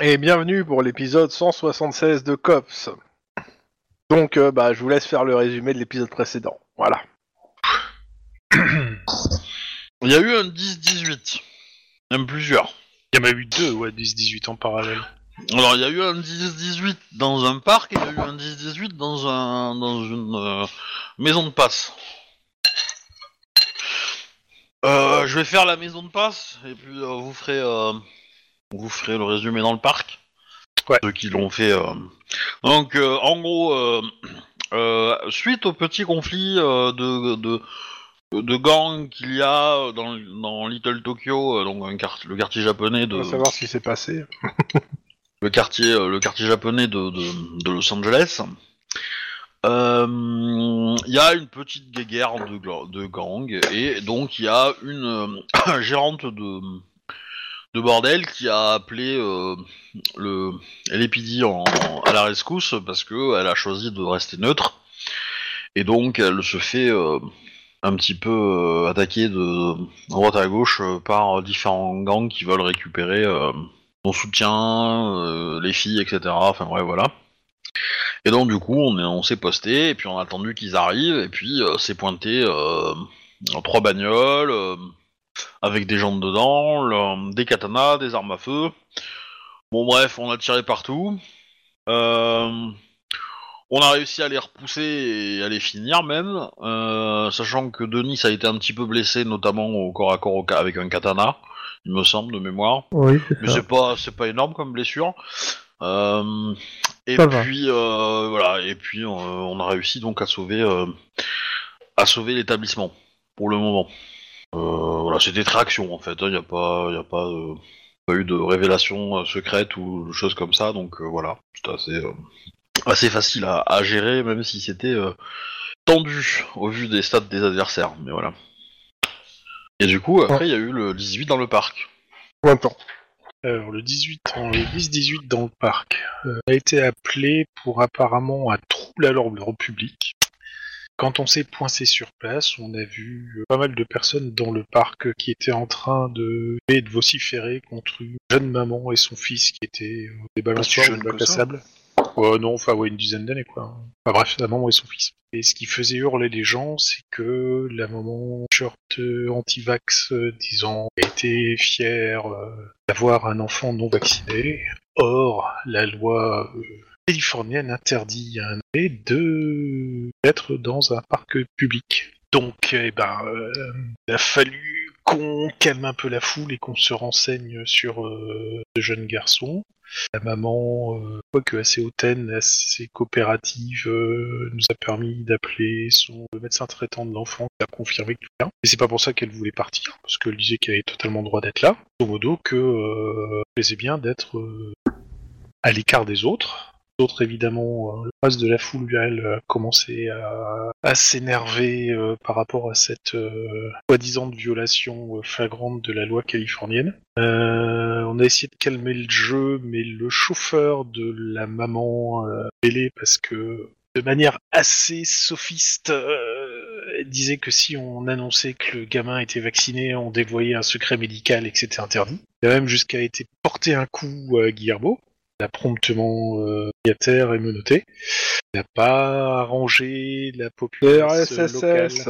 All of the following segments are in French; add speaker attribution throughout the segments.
Speaker 1: et bienvenue pour l'épisode 176 de Cops. Donc, euh, bah, je vous laisse faire le résumé de l'épisode précédent. Voilà.
Speaker 2: Il y a eu un 10-18. Même plusieurs.
Speaker 3: Il y en a eu deux, ouais, 10-18 en parallèle.
Speaker 2: Alors, il y a eu un 10-18 dans un parc et il y a eu un 10-18 dans, un, dans une euh, maison de passe. Euh, je vais faire la maison de passe et puis euh, vous ferez euh, vous ferez le résumé dans le parc.
Speaker 3: Ouais.
Speaker 2: Ceux qui l'ont fait. euh. Donc euh, en gros, euh, euh, suite au petit conflit euh, de, de de gangs qu'il y a dans, dans Little Tokyo, euh, donc un quart- le quartier japonais de
Speaker 4: Ah,
Speaker 1: On va savoir ce qui s'est passé.
Speaker 2: le quartier, euh, le quartier japonais de, de- de Los Angeles. Euh, Il y a une petite guéguerre de, gla- de gang et donc il y a une euh, gérante de, de bordel qui a appelé euh, le LAPD en, à la rescousse parce que elle a choisi de rester neutre et donc elle se fait euh, un petit peu euh, attaquer de droite à gauche euh, par différents gangs qui veulent récupérer euh, son soutien, euh, les filles, etc. Enfin ouais, voilà. Et donc du coup, on, est- on s'est posté, et puis on a attendu qu'ils arrivent, et puis euh, s'est pointé euh, trois bagnoles, euh, avec des gens dedans, le- des katanas, des armes à feu. Bon bref, on a tiré partout. Euh, on a réussi à les repousser et à les finir même, euh, sachant que Denis a été un petit peu blessé, notamment au corps à corps au ca- avec un katana, il me semble, de mémoire.
Speaker 4: Oui, c'est
Speaker 2: Mais
Speaker 4: ça.
Speaker 2: c'est pas, c'est pas énorme comme blessure. Euh, et,
Speaker 4: Ça va.
Speaker 2: puis, euh, voilà, et puis, euh, on a réussi donc à sauver, euh, à sauver l'établissement pour le moment. Euh, voilà, c'était très action en fait. Il n'y a pas, y a pas, euh, pas eu de révélation euh, secrète ou de choses comme ça. Donc euh, voilà, c'était assez, euh, assez facile à, à gérer, même si c'était euh, tendu au vu des stats des adversaires. Mais voilà. Et du coup, après, il y a eu le 18 dans le parc.
Speaker 1: Ou un temps.
Speaker 3: Alors, le 18, en- le 10-18 dans le parc euh, a été appelé pour apparemment un trouble à l'ordre public. Quand on s'est pointé sur place, on a vu euh, pas mal de personnes dans le parc euh, qui étaient en train de, et de vociférer contre une jeune maman et son fils qui étaient euh, des
Speaker 1: si
Speaker 3: balançoires ou
Speaker 1: jeune
Speaker 3: des
Speaker 1: que
Speaker 3: bacs à
Speaker 1: ça.
Speaker 3: sable. Euh, non, enfin, ouais, une dizaine d'années, quoi. Enfin, bref, la maman et son fils. Et ce qui faisait hurler les gens, c'est que la maman, short euh, anti-vax, euh, disant, était fière euh, d'avoir un enfant non vacciné. Or, la loi euh, californienne interdit à un bébé de d'être dans un parc public. Donc, eh ben, euh, il a fallu qu'on calme un peu la foule et qu'on se renseigne sur euh, ce jeune garçon. La maman, euh, quoique assez hautaine, assez coopérative, euh, nous a permis d'appeler son médecin traitant de l'enfant qui a confirmé que tout bien. Mais c'est pas pour ça qu'elle voulait partir, parce qu'elle disait qu'elle avait totalement droit d'être là. Grosso modo, que euh, plaisait bien d'être euh, à l'écart des autres. D'autres, évidemment, euh, le reste de la foule, elle, a commencé à, à s'énerver euh, par rapport à cette euh, soi-disant violation euh, flagrante de la loi californienne. Euh, on a essayé de calmer le jeu, mais le chauffeur de la maman euh, mêlé parce que de manière assez sophiste, euh, elle disait que si on annonçait que le gamin était vacciné, on dévoyait un secret médical et que c'était interdit. Il a même jusqu'à été porté un coup à Guillermo. Il a promptement euh, mis à terre et menotté. Il n'a pas arrangé la
Speaker 1: Le
Speaker 3: population locale.
Speaker 1: RSSS.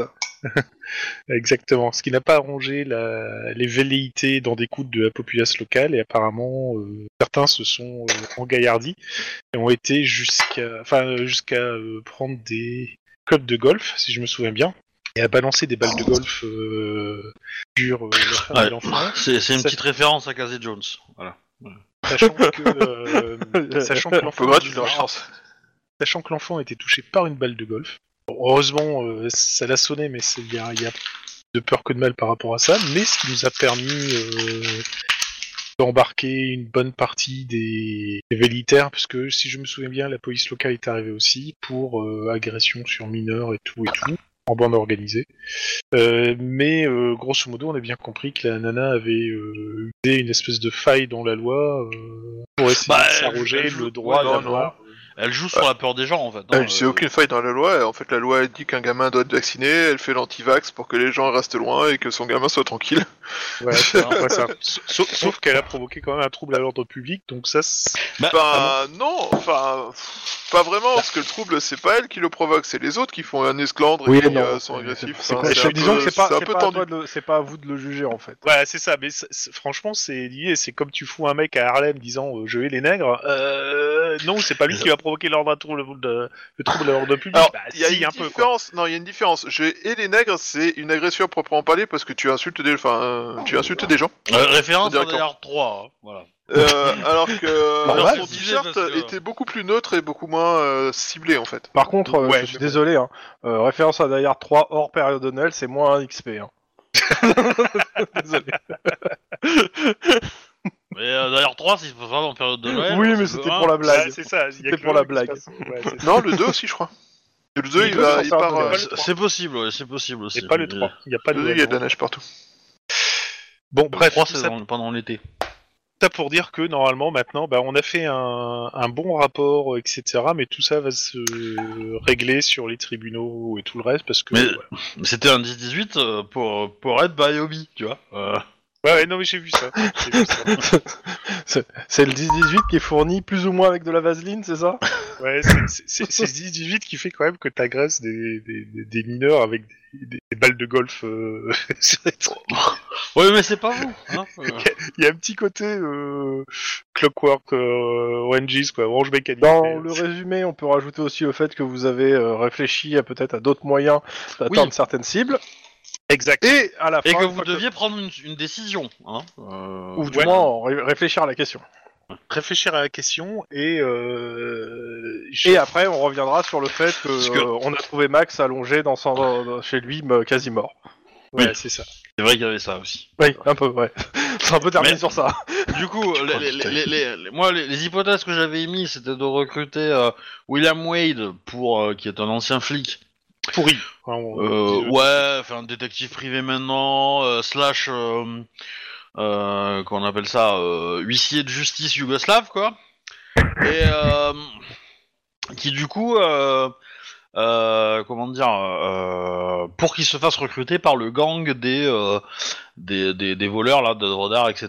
Speaker 3: Exactement. Ce qui n'a pas arrangé la- les velléités dans des coups de la populace locale, et apparemment euh, certains se sont euh, engaillardis et ont été jusqu'à, enfin euh, jusqu'à euh, prendre des clubs de golf, si je me souviens bien, et à balancer des balles de golf euh, sur euh, la femme
Speaker 2: Ouais.
Speaker 3: et l'enfant,
Speaker 2: C'est c'est une
Speaker 3: Ça-
Speaker 2: petite référence à Casey Jones. Voilà.
Speaker 3: sachant que, euh, sachant que l'enfant
Speaker 1: Faudra que tu
Speaker 3: disait-
Speaker 1: leur chances.
Speaker 3: sachant que l'enfant était touché par une balle de golf. Bon, heureusement, euh, ça l'a sonné, mais c'est- il y, a il y a de peur que de mal par rapport à ça. Mais ce qui nous a permis euh, d'embarquer une bonne partie des, des vélitaires, parce que si je me souviens bien, la police locale est arrivée aussi pour euh, agression sur mineurs et tout et tout. En bande organisée. Euh, mais euh, grosso modo, on a bien compris que la nana avait euh, usé une espèce de faille dans la loi euh, pour essayer
Speaker 2: Bah,
Speaker 3: de s'arroger
Speaker 2: elle joue-
Speaker 3: le droit
Speaker 2: ouais, non,
Speaker 3: d'avoir
Speaker 2: Elle joue sur la peur des gens en fait. hein,
Speaker 4: Elle, c'est
Speaker 2: euh,
Speaker 4: aucune faille dans la loi. En fait, la loi elle dit qu'un gamin doit être vacciné. Elle fait l'antivax pour que les gens restent loin et que son gamin soit tranquille.
Speaker 3: Voilà, c'est à peu près ça. Sauf, sauf qu'elle a provoqué quand même un trouble à l'ordre public, donc ça, c'est-
Speaker 2: bah,
Speaker 4: Bah non, enfin, pff, pas vraiment. Parce que le trouble, c'est pas elle qui le provoque, c'est les autres qui font un esclandre
Speaker 1: Oui,
Speaker 4: et qui
Speaker 1: non.
Speaker 4: euh, sont agressifs.
Speaker 1: C'est
Speaker 4: Enfin,
Speaker 1: pas-
Speaker 4: c'est un
Speaker 1: disons
Speaker 4: peu-
Speaker 1: que c'est pas,
Speaker 4: c'est un
Speaker 1: c'est
Speaker 4: peu
Speaker 1: pas à
Speaker 4: tendu.
Speaker 1: toi de le- c'est pas à vous de le juger en fait.
Speaker 3: voilà, c'est ça. Mais c'est- c'est- franchement, c'est lié. C'est comme tu fous un mec à Harlem disant euh, je vais les nègres. Euh, non, c'est pas lui qui va provoquer l'ordre à trouble, de- le trouble à l'ordre public.
Speaker 4: Alors,
Speaker 3: Bah,
Speaker 4: il y a
Speaker 3: si,
Speaker 4: une
Speaker 3: un peu, quoi.
Speaker 4: différence. non, il y a une différence. Je... Et les nègres, c'est une agression à proprement parler parce que tu insultes des, enfin, euh, tu insultes des gens.
Speaker 2: euh, référence à
Speaker 4: D'accord.
Speaker 2: Die Hard 3. hein, voilà.
Speaker 4: Euh, alors que
Speaker 1: Bah,
Speaker 4: alors,
Speaker 1: ouais,
Speaker 4: son
Speaker 2: je disais, parce
Speaker 4: t-shirt
Speaker 2: que-
Speaker 4: était beaucoup plus neutre et beaucoup moins euh, ciblé en fait.
Speaker 1: Par contre, euh,
Speaker 3: Ouais,
Speaker 1: je suis
Speaker 3: mais
Speaker 1: désolé, hein, euh, référence à Die Hard 3 hors période Noël, c'est moins 1 XP. hein. désolé.
Speaker 2: Mais euh, Die Hard 3, c'est pas en période de Noël.
Speaker 1: oui,
Speaker 2: hein,
Speaker 1: mais
Speaker 2: c'est
Speaker 1: c'était
Speaker 2: le
Speaker 1: pour la
Speaker 3: Ouais,
Speaker 1: blague.
Speaker 3: c'est ça. il y a
Speaker 1: C'était
Speaker 3: que
Speaker 1: pour
Speaker 3: le-
Speaker 1: la blague.
Speaker 3: qui se passe- ouais, c'est ça.
Speaker 4: Non, le 2 aussi, je crois. Le 2, il,
Speaker 1: Le
Speaker 4: va,
Speaker 1: 2,
Speaker 4: il
Speaker 1: c'est un
Speaker 4: part.
Speaker 1: peu
Speaker 4: euh,
Speaker 2: un. C'est- C'est possible, ouais, c'est possible aussi. euh,
Speaker 3: C'est pas le 3. Il n'y a pas de.
Speaker 4: le 2, il y a de la neige partout.
Speaker 3: Bon,
Speaker 2: Bref,
Speaker 3: bref,
Speaker 2: 3,
Speaker 3: tout
Speaker 2: c'est
Speaker 3: ça,
Speaker 2: dans- pendant l'été.
Speaker 3: ça pour dire que normalement, maintenant, bah, on a fait un, un bon rapport, etc. Mais tout ça va se régler sur les tribunaux et tout le reste parce que.
Speaker 2: Mais-
Speaker 3: voilà.
Speaker 2: C'était un 10-18 euh, pour, pour être by hobby, tu vois. Euh,
Speaker 3: Ouais, ouais, non, mais j'ai vu ça. J'ai vu ça.
Speaker 1: C'est le 10-18 qui est fourni plus ou moins avec de la vaseline, c'est ça
Speaker 3: Ouais, c'est- c'est- c'est c'est ce 18 qui fait quand même que t'agresses des, des, des- des mineurs avec des, des- des balles de golf. euh, sur les trucs.
Speaker 2: Ouais, mais c'est pas vous. Hein euh.
Speaker 3: Il y a un petit côté euh, Clockwork euh, Oranges, quoi, Orange Mécanique.
Speaker 1: Dans
Speaker 3: mais-
Speaker 1: le résumé, on peut rajouter aussi le fait que vous avez euh, réfléchi à peut-être à d'autres moyens d'atteindre
Speaker 2: Oui.
Speaker 1: certaines cibles,
Speaker 3: Exact.
Speaker 1: et à la fin,
Speaker 2: Et que
Speaker 1: une
Speaker 2: vous
Speaker 1: fois
Speaker 2: deviez prendre une, une décision. Hein Euh,
Speaker 1: ou du
Speaker 3: Ouais.
Speaker 1: moins en ré- réfléchir à la question.
Speaker 3: Réfléchir à la question et. Euh, je-
Speaker 1: Et après, on reviendra sur le fait que,
Speaker 2: Parce que-
Speaker 1: euh, on a trouvé Max allongé dans son, dans- chez lui, me- quasi mort.
Speaker 3: Ouais,
Speaker 2: oui.
Speaker 3: c'est ça.
Speaker 2: C'est vrai qu'il y avait ça aussi.
Speaker 1: Oui, un peu, ouais. C'est un peu terminé
Speaker 2: Mais-
Speaker 1: sur ça.
Speaker 2: Du coup, les, les-
Speaker 4: putain.
Speaker 2: les- les- les- moi, les, les hypothèses que j'avais émises, c'était de recruter euh, William Wade, pour, euh, qui est un ancien flic.
Speaker 3: Pourri. Enfin, on-
Speaker 2: Euh,
Speaker 3: euh,
Speaker 2: ouais, enfin, détective privé maintenant, euh, slash, euh, euh, qu'on appelle ça, euh, huissier de justice yougoslave, quoi. Et euh, qui, du coup, euh, euh, comment dire, euh, pour qu'il se fasse recruter par le gang des, euh, des, des, des voleurs, là, de Drodar, etc.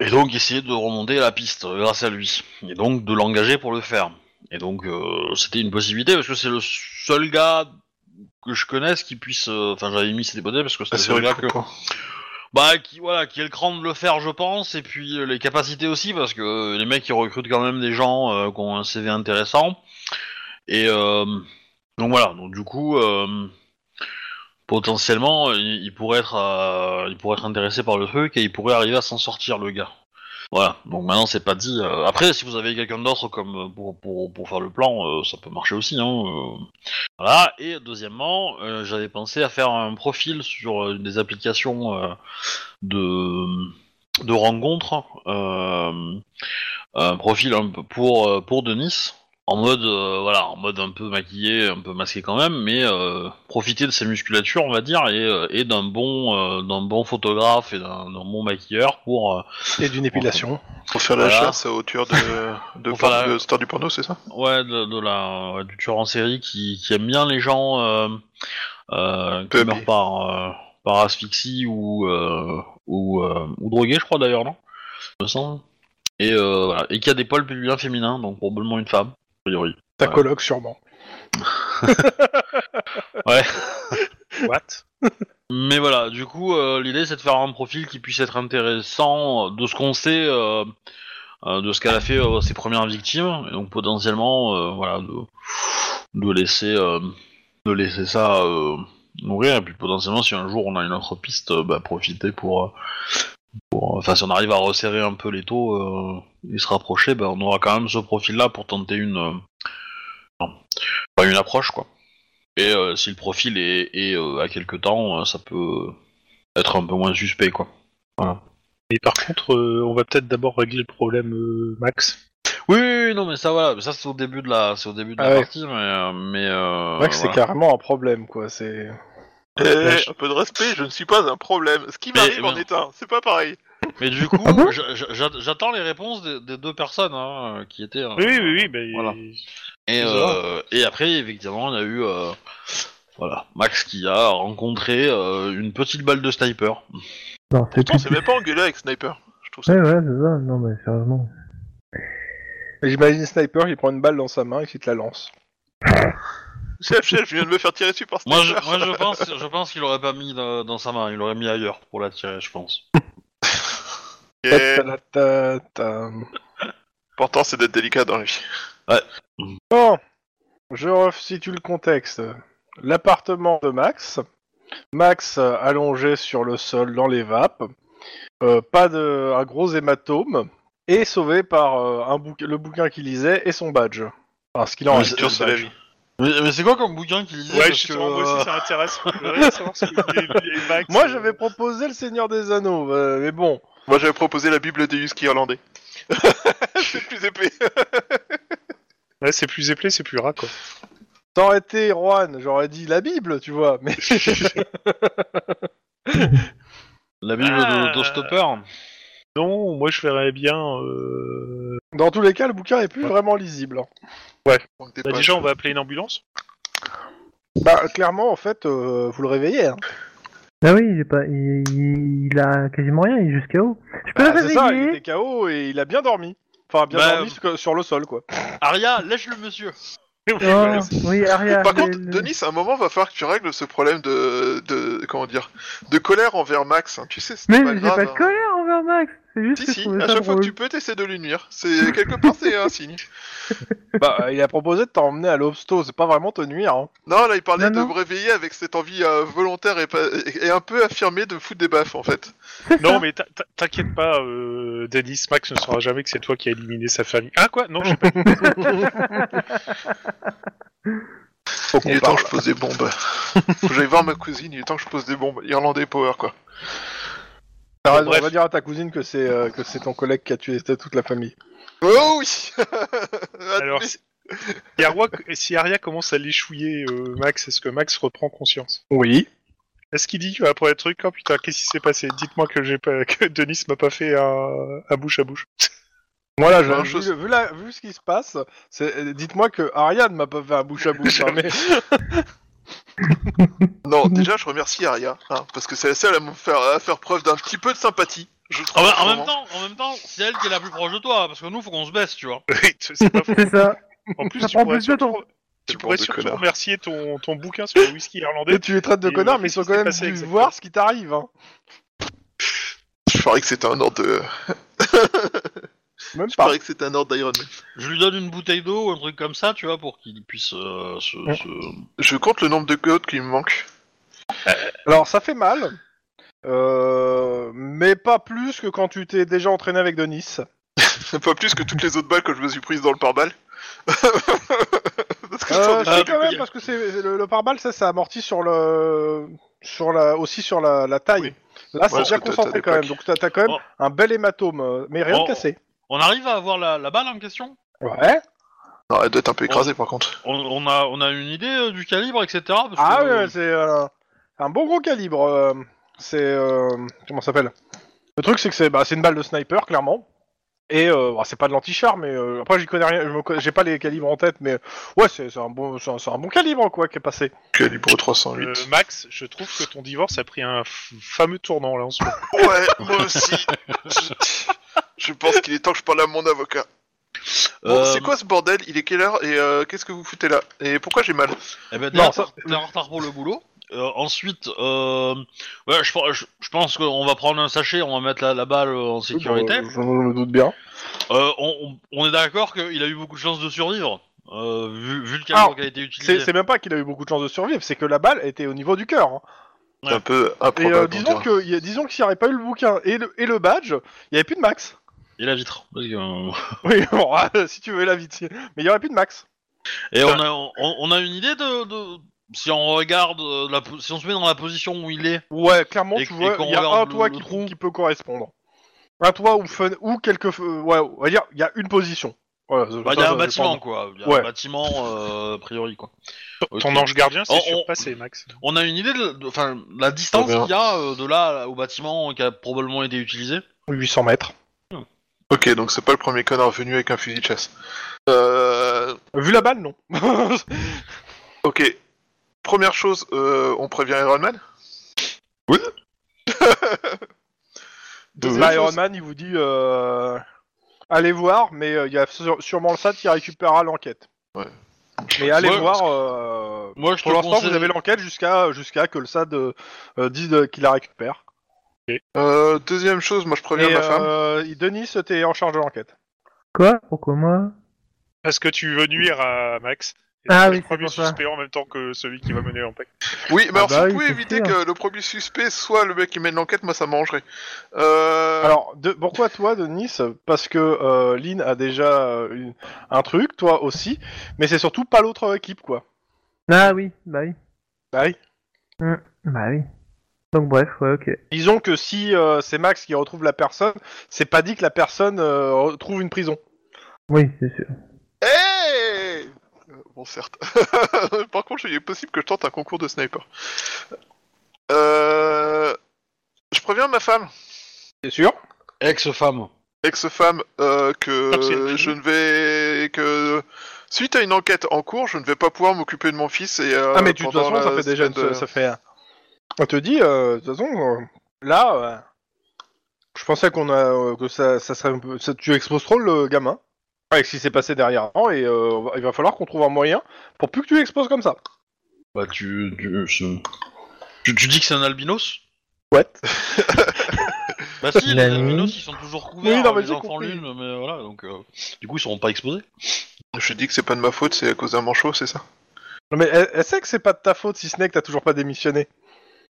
Speaker 2: Et donc essayer de remonter la piste euh, grâce à lui. Et donc de l'engager pour le faire. Et donc euh, c'était une possibilité parce que c'est le seul gars que je connaisse qui puisse. euh, Enfin j'avais mis cette hypothèse parce que c'est le seul gars que. Bah qui voilà qui ait le cran de le faire je pense et puis euh, les capacités aussi parce que euh, les mecs ils recrutent quand même des gens euh, qui ont un CV intéressant. Et euh, donc voilà donc du coup. euh, Potentiellement, il, il pourrait être, euh, il pourrait être intéressé par le truc et il pourrait arriver à s'en sortir, le gars. Voilà, donc maintenant c'est pas dit. euh, Après, si vous avez quelqu'un d'autre comme euh, pour, pour, pour faire le plan, euh, ça peut marcher aussi. Hein, euh. Voilà, et deuxièmement, euh, j'avais pensé à faire un profil sur euh, des applications euh, de, de rencontres, euh, un profil un peu pour, euh, pour Denis, en mode, euh, voilà, en mode un peu maquillé, un peu masqué quand même, mais euh, profiter de ses musculatures, on va dire, et, euh, et d'un bon, euh, d'un bon photographe et d'un d'un bon maquilleur pour. euh,
Speaker 1: Et d'une
Speaker 2: épilation.
Speaker 4: Pour faire la
Speaker 2: Voilà.
Speaker 4: chasse à hauteur de, de,
Speaker 2: Pour faire
Speaker 4: porno-
Speaker 2: la-
Speaker 4: de star du porno, c'est ça
Speaker 2: Ouais, de, de la, ouais, du tueur en série qui, qui aime bien les gens euh, euh, qui
Speaker 4: Pub.
Speaker 2: meurent par, euh, par asphyxie ou, euh, ou, euh, ou drogués, je crois d'ailleurs, non Il me semble. Et, euh, voilà. et qui a des poils bien féminins, donc probablement une femme, a priori.
Speaker 1: Ta
Speaker 2: Ouais.
Speaker 1: coloc, sûrement.
Speaker 3: What
Speaker 2: Mais voilà, du coup, euh, l'idée c'est de faire un profil qui puisse être intéressant euh, de ce qu'on sait, euh, euh, de ce qu'elle a fait euh, ses premières victimes, et donc potentiellement, euh, voilà, de, de laisser, euh, de laisser ça euh, nourrir, et puis potentiellement, si un jour on a une autre piste, euh, bah, profiter pour, euh, pour, enfin, si on arrive à resserrer un peu les taux euh, et se rapprocher, bah, on aura quand même ce profil-là pour tenter une, euh, non, enfin, une approche, quoi. Et euh, si le profil est, est, euh, à quelques temps, euh, ça peut être un peu moins suspect, quoi.
Speaker 3: Mais par contre, euh, on va peut-être d'abord régler le problème, euh, Max.
Speaker 2: Oui, oui, oui, non, mais ça, voilà, mais ça c'est au début de la, c'est au début de la
Speaker 1: Ah ouais.
Speaker 2: partie, mais, euh, mais euh,
Speaker 1: Max, c'est
Speaker 2: voilà.
Speaker 1: carrément un problème, quoi. C'est.
Speaker 4: Eh, Un peu de respect, je ne suis pas un problème. Ce qui
Speaker 2: Mais,
Speaker 4: m'arrive en
Speaker 2: ben-
Speaker 4: est un, c'est pas pareil.
Speaker 2: Mais du coup,
Speaker 5: Ah bon
Speaker 2: j'a- j'a- j'attends les réponses des, des deux personnes hein, qui étaient. euh,
Speaker 3: Oui, oui, oui, oui. ben,
Speaker 2: Voilà. Et, euh, et après, effectivement, il y a eu euh, voilà, Max qui a rencontré euh, une petite balle de sniper.
Speaker 5: Non, c'est
Speaker 4: Pourtant,
Speaker 5: plus.
Speaker 4: c'est même pas engueulé avec Sniper. Je trouve ça.
Speaker 5: Ouais, ouais, c'est ça. Non, mais sérieusement.
Speaker 1: Et J'imagine Sniper, il prend une balle dans sa main et qui te la lance.
Speaker 4: Chef, chef, je viens de me faire tirer dessus par
Speaker 2: Moi, je,
Speaker 4: Sniper.
Speaker 2: moi, je pense, je pense qu'il aurait pas mis dans, dans sa main, il aurait mis ailleurs pour la tirer, je pense.
Speaker 4: Et
Speaker 1: Ta-ta-ta-ta.
Speaker 4: Pourtant, c'est d'être délicat dans la vie.
Speaker 1: Bon, je resitue le contexte. L'appartement de Max. Max euh, allongé sur le sol dans les vapes. Euh, pas de un gros hématome et sauvé par euh, un bouquin, le bouquin qu'il lisait et son badge. Parce qu'il en
Speaker 2: Ouais,
Speaker 1: reste
Speaker 2: c'est
Speaker 1: deux
Speaker 4: dur, c'est la
Speaker 1: badges.
Speaker 4: vie.
Speaker 2: Mais, mais c'est quoi comme bouquin qu'il disait
Speaker 3: Ouais,
Speaker 2: parce que,
Speaker 3: justement, moi
Speaker 2: euh,
Speaker 3: aussi, ça m'intéresse. Je voudrais savoir ce que les, les Max,
Speaker 1: Moi,
Speaker 3: euh,
Speaker 1: j'avais proposé le Seigneur des Anneaux, euh, mais bon.
Speaker 4: Moi, j'avais proposé la Bible des Husky irlandais. c'est plus épais.
Speaker 3: ouais, c'est plus éplé, c'est plus rat, quoi.
Speaker 1: T'aurais été Juan, j'aurais dit la Bible, tu vois. Mais
Speaker 2: La Bible
Speaker 3: Ah.
Speaker 2: de, de Stopper
Speaker 3: Non, moi, je verrais bien. Euh...
Speaker 1: dans tous les cas, le bouquin est plus vraiment lisible.
Speaker 4: Manque des
Speaker 3: bah,
Speaker 4: pages.
Speaker 3: déjà, on va appeler une ambulance.
Speaker 1: Bah, clairement, en fait, euh, vous le réveillez. hein.
Speaker 5: Ah oui, il, est pas... il... il a quasiment rien, il est jusqu'à haut. Je peux
Speaker 1: Bah,
Speaker 5: le
Speaker 1: c'est ça, il
Speaker 5: réveiller
Speaker 1: était KO et il a bien dormi. Enfin, bien
Speaker 2: Bah,
Speaker 1: dormi sur- sur le sol, quoi.
Speaker 2: Aria, lèche le monsieur
Speaker 5: Oh, Oui, Aria.
Speaker 4: Par
Speaker 5: le-
Speaker 4: contre,
Speaker 5: le-
Speaker 4: Denis, à un moment, va falloir que tu règles ce problème de, de comment dire, de colère envers Max. hein. Tu sais, c'est
Speaker 5: Mais
Speaker 4: pas
Speaker 5: j'ai
Speaker 4: grave.
Speaker 5: pas de
Speaker 4: hein.
Speaker 5: colère envers Max. C'est juste
Speaker 4: Si,
Speaker 5: que je
Speaker 4: si,
Speaker 5: trouvais
Speaker 4: à
Speaker 5: ça
Speaker 4: chaque fois que
Speaker 5: drôle.
Speaker 4: tu peux, t'essaies de lui nuire. C'est quelque part, c'est un signe.
Speaker 1: Bah, euh, il a proposé de t'emmener à l'obsto, c'est pas vraiment te nuire. Hein.
Speaker 4: Non, là, il parlait
Speaker 5: Non,
Speaker 4: de
Speaker 5: non.
Speaker 4: me réveiller avec cette envie euh, volontaire et, pas- et un peu affirmée de foutre des baffes, en fait.
Speaker 5: C'est
Speaker 3: Non,
Speaker 5: ça.
Speaker 3: mais t'in- t'in- t'inquiète pas, euh, Denis, Max ne saura jamais que c'est toi qui as éliminé sa famille. Ah, quoi Non, j'ai pas
Speaker 1: Faut qu'on
Speaker 4: Il est temps
Speaker 1: parle.
Speaker 4: que je pose des bombes. Faut que j'aille voir ma cousine, il est temps que je pose des bombes. Irlandais Power, quoi.
Speaker 1: T'as raison,
Speaker 3: bref.
Speaker 1: on va dire à ta cousine que c'est euh, que c'est ton collègue qui a tué toute la famille.
Speaker 4: Oh oui
Speaker 3: Alors, si, si Arwa- si Aria commence à l'échouiller, euh, Max, est-ce que Max reprend conscience
Speaker 1: Oui.
Speaker 3: Est-ce qu'il dit après le truc, oh putain, qu'est-ce qui s'est passé Dites-moi que j'ai pas, que Denis m'a pas fait un, un bouche à bouche. Ah
Speaker 1: Voilà, je,
Speaker 4: Même
Speaker 1: vu,
Speaker 4: chose.
Speaker 1: le- vu la- vu ce qui se passe, c'est- euh, dites-moi que Ariane m'a pas fait un bouche à bouche. hein, mais-
Speaker 4: Non, déjà, je remercie Aria, hein, parce que c'est la seule à me faire, à faire preuve d'un petit peu de sympathie. Je trouve,
Speaker 2: en, Ah bah, en
Speaker 4: vraiment.
Speaker 2: même temps, en même temps, c'est elle qui est la plus proche de toi, parce que nous, faut qu'on se baisse, tu vois.
Speaker 3: Oui, c'est pas faux.
Speaker 5: C'est ça.
Speaker 3: En plus,
Speaker 5: Ça
Speaker 3: tu
Speaker 5: prend
Speaker 3: pourrais
Speaker 5: plus de
Speaker 3: surtout,
Speaker 5: temps.
Speaker 3: tu
Speaker 4: Quel
Speaker 3: pourrais
Speaker 4: bande de
Speaker 3: surtout
Speaker 4: connards.
Speaker 3: remercier ton, ton bouquin sur le whisky irlandais.
Speaker 1: tu les traites de
Speaker 3: Et
Speaker 1: connards,
Speaker 3: voilà
Speaker 1: mais ils
Speaker 3: ce
Speaker 1: sont
Speaker 3: qui
Speaker 1: quand
Speaker 3: s'est
Speaker 1: même
Speaker 3: passé
Speaker 1: dû
Speaker 3: exactement.
Speaker 1: voir ce qui t'arrive. Hein.
Speaker 4: Je parie que c'est un ordre de...
Speaker 1: Même
Speaker 4: Je
Speaker 1: pas.
Speaker 4: parie que c'est un ordre d'Iron Man.
Speaker 2: Je lui donne une bouteille d'eau ou un truc comme ça, tu vois, pour qu'il puisse euh, se... se-
Speaker 4: Je compte le nombre de codes qui me manque.
Speaker 1: Alors, ça fait mal, euh, mais pas plus que quand tu t'es déjà entraîné avec Denis.
Speaker 4: Pas plus que toutes les autres balles que je me suis prises dans le pare-balles. Parce que ça,
Speaker 1: Euh,
Speaker 4: on est-
Speaker 1: si,
Speaker 2: Ah,
Speaker 1: quand même,
Speaker 2: oui.
Speaker 1: parce que c'est c'est le, le pare-balles, ça, ça amortit sur le, sur la, aussi sur la, la taille.
Speaker 4: Oui.
Speaker 1: Là, c'est
Speaker 4: Ouais,
Speaker 1: bien
Speaker 4: parce que t'as-
Speaker 1: concentré
Speaker 4: t'as
Speaker 1: quand même.
Speaker 4: des
Speaker 1: Donc, t'as t'as quand même
Speaker 2: Oh.
Speaker 1: un bel hématome, euh, mais rien
Speaker 2: Oh.
Speaker 1: de cassé.
Speaker 2: On arrive à avoir la, la balle en question
Speaker 1: Ouais.
Speaker 4: Non, elle doit être un peu écrasée, par contre.
Speaker 2: on, on a, on a une idée euh, du calibre, etc. parce
Speaker 1: Ah
Speaker 2: que,
Speaker 1: ouais,
Speaker 2: euh,
Speaker 1: c'est euh, un bon gros calibre. euh, c'est euh, comment ça s'appelle Le truc, c'est que c'est bah, c'est une balle de sniper, clairement. Et euh, bah, c'est pas de l'anti-char, mais euh, après j'y connais rien, je me co- j'ai pas les calibres en tête, mais ouais, c'est c'est un bon, c'est un, c'est un bon calibre quoi qui est passé.
Speaker 4: Calibre 308.
Speaker 3: Euh, Max, je trouve que ton divorce a pris un f- fameux tournant là en ce moment.
Speaker 2: Euh,
Speaker 4: Ouais, moi aussi. je... je pense qu'il est temps que je parle à mon avocat. Bon,
Speaker 2: Euh,
Speaker 4: c'est quoi ce bordel Il est quelle heure et euh, qu'est-ce que vous foutez là Et pourquoi j'ai mal
Speaker 2: Eh ben,
Speaker 1: Non,
Speaker 2: déjà,
Speaker 1: ça-
Speaker 2: t'es en retard pour le boulot. Euh, ensuite, euh, ouais, je, je- je pense qu'on va prendre un sachet, on va mettre la, la balle euh, en sécurité.
Speaker 1: Bon, Ah, bah, je, je me doute bien.
Speaker 2: Euh, on, on- on est d'accord qu'il a eu beaucoup de chances de survivre, euh, vu, vu le calibre
Speaker 1: Alors,
Speaker 2: qui a été
Speaker 1: C'est
Speaker 2: utilisé.
Speaker 1: c'est même pas qu'il a eu beaucoup de chance de survivre, c'est que la balle était au niveau du cœur. hein.
Speaker 4: C'est un peu
Speaker 1: Et
Speaker 4: improbable.
Speaker 1: euh,
Speaker 4: on
Speaker 1: disons
Speaker 4: dirait.
Speaker 1: que y a- disons que s'il n'y avait pas eu le bouquin et le, et le badge, il n'y avait plus de Max.
Speaker 2: Et la vitre. Parce que, euh,
Speaker 1: Oui, bon, si tu veux la vite. Mais il n'y aurait plus de Max.
Speaker 2: Et on a, on, on a une idée de, de- si on regarde, euh, la, po- si on se met dans la position où il est.
Speaker 1: Ouais, clairement,
Speaker 2: Et-
Speaker 1: tu
Speaker 2: et
Speaker 1: vois,
Speaker 2: qu'on
Speaker 1: il y a
Speaker 2: regarde
Speaker 1: un
Speaker 2: le-
Speaker 1: toit
Speaker 2: le
Speaker 1: qui,
Speaker 2: trou.
Speaker 1: qui peut correspondre. Un toit ou, fun, ou quelques... feux- Ouais, on va dire, il y a une position. Voilà, ça-
Speaker 2: Bah, il y a
Speaker 1: ça,
Speaker 2: un
Speaker 1: ça
Speaker 2: bâtiment
Speaker 1: dépend.
Speaker 2: quoi. Il y a
Speaker 1: Ouais.
Speaker 2: un bâtiment euh, a priori quoi. Ok.
Speaker 3: Ton ange gardien, c'est
Speaker 2: Oh, on-
Speaker 3: surpassé, Max.
Speaker 2: On a une idée de, de- enfin, la distance
Speaker 4: verra.
Speaker 2: qu'il y a euh, de là au bâtiment qui a probablement été utilisé.
Speaker 1: 800 mètres.
Speaker 4: Ok, donc c'est pas le premier connard venu avec un fusil de chasse. Euh,
Speaker 1: Vu la balle, non.
Speaker 4: ok. Première chose, euh, on prévient Iron Man
Speaker 2: Oui.
Speaker 4: Deuxième
Speaker 1: Bah,
Speaker 4: chose-
Speaker 1: Iron Man, il vous dit euh, allez voir, mais euh, il y a sur- sûrement le SAT qui récupérera l'enquête.
Speaker 4: Ouais.
Speaker 1: Mais allez
Speaker 2: Ouais,
Speaker 1: voir. euh,
Speaker 2: Moi, je
Speaker 1: Pour
Speaker 2: te
Speaker 1: l'instant,
Speaker 2: conseille-
Speaker 1: vous avez l'enquête jusqu'à jusqu'à que le SAD euh, euh, dise de- qu'il la récupère.
Speaker 4: Euh, deuxième chose, moi je préviens
Speaker 1: Et
Speaker 4: ma femme.
Speaker 1: euh, Denis, t'es en charge de l'enquête.
Speaker 5: Quoi Pourquoi moi
Speaker 3: Parce que tu veux nuire à Max. Et donc,
Speaker 5: Ah oui,
Speaker 3: le
Speaker 5: c'est
Speaker 3: premier
Speaker 5: pour ça.
Speaker 3: suspect en même temps que celui qui va mener l'enquête.
Speaker 4: Oui, mais
Speaker 5: Ah
Speaker 4: alors
Speaker 5: bah
Speaker 4: si
Speaker 5: oui,
Speaker 4: vous pouvez
Speaker 5: c'est
Speaker 4: éviter
Speaker 5: sûr.
Speaker 4: que le premier suspect soit le mec qui mène l'enquête, moi ça m'arrangerait. Euh...
Speaker 1: Alors, de- pourquoi toi, Denis Parce que euh, Lynn a déjà euh, une- un truc, toi aussi, mais c'est surtout pas l'autre équipe, quoi.
Speaker 5: Ah oui, bah oui.
Speaker 1: Bah oui.
Speaker 5: Bah oui. Donc bref, ouais, ok.
Speaker 1: Disons que si euh, c'est Max qui retrouve la personne, c'est pas dit que la personne euh, retrouve une prison.
Speaker 5: Oui, c'est sûr.
Speaker 4: Hey Euh, Bon, certes. Par contre, il est possible que je tente un concours de sniper. Euh... Je préviens ma femme,
Speaker 1: C'est sûr
Speaker 2: Ex-femme.
Speaker 4: ex-femme, euh,
Speaker 3: Ah, c'est une
Speaker 4: que
Speaker 3: prison.
Speaker 4: je ne vais que suite à une enquête en cours, je ne vais pas pouvoir m'occuper de mon fils et euh,
Speaker 1: Ah, mais tu- de toute
Speaker 4: pendant
Speaker 1: façon, ça
Speaker 4: la
Speaker 1: fait déjà. une-
Speaker 4: semaine de-
Speaker 1: Ça fait. un- On te dit, euh, de toute façon, euh, là, euh, je pensais qu'on a euh, que ça, ça serait un peu. ça- tu exposes trop le gamin avec ce qui s'est passé derrière et euh, on va- il va falloir qu'on trouve un moyen pour plus que tu l'exposes comme ça.
Speaker 2: Bah, tu, tu, c'est- tu, tu dis que c'est un albinos
Speaker 1: Ouais.
Speaker 2: Bah si, les
Speaker 5: La
Speaker 2: albinos
Speaker 5: nuit.
Speaker 2: ils sont toujours couverts, hein,
Speaker 1: Oui, non, mais
Speaker 2: les
Speaker 1: j'ai
Speaker 2: enfants
Speaker 1: compris.
Speaker 2: lune, mais voilà, donc euh, du coup ils seront pas exposés.
Speaker 4: Je dis que c'est pas de ma faute, c'est à cause d'un manchot, c'est ça.
Speaker 1: Non, mais elle, elle sait que c'est pas de ta faute si ce n'est que t'as toujours pas démissionné.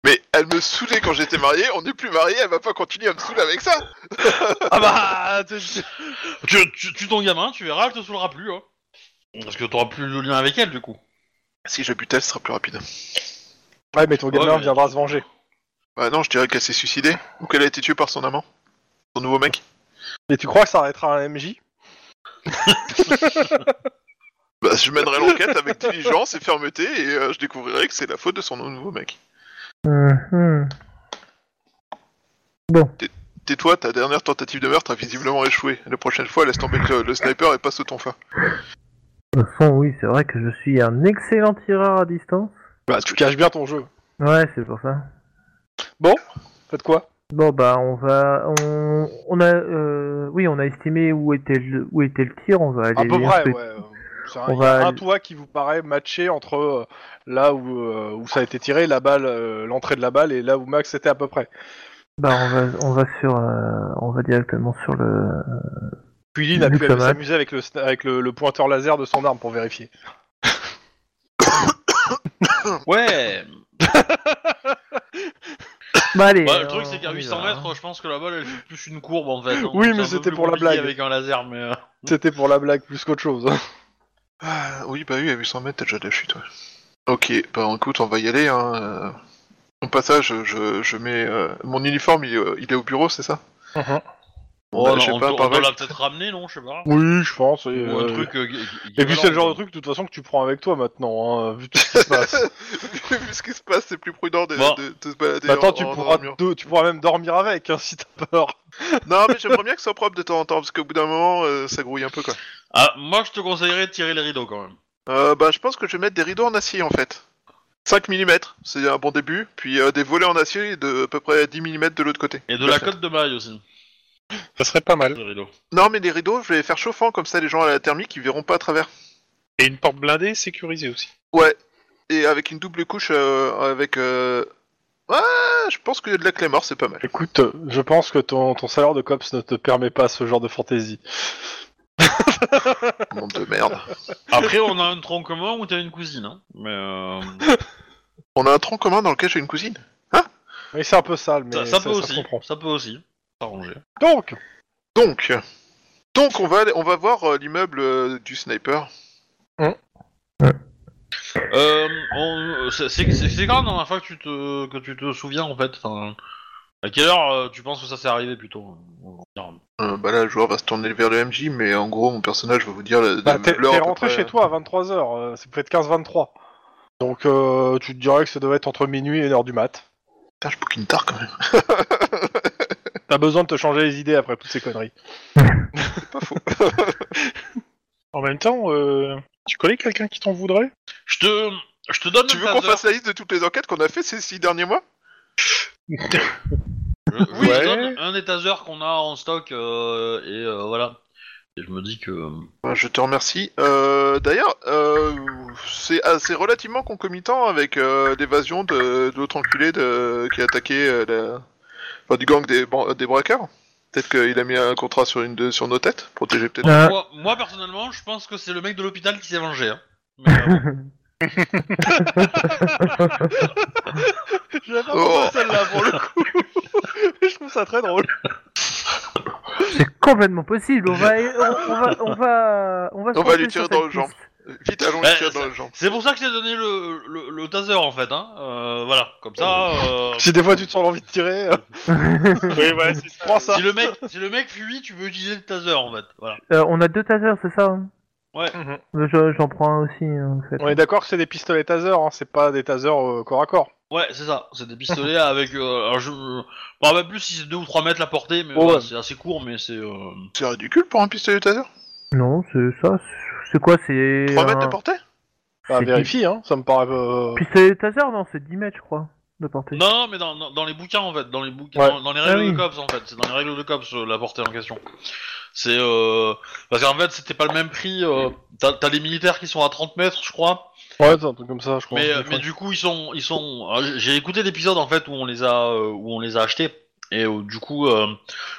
Speaker 4: Mais elle me saoulait quand j'étais marié, on n'est plus marié, elle va pas continuer à me saouler avec ça.
Speaker 2: ah bah tu- tu, tu, tu ton gamin, tu verras, elle te saoulera plus, hein. Parce que t'auras plus le lien avec elle du coup.
Speaker 4: Si je butais, ce sera plus rapide.
Speaker 1: Ouais, mais ton gamin
Speaker 2: Ouais, mais-
Speaker 1: viendra se venger.
Speaker 4: Bah non, je dirais qu'elle s'est suicidée ou qu'elle a été tuée par son amant, son nouveau mec.
Speaker 1: Mais tu crois que ça arrêtera un MJ
Speaker 4: Bah, je mènerai l'enquête avec diligence et fermeté et euh, je découvrirai que c'est la faute de son nouveau mec.
Speaker 5: Mhm.
Speaker 4: Tais-toi, ta dernière tentative de meurtre a visiblement échoué. La prochaine fois, laisse tomber le, le sniper et passe au ton fin.
Speaker 5: Au fond, oui, c'est vrai que je suis un excellent tireur à distance.
Speaker 1: Bah, tu caches bien ton jeu.
Speaker 5: Ouais, c'est pour ça.
Speaker 1: Faites quoi
Speaker 5: Bon bah on va on, on a euh, oui on a estimé où était le où était le tir on va aller
Speaker 1: À peu
Speaker 5: un
Speaker 1: près,
Speaker 5: peu-
Speaker 1: ouais. euh, C'est un,
Speaker 5: On
Speaker 1: il y a
Speaker 5: va-
Speaker 1: un toit qui vous paraît matché entre euh, là où, euh, où ça a été tiré, la balle, euh, l'entrée de la balle, et là où Max était à peu près.
Speaker 5: bah on va on va sur euh, on va directement sur le
Speaker 1: Puis Lynn a pu
Speaker 5: Diplomate.
Speaker 1: s'amuser avec, le, sna- avec le, le pointeur laser de son arme pour vérifier.
Speaker 2: Ouais
Speaker 5: bah allez
Speaker 2: bah, Le
Speaker 5: euh,
Speaker 2: truc c'est qu'à
Speaker 5: on y
Speaker 2: 800
Speaker 5: va.
Speaker 2: mètres, je pense que la balle elle fait plus une courbe en fait. hein.
Speaker 1: Oui,
Speaker 2: C'est
Speaker 1: mais
Speaker 2: un peu
Speaker 1: c'était
Speaker 2: plus
Speaker 1: pour la
Speaker 2: compliqué
Speaker 1: blague.
Speaker 2: Avec un laser, mais. euh,
Speaker 1: C'était pour la blague plus qu'autre chose.
Speaker 4: Ah, oui, bah oui, à 800 mètres, t'as déjà de la chute, ouais. Ok, bah écoute, on va y aller. Hein. euh. Au passage, je, je mets. euh, mon uniforme, il, est, euh, il est au bureau, c'est ça
Speaker 2: Oh,
Speaker 4: je sais
Speaker 2: non, on,
Speaker 4: pas,
Speaker 2: on
Speaker 4: pareil.
Speaker 2: l'a peut-être ramené, non Je sais pas.
Speaker 1: oui, je pense. Et,
Speaker 2: Ou un
Speaker 1: euh,
Speaker 2: truc. euh,
Speaker 1: et puis c'est le genre de
Speaker 2: équivalent,
Speaker 1: truc de toute façon que tu prends avec toi maintenant, hein, vu tout ce qui se passe.
Speaker 4: Vu ce qui se passe, c'est plus prudent de,
Speaker 2: Bon.
Speaker 4: de- de se balader. en-
Speaker 1: Maintenant, tu
Speaker 4: en- en
Speaker 1: pourras,
Speaker 4: armure.
Speaker 1: te- tu pourras même dormir avec hein, si t'as peur.
Speaker 4: Non, mais j'aimerais bien que ce soit propre de temps en temps, parce qu'au bout d'un moment, euh, ça grouille un peu, quoi.
Speaker 2: Ah, moi je te conseillerais de tirer les rideaux quand même.
Speaker 4: Euh, bah, je pense que je vais mettre des rideaux en acier en fait. 5 mm, c'est un bon début. Puis euh, des volets en acier de à peu près 10 mm de l'autre côté.
Speaker 2: Et de la
Speaker 1: Bah,
Speaker 4: Parfait.
Speaker 2: cote de maille aussi,
Speaker 3: Ça serait pas mal.
Speaker 2: les rideaux.
Speaker 4: Non, mais les rideaux, je vais les faire chauffants, comme ça les gens à la thermique ils verront pas à travers.
Speaker 3: Et une porte blindée sécurisée aussi.
Speaker 4: Et avec une double couche, euh, avec. Euh... Ouais, je pense que de la clé mort, c'est pas mal.
Speaker 1: Écoute, je pense que ton, ton salaire de cops ne te permet pas ce genre de fantaisie.
Speaker 4: Monde de merde.
Speaker 2: Après, on a un tronc commun où t'as une cousine. Hein. Mais euh,
Speaker 4: On a un tronc commun dans lequel j'ai une cousine.
Speaker 1: Oui, c'est un peu sale, mais
Speaker 2: ça,
Speaker 1: ça,
Speaker 2: ça peut
Speaker 1: ça se
Speaker 2: aussi.
Speaker 1: comprend.
Speaker 2: Ça peut aussi. S'arranger.
Speaker 1: Donc,
Speaker 4: Donc, donc on va aller- on va voir euh, l'immeuble euh, du sniper.
Speaker 2: Euh, on- c'est- c'est c'est- c'est quand la dernière fois que tu te, que tu te souviens en fait enfin, À quelle heure euh, tu penses que ça s'est arrivé plutôt on va dire.
Speaker 4: Euh, bah là, le joueur va se tourner vers le MJ, mais en gros, mon personnage va vous dire. la-
Speaker 1: bah,
Speaker 4: la-
Speaker 1: t'es
Speaker 4: l'heure
Speaker 1: t'es
Speaker 4: à peu
Speaker 1: rentré
Speaker 4: près. euh,
Speaker 1: chez toi à 23h, c'est peut-être 15-23. Donc, euh, tu te dirais que ça doit être entre minuit et 1h du mat.
Speaker 4: Putain, je bouquine tard quand même.
Speaker 1: T'as besoin de te changer les idées après toutes ces conneries.
Speaker 3: En même temps, euh, tu connais quelqu'un qui t'en voudrait
Speaker 2: Je te, je te donne
Speaker 4: Tu
Speaker 2: un
Speaker 4: veux qu'on
Speaker 2: taser.
Speaker 4: fasse la liste de toutes les enquêtes qu'on a fait ces six derniers mois
Speaker 2: Je- je
Speaker 3: Ouais.
Speaker 2: te donne un des tasers qu'on a en stock euh, et euh, voilà. Et je me dis que
Speaker 4: Bah, Je te remercie. Euh, D'ailleurs, euh, c'est ah, c'est relativement concomitant avec euh, l'évasion de, de l'autre enculé de, qui a attaqué euh, la- enfin, du gang des, bran- des braqueurs. Peut-être qu'il a mis un contrat sur, une de- sur nos têtes, protéger peut-être.
Speaker 1: Ah.
Speaker 5: Euh.
Speaker 2: moi, moi, personnellement, je pense que c'est le mec de l'hôpital qui s'est vengé. hein. Mais, euh,
Speaker 1: J'avais pas
Speaker 4: Oh.
Speaker 1: pensé à celle-là pour le coup. je trouve ça très drôle.
Speaker 5: C'est complètement possible. On va, on, on va, on va, on va. se
Speaker 4: On va lui tirer
Speaker 5: pencher sur
Speaker 4: dans
Speaker 5: cette
Speaker 4: le
Speaker 5: piste.
Speaker 4: Oh, Vite, allons
Speaker 2: Ouais,
Speaker 4: le tirer dans
Speaker 2: Bah, ça-
Speaker 4: le jambe.
Speaker 2: c'est pour ça que je t'ai donné le, le, le taser en fait. Hein. Euh, voilà, comme ça. euh,
Speaker 1: Si des fois tu te sens envie de tirer, euh,
Speaker 3: Oui, voilà, c'est ça.
Speaker 1: prends ça.
Speaker 2: si le mec, si le mec fuit, tu peux utiliser le taser en fait. Voilà.
Speaker 5: Euh, on a deux tasers, c'est ça hein
Speaker 2: Ouais.
Speaker 1: Mhm.
Speaker 5: Euh, je- J'en prends un aussi. hein, En fait.
Speaker 1: On est d'accord que c'est des pistolets taser, hein, c'est pas des tasers euh, corps à corps.
Speaker 2: Ouais, c'est ça. C'est des pistolets avec. Euh, alors je, je me rappelle plus si c'est 2 ou 3 mètres la portée, mais
Speaker 1: Ouais.
Speaker 2: voilà, c'est assez court, mais c'est. euh,
Speaker 4: C'est ridicule pour un pistolet taser
Speaker 5: Non, c'est ça. c'est- C'est quoi C'est.
Speaker 4: 3 mètres
Speaker 5: un-
Speaker 4: de portée
Speaker 1: Bah,
Speaker 5: C'est
Speaker 1: vérifie, hein, ça me paraît. euh,
Speaker 5: Puis c'est taser, non C'est 10 mètres, je crois, de portée.
Speaker 2: Non, non, mais dans, dans, dans les bouquins en fait, dans les bouquins,
Speaker 1: Ouais.
Speaker 2: dans, dans les règles
Speaker 5: Ah oui.
Speaker 2: de cops en fait, c'est dans les règles de cops euh, la portée en question. C'est euh... parce qu'en fait c'était pas le même prix. euh, T'as t'as les militaires qui sont à 30 mètres, je crois,
Speaker 1: Ouais, c'est un truc comme ça, je crois.
Speaker 2: mais,
Speaker 1: Je
Speaker 2: euh,
Speaker 1: crois.
Speaker 2: mais du coup ils sont ils sont. alors, j'ai- J'ai écouté l'épisode en fait où on les a euh, où on les a achetés et euh, du coup euh,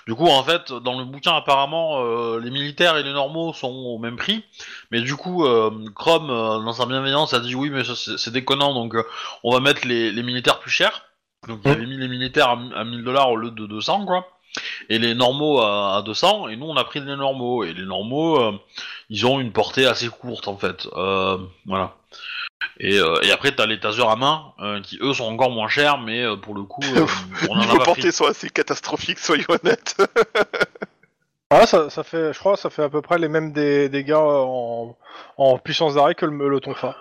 Speaker 2: du coup en fait dans le bouquin apparemment euh, les militaires et les normaux sont au même prix, mais du coup euh, Chrome euh, dans sa bienveillance a dit oui mais ça, c'est c'est déconnant donc euh, on va mettre les, les militaires plus chers. Donc ils avaient mis les militaires à, à 1000 dollars au lieu de 200 quoi. Et les normaux à, à 200 et nous on a pris les normaux et les normaux euh, ils ont une portée assez courte en fait. Euh, voilà. Et, euh, et après t'as les tasers à main euh, qui eux sont encore moins chers mais euh, pour le coup euh, on en a
Speaker 4: Niveau
Speaker 2: pas pris.
Speaker 4: portée sont assez catastrophiques, soyons honnêtes.
Speaker 1: Ah, ça, ça fait, je crois, que ça fait à peu près les mêmes dé- dégâts en, en puissance d'arrêt que le, le tonfa.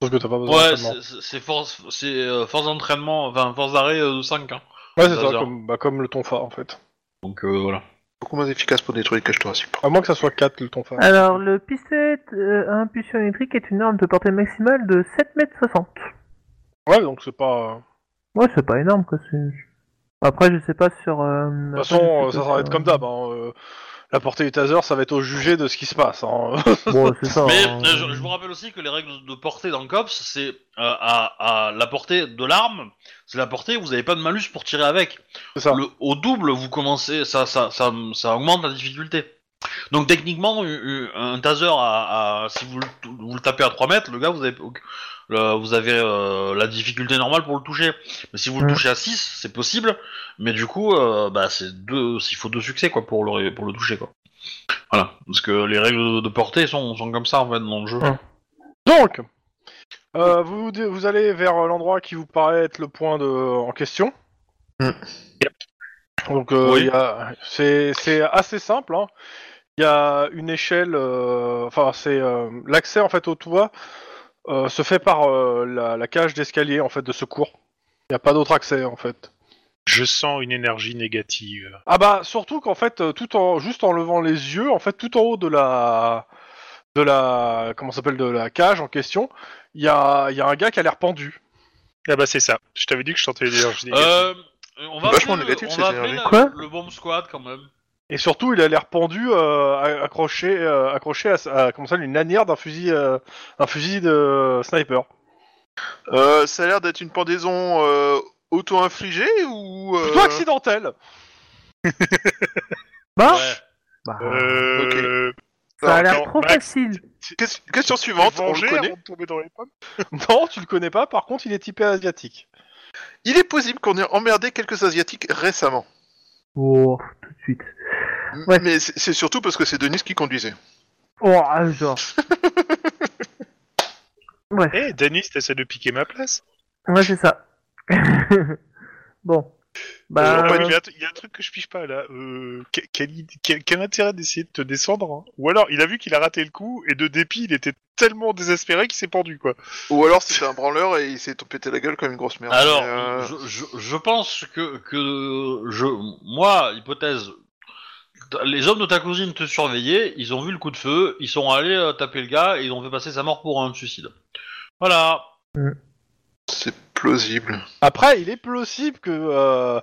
Speaker 1: Sauf que t'as pas besoin
Speaker 2: Ouais
Speaker 1: d'entraînement.
Speaker 2: c'est- c'est c'est force c'est euh, force d'entraînement enfin force d'arrêt euh, de 5 hein.
Speaker 1: Ouais, c'est ça,
Speaker 2: laser.
Speaker 1: comme, bah, comme le tonfa en fait.
Speaker 2: Donc euh, voilà.
Speaker 4: Beaucoup moins efficace pour détruire les caches thoraciques.
Speaker 1: À moins que ça soit 4 le tonfa.
Speaker 5: Alors, le pistolet euh, à impulsion électrique est une arme de portée maximale de 7 mètres 60.
Speaker 1: Ouais, donc c'est pas. euh,
Speaker 5: Ouais, c'est pas énorme, quoi. c'est- Après, je sais pas sur. euh, après,
Speaker 1: De toute
Speaker 5: je sais
Speaker 1: façon, euh,
Speaker 5: pas
Speaker 1: ça,
Speaker 5: sur,
Speaker 1: va être
Speaker 5: euh,
Speaker 1: comme d'hab. hein, euh, La portée du taser, ça va être au jugé de ce qui se passe. hein.
Speaker 5: Bon, c'est ça.
Speaker 2: Mais
Speaker 5: hein.
Speaker 2: euh, je, je vous rappelle aussi que les règles de portée dans le COPS, c'est euh, à, à la portée de l'arme, c'est la portée où vous n'avez pas de malus pour tirer avec.
Speaker 1: C'est ça.
Speaker 2: Le- au double, vous commencez, ça, ça, ça, ça augmente la difficulté. Donc techniquement, u- u- un taser, à, à- si vous le, vous le tapez à 3 mètres, le gars, vous avez, le- vous avez euh, la difficulté normale pour le toucher. Mais si vous le
Speaker 5: Mm.
Speaker 2: touchez à 6, c'est possible, mais du coup, euh, bah, c'est deux, il faut deux succès quoi, pour, le, ré- pour le toucher. Quoi. Voilà, parce que les règles de- de portée sont, sont comme ça en fait dans le jeu.
Speaker 1: Donc, euh, vous, vous allez vers euh, l'endroit qui vous paraît être le point de, euh, en question.
Speaker 4: Mm.
Speaker 1: Donc, euh,
Speaker 2: Oui.
Speaker 1: il y a- c'est c'est assez simple. hein. Il y a une échelle. euh, Enfin, c'est euh, l'accès en fait au toit euh, se fait par euh, la, la cage d'escalier en fait de secours. Il n'y a pas d'autre accès en fait.
Speaker 3: Je sens une énergie négative.
Speaker 1: Ah bah surtout qu'en fait euh, tout en juste en levant les yeux en fait tout en haut de la de la comment ça s'appelle de la cage en question il y a, il y a un gars qui a l'air pendu
Speaker 3: Ah bah c'est ça. Je t'avais dit que je sentais l'énergie négative.
Speaker 2: Euh, on va
Speaker 4: Vachement
Speaker 2: appeler,
Speaker 4: négatif,
Speaker 2: le, on
Speaker 4: cette
Speaker 2: va appeler
Speaker 4: énergie.
Speaker 2: la-
Speaker 5: Quoi
Speaker 2: le bomb squad quand même.
Speaker 1: et surtout il a l'air pendu euh, accroché euh, accroché à, sa- à, comment ça s'appelle, une lanière d'un fusil euh, un fusil de sniper
Speaker 4: Euh, ça a l'air d'être une pendaison euh, auto-infligée ou... euh,
Speaker 1: plutôt accidentel
Speaker 5: Bah,
Speaker 2: Ouais.
Speaker 5: bah,
Speaker 3: Euh,
Speaker 5: ça a l'air
Speaker 3: attends,
Speaker 5: trop
Speaker 3: Max,
Speaker 5: facile.
Speaker 4: Ques- Question suivante, on le
Speaker 3: Venger
Speaker 2: hein.
Speaker 4: connaît.
Speaker 3: avant de tomber dans les pommes.
Speaker 1: non tu le connais pas par contre il est typé asiatique
Speaker 4: Il est possible qu'on ait emmerdé quelques Asiatiques récemment.
Speaker 5: Oh, tout de suite.
Speaker 4: M-
Speaker 5: Ouais.
Speaker 4: Mais c'est c'est surtout parce que c'est Denis qui conduisait.
Speaker 5: Oh, ah, genre.
Speaker 3: Eh, Denis, t'essaies de piquer ma place
Speaker 5: Ouais, c'est ça. bon. Bah,
Speaker 3: Euh, Antoine, il, y a, un tru- il y a un truc que je pige pas là. Euh, que- quel, id- quel- quel intérêt d'essayer de te descendre hein Ou alors il a vu qu'il a raté le coup et de dépit il était tellement désespéré qu'il s'est pendu quoi.
Speaker 4: Ou alors c'était un branleur et il s'est pété la gueule comme une grosse merde.
Speaker 2: Alors,
Speaker 4: Mais, euh,
Speaker 2: je, je- je pense que, que je, moi, hypothèse, les hommes de ta cousine te surveillaient, ils ont vu le coup de feu, ils sont allés euh, taper le gars et ils ont fait passer sa mort pour un suicide. Voilà.
Speaker 4: c'est plausible.
Speaker 1: Après, il est plausible que euh,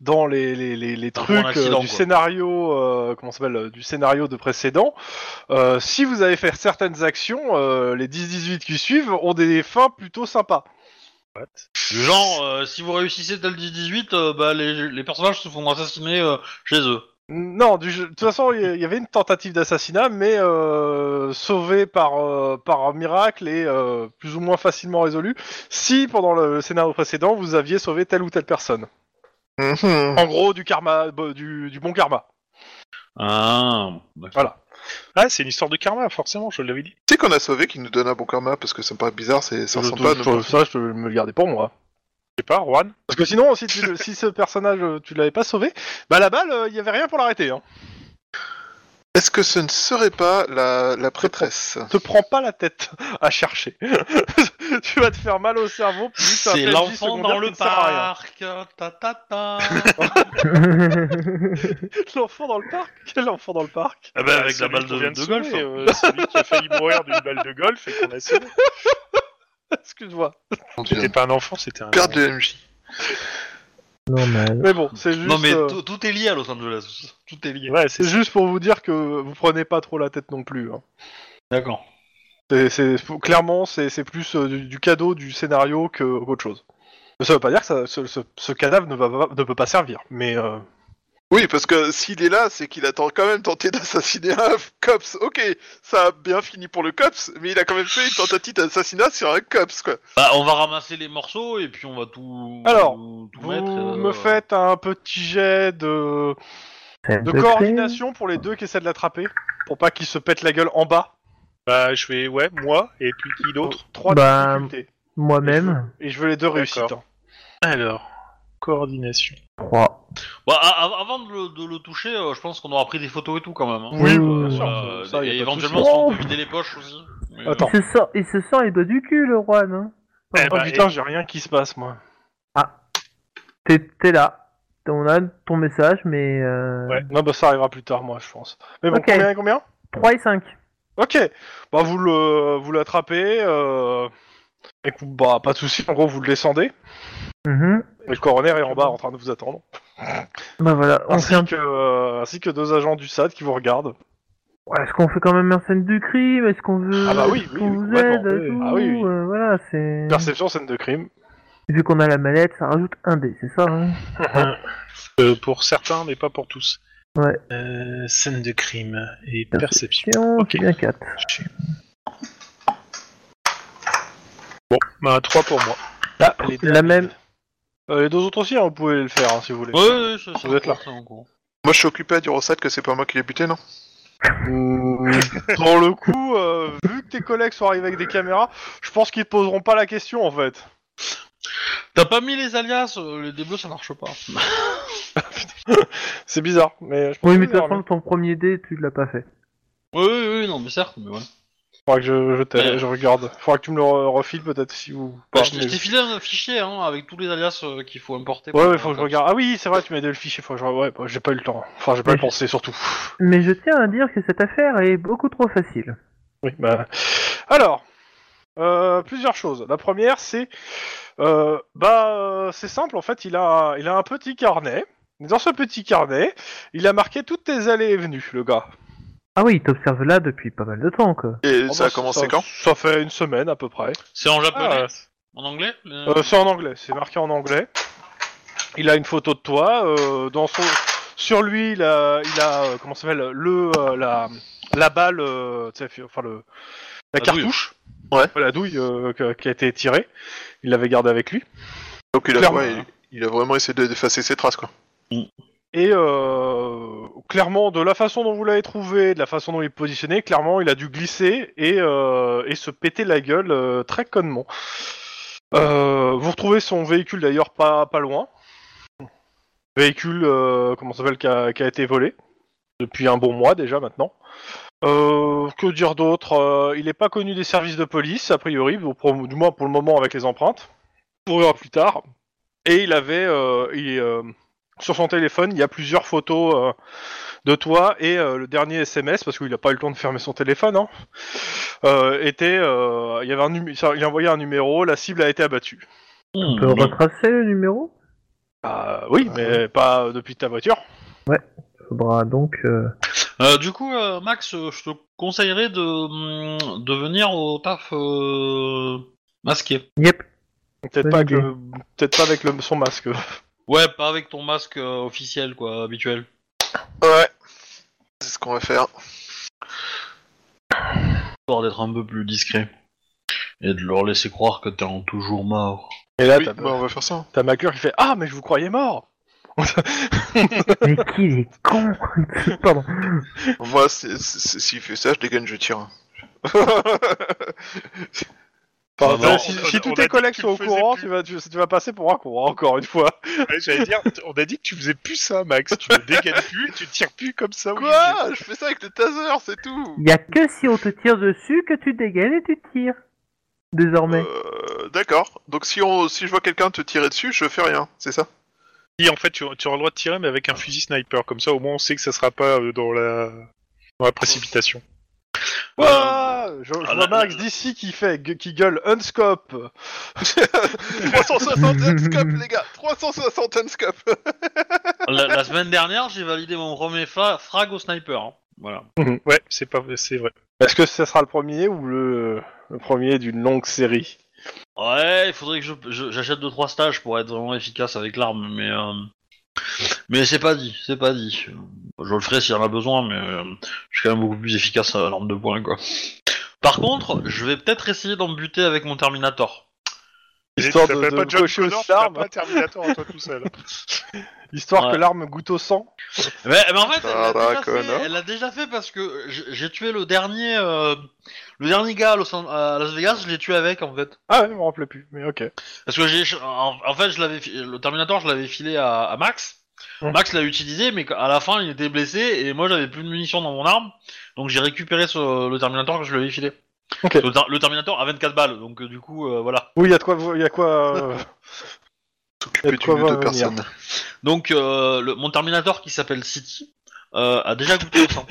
Speaker 1: dans les, les, les, les
Speaker 2: Dans un
Speaker 1: trucs euh,
Speaker 2: accident,
Speaker 1: du
Speaker 2: quoi.
Speaker 1: scénario, euh, comment ça s'appelle, euh, du scénario de précédent, euh, si vous avez fait certaines actions, euh, les 10-18 qui suivent ont des fins plutôt sympas.
Speaker 2: Du genre, euh, si vous réussissez tel 10-18, euh, bah, les, les personnages se font assassiner euh, chez eux.
Speaker 1: Non, du jeu- de toute façon, il y- il y avait une tentative d'assassinat, mais euh, sauvée par, euh, par un miracle et euh, plus ou moins facilement résolue, si pendant le scénario précédent, vous aviez sauvé telle ou telle personne.
Speaker 4: Mhm.
Speaker 1: En gros, du karma, bo- du, du bon karma.
Speaker 2: Ah, d'accord.
Speaker 3: Ah c'est une histoire de karma forcément, je l'avais dit.
Speaker 4: Tu sais qu'on a sauvé qui nous donne un bon karma parce que ça me paraît bizarre, c'est ça
Speaker 1: Je-
Speaker 4: ressemble pas à
Speaker 1: je-
Speaker 4: nos-
Speaker 1: je- ça, je peux me le garder pour moi.
Speaker 3: Je sais pas, Juan.
Speaker 1: Parce que sinon, si, tu le- si ce personnage, euh, tu l'avais pas sauvé, bah la balle, euh, il y avait rien pour l'arrêter. Hein.
Speaker 4: Est-ce que ce ne serait pas la, la prêtresse
Speaker 1: Te prends pas la tête à chercher. tu vas te faire mal au cerveau. puis ça fait
Speaker 2: C'est
Speaker 1: une vie
Speaker 2: l'enfant
Speaker 1: secondaire
Speaker 2: dans
Speaker 1: qui
Speaker 2: le
Speaker 1: ne sert à rien.
Speaker 2: parc. hein, Ta ta ta.
Speaker 1: L'enfant dans le parc Quel enfant dans le parc
Speaker 2: Ah bah, avec la balle de, de golf. hein.
Speaker 3: euh, celui qui a failli mourir d'une balle de golf et qu'on a sauvé.
Speaker 1: Excuse-moi.
Speaker 3: C'était pas un enfant, c'était un.
Speaker 4: Perte de MJ.
Speaker 5: normal.
Speaker 1: Mais bon, c'est juste,
Speaker 2: Non mais
Speaker 1: euh,
Speaker 2: tout- tout est lié à Los Angeles. Tout est lié.
Speaker 3: Ouais, c'est
Speaker 1: c'est juste pour vous dire que vous prenez pas trop la tête non plus. hein.
Speaker 2: D'accord.
Speaker 1: C'est- c'est- faut- clairement, c'est c'est plus euh, du, du cadeau du scénario que autre chose. Ça veut pas dire que ça- ce, ce- ce cadavre ne, va, pas- ne peut pas servir, mais... euh,
Speaker 4: Oui, parce que s'il est là, c'est qu'il a tant- quand même tenté d'assassiner un cops. Ok, ça a bien fini pour le cops, mais il a quand même fait une tentative d'assassinat sur un cops, quoi.
Speaker 2: Bah, on va ramasser les morceaux et puis on va tout.
Speaker 1: Alors,
Speaker 2: tout
Speaker 1: Vous
Speaker 2: mettre, euh,
Speaker 1: me faites un petit jet de, de coordination pour les deux qui essaient de l'attraper, pour pas qu'ils se pètent la gueule en bas.
Speaker 3: Bah je vais ouais moi et puis qui d'autre
Speaker 1: Trois
Speaker 5: Bah,
Speaker 1: difficultés.
Speaker 5: Moi-même,
Speaker 1: Et je veux les deux réussites. hein.
Speaker 3: Alors coordination.
Speaker 5: 3.
Speaker 2: Bah, a- a- avant de le, de le toucher, euh, je pense qu'on aura pris des photos et tout quand même. hein.
Speaker 1: Oui,
Speaker 5: Euh,
Speaker 1: bien sûr.
Speaker 2: Voilà,
Speaker 1: ça, y a
Speaker 2: et
Speaker 1: pas de
Speaker 2: éventuellement,
Speaker 1: souci.
Speaker 2: on peut vider les poches aussi. Mais, euh,
Speaker 1: Attends.
Speaker 5: Il se, sort, il se sort les doigts du cul, le hein. roi, non
Speaker 3: Eh
Speaker 1: Oh
Speaker 3: bah,
Speaker 1: putain, j'ai rien qui se passe, moi.
Speaker 5: Ah. T'es t'es là. On a ton message, mais... Euh...
Speaker 3: Ouais.
Speaker 1: Non, bah ça arrivera plus tard, moi, je pense. Mais bon,
Speaker 5: Ok.
Speaker 1: combien et combien
Speaker 5: 3 et 5.
Speaker 1: Ok. Bah, vous le, vous l'attrapez. Euh... et que vous- bah, pas de souci. En gros, vous le descendez.
Speaker 5: Mhm.
Speaker 1: Et le coroner est en bas, en train de vous attendre.
Speaker 5: Bah voilà, on
Speaker 1: Ainsi
Speaker 5: fait un...
Speaker 1: que, euh, ainsi que deux agents du SAD qui vous regardent.
Speaker 5: Ouais, Est-ce qu'on fait quand même un scène du crime Est-ce qu'on veut...
Speaker 1: Ah bah oui,
Speaker 5: est-ce
Speaker 1: oui,
Speaker 5: qu'on
Speaker 1: oui,
Speaker 5: vous aide
Speaker 1: complètement,
Speaker 5: et
Speaker 1: oui.
Speaker 5: tout
Speaker 1: Ah oui, oui.
Speaker 5: Euh, Voilà, c'est...
Speaker 1: Perception scène de crime.
Speaker 5: Vu qu'on a la mallette, ça rajoute un dé, c'est ça hein
Speaker 3: Euh, pour certains, mais pas pour tous.
Speaker 5: Ouais.
Speaker 3: Euh, scène de crime et perception.
Speaker 5: Perception,
Speaker 3: Ok.
Speaker 5: c'est bien 4.
Speaker 3: Bon, bah 3 pour moi.
Speaker 1: les, deux,
Speaker 5: La même...
Speaker 1: euh, les deux autres aussi, hein, vous pouvez le faire hein, si vous voulez.
Speaker 2: Ouais, ouais, ça, ça
Speaker 1: Vous êtes
Speaker 2: encore,
Speaker 1: là.
Speaker 2: ça encore.
Speaker 4: Moi, je suis occupé à dire au SAD que c'est pas moi qui l'ai buté, non
Speaker 1: Pour le coup, euh, vu que tes collègues sont arrivés avec des caméras, je pense qu'ils poseront pas la question en fait.
Speaker 2: T'as pas mis les alias, euh, les débleux ça marche pas.
Speaker 1: C'est bizarre, mais je pense
Speaker 5: Oui,
Speaker 1: que
Speaker 5: mais de toute
Speaker 1: c'est bizarre,
Speaker 5: façon, ton premier dé, tu l'as pas fait.
Speaker 2: Oui, oui, oui, non, mais certes, mais ouais.
Speaker 1: Faudra que je, je, t'aille-
Speaker 2: Ouais.
Speaker 1: je regarde. Faudra que tu me le re- refiles peut-être si vous.
Speaker 2: Bah,
Speaker 1: pas,
Speaker 2: je t'ai-
Speaker 1: mais-
Speaker 2: je t'ai filé un fichier hein, avec tous les alias euh, qu'il faut importer.
Speaker 1: Ouais,
Speaker 2: pour-
Speaker 1: ouais, faut que je regarde. Ah oui, c'est vrai, tu m'as donné le fichier. Faut que je... Ouais, bah, j'ai pas eu le temps. Enfin, j'ai pas
Speaker 5: Mais-
Speaker 1: pensé surtout.
Speaker 5: Mais je tiens à dire que cette affaire est beaucoup trop facile.
Speaker 1: Oui, bah. Alors, euh, plusieurs choses. La première, c'est. euh, bah, euh, c'est simple, en fait, il a, il a un petit carnet. Dans ce petit carnet, il a marqué toutes tes allées et venues, le gars.
Speaker 5: Ah oui, il t'observe là depuis pas mal de temps, quoi.
Speaker 4: Et
Speaker 1: Oh,
Speaker 4: ça
Speaker 1: bah,
Speaker 4: a commencé quand
Speaker 1: Ça fait une semaine à peu près.
Speaker 2: C'est en japonais
Speaker 1: Ah,
Speaker 2: En anglais les-
Speaker 1: Euh, c'est en anglais, c'est marqué en anglais. Il a une photo de toi. euh, dans son... Sur lui, il a, il a euh, comment ça s'appelle le euh, la, la balle, euh, tu sais, enfin le la,
Speaker 2: La douille.
Speaker 1: cartouche,
Speaker 4: Ouais.
Speaker 1: la douille euh, que- qui a été tirée. Il l'avait gardée avec lui.
Speaker 4: Donc il a,
Speaker 1: Clairement.
Speaker 4: ouais, il, il a vraiment essayé de- d'effacer ses traces, quoi.
Speaker 1: Et euh, clairement, de la façon dont vous l'avez trouvé, de la façon dont il est positionné, clairement, il a dû glisser et, euh, et se péter la gueule euh, très connement. Euh, vous retrouvez son véhicule d'ailleurs pas, pas loin. véhicule, euh, comment ça s'appelle, qui a, qui a été volé depuis un bon mois déjà maintenant. Euh, que dire d'autre Euh, Il n'est pas connu des services de police, a priori, ou pour- du moins pour le moment avec les empreintes. On verra plus tard. Et il avait, euh, il, euh, sur son téléphone, il y a plusieurs photos euh, de toi et euh, le dernier SMS, parce qu'il n'a pas eu le temps de fermer son téléphone, hein, euh, était, euh, il, y avait un numé- ça- il a envoyé un numéro, la cible a été abattue.
Speaker 2: hmm.
Speaker 5: On peut retracer le numéro
Speaker 1: Ah oui, mais pas depuis ta voiture.
Speaker 5: Faudra donc. euh,
Speaker 2: Euh, du coup, euh, Max, euh, je te conseillerais de, hum, de venir au taf euh, masqué.
Speaker 5: Yep.
Speaker 1: Peut-être
Speaker 5: Bonne
Speaker 1: pas, avec
Speaker 5: idée.
Speaker 1: le- peut-être pas avec le, son masque.
Speaker 2: Ouais, pas avec ton masque euh, officiel, quoi, habituel.
Speaker 4: Ouais. C'est ce qu'on va faire.
Speaker 2: Histoire d'être un peu plus discret. Et de leur laisser croire que t'es en toujours mort.
Speaker 1: Et là,
Speaker 4: Oui,
Speaker 1: Ah, t'as,
Speaker 4: bah, on va faire ça.
Speaker 1: t'as Maclure qui fait Ah, mais je vous croyais mort
Speaker 5: Mais qui il est con Pardon.
Speaker 4: Moi, c'est- c'est- c'est- s'il fait ça, je dégaine, je tire.
Speaker 1: Enfin, euh,
Speaker 2: Ah non,
Speaker 1: si,
Speaker 3: on-
Speaker 1: si
Speaker 3: on-
Speaker 1: tous
Speaker 3: on a
Speaker 1: tes
Speaker 3: dit
Speaker 1: collègues
Speaker 3: que tu
Speaker 1: sont au
Speaker 3: le faisais
Speaker 1: courant,
Speaker 3: plus.
Speaker 1: tu vas, tu, tu vas passer pour un con, hein, encore une fois.
Speaker 3: Ouais, J'allais dire, t- on a dit que tu faisais plus ça, Max. Tu ne dégaines plus et tu tires plus comme ça. au milieu.
Speaker 4: Quoi Je fais ça avec le taser, c'est tout.
Speaker 5: Y a que si on te tire dessus que tu dégaines et tu tires. Désormais.
Speaker 4: Euh, D'accord. Donc si on, si je vois quelqu'un te tirer dessus, je fais rien. C'est ça
Speaker 3: Si, en fait, tu, tu auras le droit de tirer, mais avec un fusil sniper. Comme ça, au moins, on sait que ça sera pas euh, dans la, dans la précipitation.
Speaker 1: Ouah je je
Speaker 2: ah,
Speaker 1: vois
Speaker 2: là,
Speaker 1: Max
Speaker 2: là.
Speaker 1: d'ici qui fait, qui gueule Unscope.
Speaker 4: 360 scope, les gars. 360 scope.
Speaker 2: la, la semaine dernière, j'ai validé mon premier fa- frag au sniper. hein. Voilà.
Speaker 3: Ouais, c'est pas, c'est vrai.
Speaker 1: Est-ce que ça sera le premier ou le, le premier d'une longue série
Speaker 2: Ouais, il faudrait que je- je- j'achète 2 trois stages pour être vraiment efficace avec l'arme, mais euh, mais c'est pas dit, c'est pas dit. Je le ferai s'il y en a besoin, mais euh, je suis quand même beaucoup plus efficace à l'arme de poing quoi. Par contre, je vais peut-être essayer d'en buter avec mon Terminator.
Speaker 1: Histoire
Speaker 3: Tu
Speaker 1: de,
Speaker 3: t'appelles
Speaker 1: de
Speaker 3: pas John
Speaker 1: cocher
Speaker 3: Connor, tu
Speaker 1: aussi
Speaker 3: t'appelles
Speaker 1: l'arme,
Speaker 3: pas Terminator à toi tout seul.
Speaker 1: histoire que
Speaker 2: Ouais.
Speaker 1: l'arme goûte au sang.
Speaker 2: Mais, mais ben, eh en fait, elle
Speaker 4: Sarah
Speaker 2: l'a, déjà
Speaker 4: Connor.
Speaker 2: fait, elle l'a déjà fait parce que j- j'ai tué le dernier euh, le dernier gars à Los- à Las Vegas, je l'ai tué avec en fait.
Speaker 1: Ah ouais, je me rappelais plus, mais ok.
Speaker 2: Parce que j'ai, en, en fait, je l'avais, fi- le Terminator, je l'avais filé à, à Max.
Speaker 1: Mhm.
Speaker 2: Max l'a utilisé, mais à la fin, il était blessé et moi, j'avais plus de munitions dans mon arme, donc j'ai récupéré ce- le Terminator que je lui avais filé.
Speaker 1: Ok.
Speaker 2: Le, ter- le Terminator a 24 balles, donc euh, du coup, euh, voilà.
Speaker 1: Oui, il y a de quoi, il y a quoi, euh, y a
Speaker 4: S'occuper
Speaker 1: de quoi
Speaker 4: d'une ou deux
Speaker 1: venir.
Speaker 4: personnes.
Speaker 2: Donc, euh, le, mon Terminator qui s'appelle City euh, a déjà goûté au sang.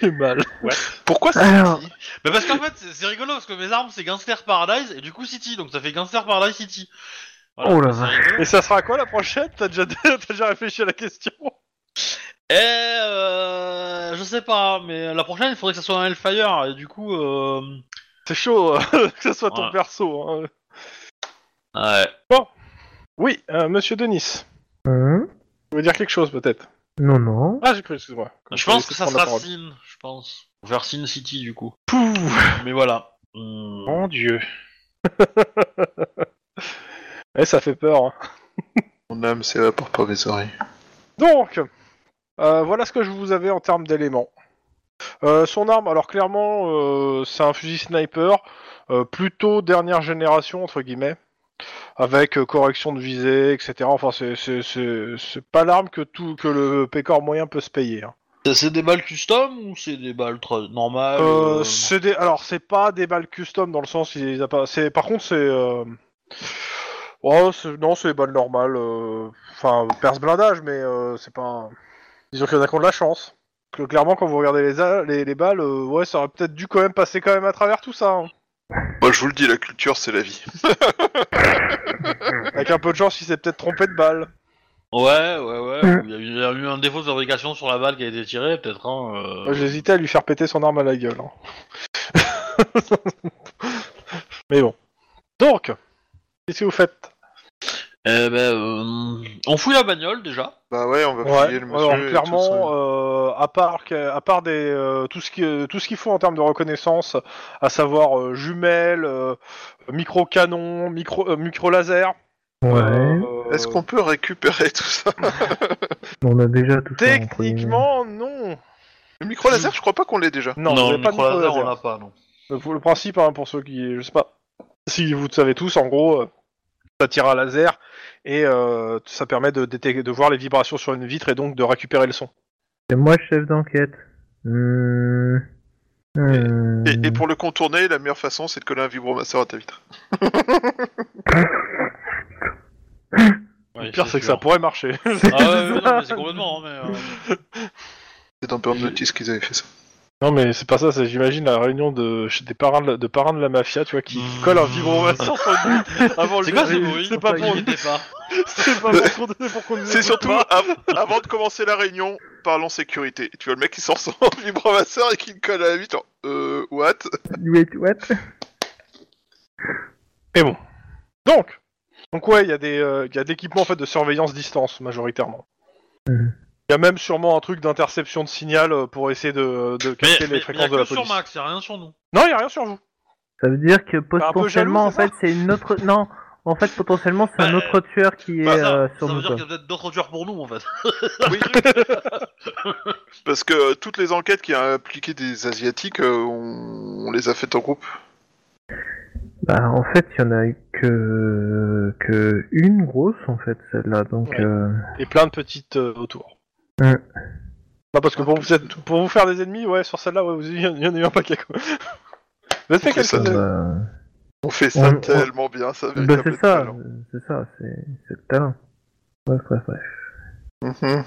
Speaker 1: j'ai mal.
Speaker 4: Pourquoi ça
Speaker 5: Alors,
Speaker 2: mais parce qu'en fait, c'est, c'est rigolo parce que mes armes c'est Gangster Paradise et du coup City, donc ça fait Gangster Paradise City.
Speaker 5: Oh la
Speaker 2: c'est
Speaker 5: vache.
Speaker 2: rigolo.
Speaker 1: Et ça sera quoi la prochaine T'as déjà, t'as déjà réfléchi à la question
Speaker 2: Eh, euh, je sais pas, mais la prochaine, il faudrait que ça soit un Hellfire, et du coup... Euh...
Speaker 1: C'est chaud euh, que ce soit ton
Speaker 2: Ouais.
Speaker 1: perso. hein.
Speaker 2: Ouais.
Speaker 1: Oui, euh, Monsieur Denis,
Speaker 5: hein
Speaker 1: vous voulez dire quelque chose peut-être
Speaker 5: non, non.
Speaker 1: Ah, j'ai cru, excuse-moi. Comme
Speaker 2: Je
Speaker 1: ça,
Speaker 2: pense
Speaker 1: j'ai
Speaker 2: que
Speaker 1: laissé
Speaker 2: ça
Speaker 1: prendre la
Speaker 2: sera
Speaker 1: parole.
Speaker 2: Sin, je pense. Ou Vers Sin City, du coup. Mais voilà. Hmm.
Speaker 3: Mon dieu.
Speaker 1: Eh, ça fait peur. hein.
Speaker 4: Mon âme s'évapore par mes oreilles.
Speaker 1: Donc, euh, voilà ce que je vous avais en termes d'éléments. Euh, son arme, alors clairement, euh, c'est un fusil sniper, euh, plutôt dernière génération, entre guillemets, avec euh, correction de visée, etc. Enfin, c'est- c'est c'est- c'est pas l'arme que, tout, que le pécor moyen peut se payer. hein.
Speaker 2: Euh, C'est- C'est des balles custom ou c'est des balles tra- normales
Speaker 1: Euh,
Speaker 2: euh,
Speaker 1: c'est des... Alors, c'est pas des balles custom dans le sens, il les a pas. C'est... Par contre, c'est. euh, oh, c'est- non, c'est des balles normales. euh, Enfin, perce blindage, mais euh, c'est pas. un- Disons qu'il y en a qui ont de la chance. Que, clairement, quand vous regardez les, a- les, les balles, euh, ouais, ça aurait peut-être dû quand même passer quand même à travers tout ça. hein.
Speaker 4: Moi, je vous le dis, la culture, c'est la vie.
Speaker 1: Avec un peu de chance, il s'est peut-être trompé de balle.
Speaker 2: Ouais, ouais, ouais.
Speaker 5: Hmm.
Speaker 2: Il y a eu- il y a eu un défaut de fabrication sur la balle qui a été tirée, peut-être. Hein, euh.
Speaker 1: Moi, J'hésitais à lui faire péter son arme à la gueule. hein. mais bon. Donc, qu'est-ce que vous faites
Speaker 2: Eh ben, euh, on fouille la bagnole, déjà.
Speaker 4: Bah ouais, on va
Speaker 1: Ouais,
Speaker 4: fouiller le monsieur.
Speaker 1: alors,
Speaker 4: et tout ça.
Speaker 1: clairement, euh, à part, que- à part des, euh, tout ce qui, euh, tout ce qu'il faut en termes de reconnaissance, à savoir euh, jumelles, euh, micro canon, micro, euh, micro laser.
Speaker 5: Ouais.
Speaker 2: Euh,
Speaker 1: euh,
Speaker 4: Est-ce qu'on peut récupérer tout ça
Speaker 5: On a déjà tout ça. entre guillemets.
Speaker 1: Techniquement, non.
Speaker 4: Le micro laser, je crois pas qu'on l'ait déjà.
Speaker 1: Non, vous
Speaker 2: le
Speaker 1: avez pas de micro
Speaker 2: micro-laser, on
Speaker 1: laser.
Speaker 2: l'a pas, non.
Speaker 1: Le, le principe, hein, pour ceux qui, je sais pas, si vous le savez tous, en gros, euh, ça tire à laser et euh, ça permet de, détec- de voir les vibrations sur une vitre et donc de récupérer le son.
Speaker 5: C'est moi chef d'enquête. Hmm. Hmm.
Speaker 4: Et, et pour le contourner, la meilleure façon, c'est de coller un vibromasseur à ta vitre.
Speaker 1: Le pire, c'est que ça pourrait marcher.
Speaker 2: Ah ouais, ouais, non, mais c'est complètement. hein, mais, euh,
Speaker 4: C'est dans Burn Notice qu'ils avaient fait ça.
Speaker 1: non, mais c'est pas ça, c'est j'imagine la réunion de, chez des parrains de, la- de parrains de la mafia, tu vois, qui
Speaker 2: Mmh.
Speaker 1: collent un vibromasseur sur une vitre avant
Speaker 2: C'est
Speaker 1: le
Speaker 2: quoi ce bruit
Speaker 1: C'est pas
Speaker 2: Je
Speaker 1: bon,
Speaker 2: l'étais pas.
Speaker 1: c'est pas bon qu'on pour qu'on nous
Speaker 4: C'est
Speaker 1: écoute
Speaker 4: surtout,
Speaker 1: pas.
Speaker 4: av- avant de commencer la réunion, parlons sécurité. Tu vois le mec qui sort son vibromasseur et qui le colle à la vitre. genre, Euh, what
Speaker 5: Wait, what
Speaker 1: Mais bon. Donc, donc ouais, il y a des, euh, il y a de l'équipement en fait de surveillance distance majoritairement. Il
Speaker 5: Mhm.
Speaker 1: y a même sûrement un truc d'interception de signal euh, pour essayer de, de
Speaker 2: Mais,
Speaker 1: capter
Speaker 2: mais,
Speaker 1: les
Speaker 2: mais y a
Speaker 1: fréquences de la
Speaker 2: que sur
Speaker 1: police.
Speaker 2: Max, y a rien sur nous.
Speaker 1: Non, il y a rien sur vous.
Speaker 5: Ça veut dire que potentiellement, en
Speaker 1: jaloux, c'est ça
Speaker 5: fait, c'est une autre. Non, en fait, potentiellement, c'est un
Speaker 2: Bah,
Speaker 5: autre tueur qui est
Speaker 2: Bah, ça,
Speaker 5: euh,
Speaker 2: ça
Speaker 5: sur
Speaker 2: veut
Speaker 5: nous.
Speaker 2: dire
Speaker 5: quoi.
Speaker 2: qu'il y a peut-être d'autres tueurs pour nous en fait.
Speaker 4: Parce que euh, toutes les enquêtes qui ont impliqué des Asiatiques, euh, on... on les a faites en groupe.
Speaker 5: Bah, en fait, il y en a eu que que une grosse, en fait, celle-là. Donc,
Speaker 1: Ouais.
Speaker 5: euh,
Speaker 1: Et plein de petites euh, autour.
Speaker 5: Mhm.
Speaker 1: Non, Bah, parce que pour vous, êtes- pour vous faire des ennemis, ouais, sur celle-là, ouais, vous- il y en il y en a eu un paquet quoi. Vous êtes fait
Speaker 4: Ok,
Speaker 1: quelque
Speaker 4: ça
Speaker 1: chose.
Speaker 5: euh,
Speaker 4: On fait ça
Speaker 5: On- on-
Speaker 4: tellement bien, ça
Speaker 5: bah, c'est
Speaker 4: véritable
Speaker 5: ça,
Speaker 4: talent.
Speaker 5: c'est ça, c'est c'est le talent. Bref, bref, bref.
Speaker 4: Mhm.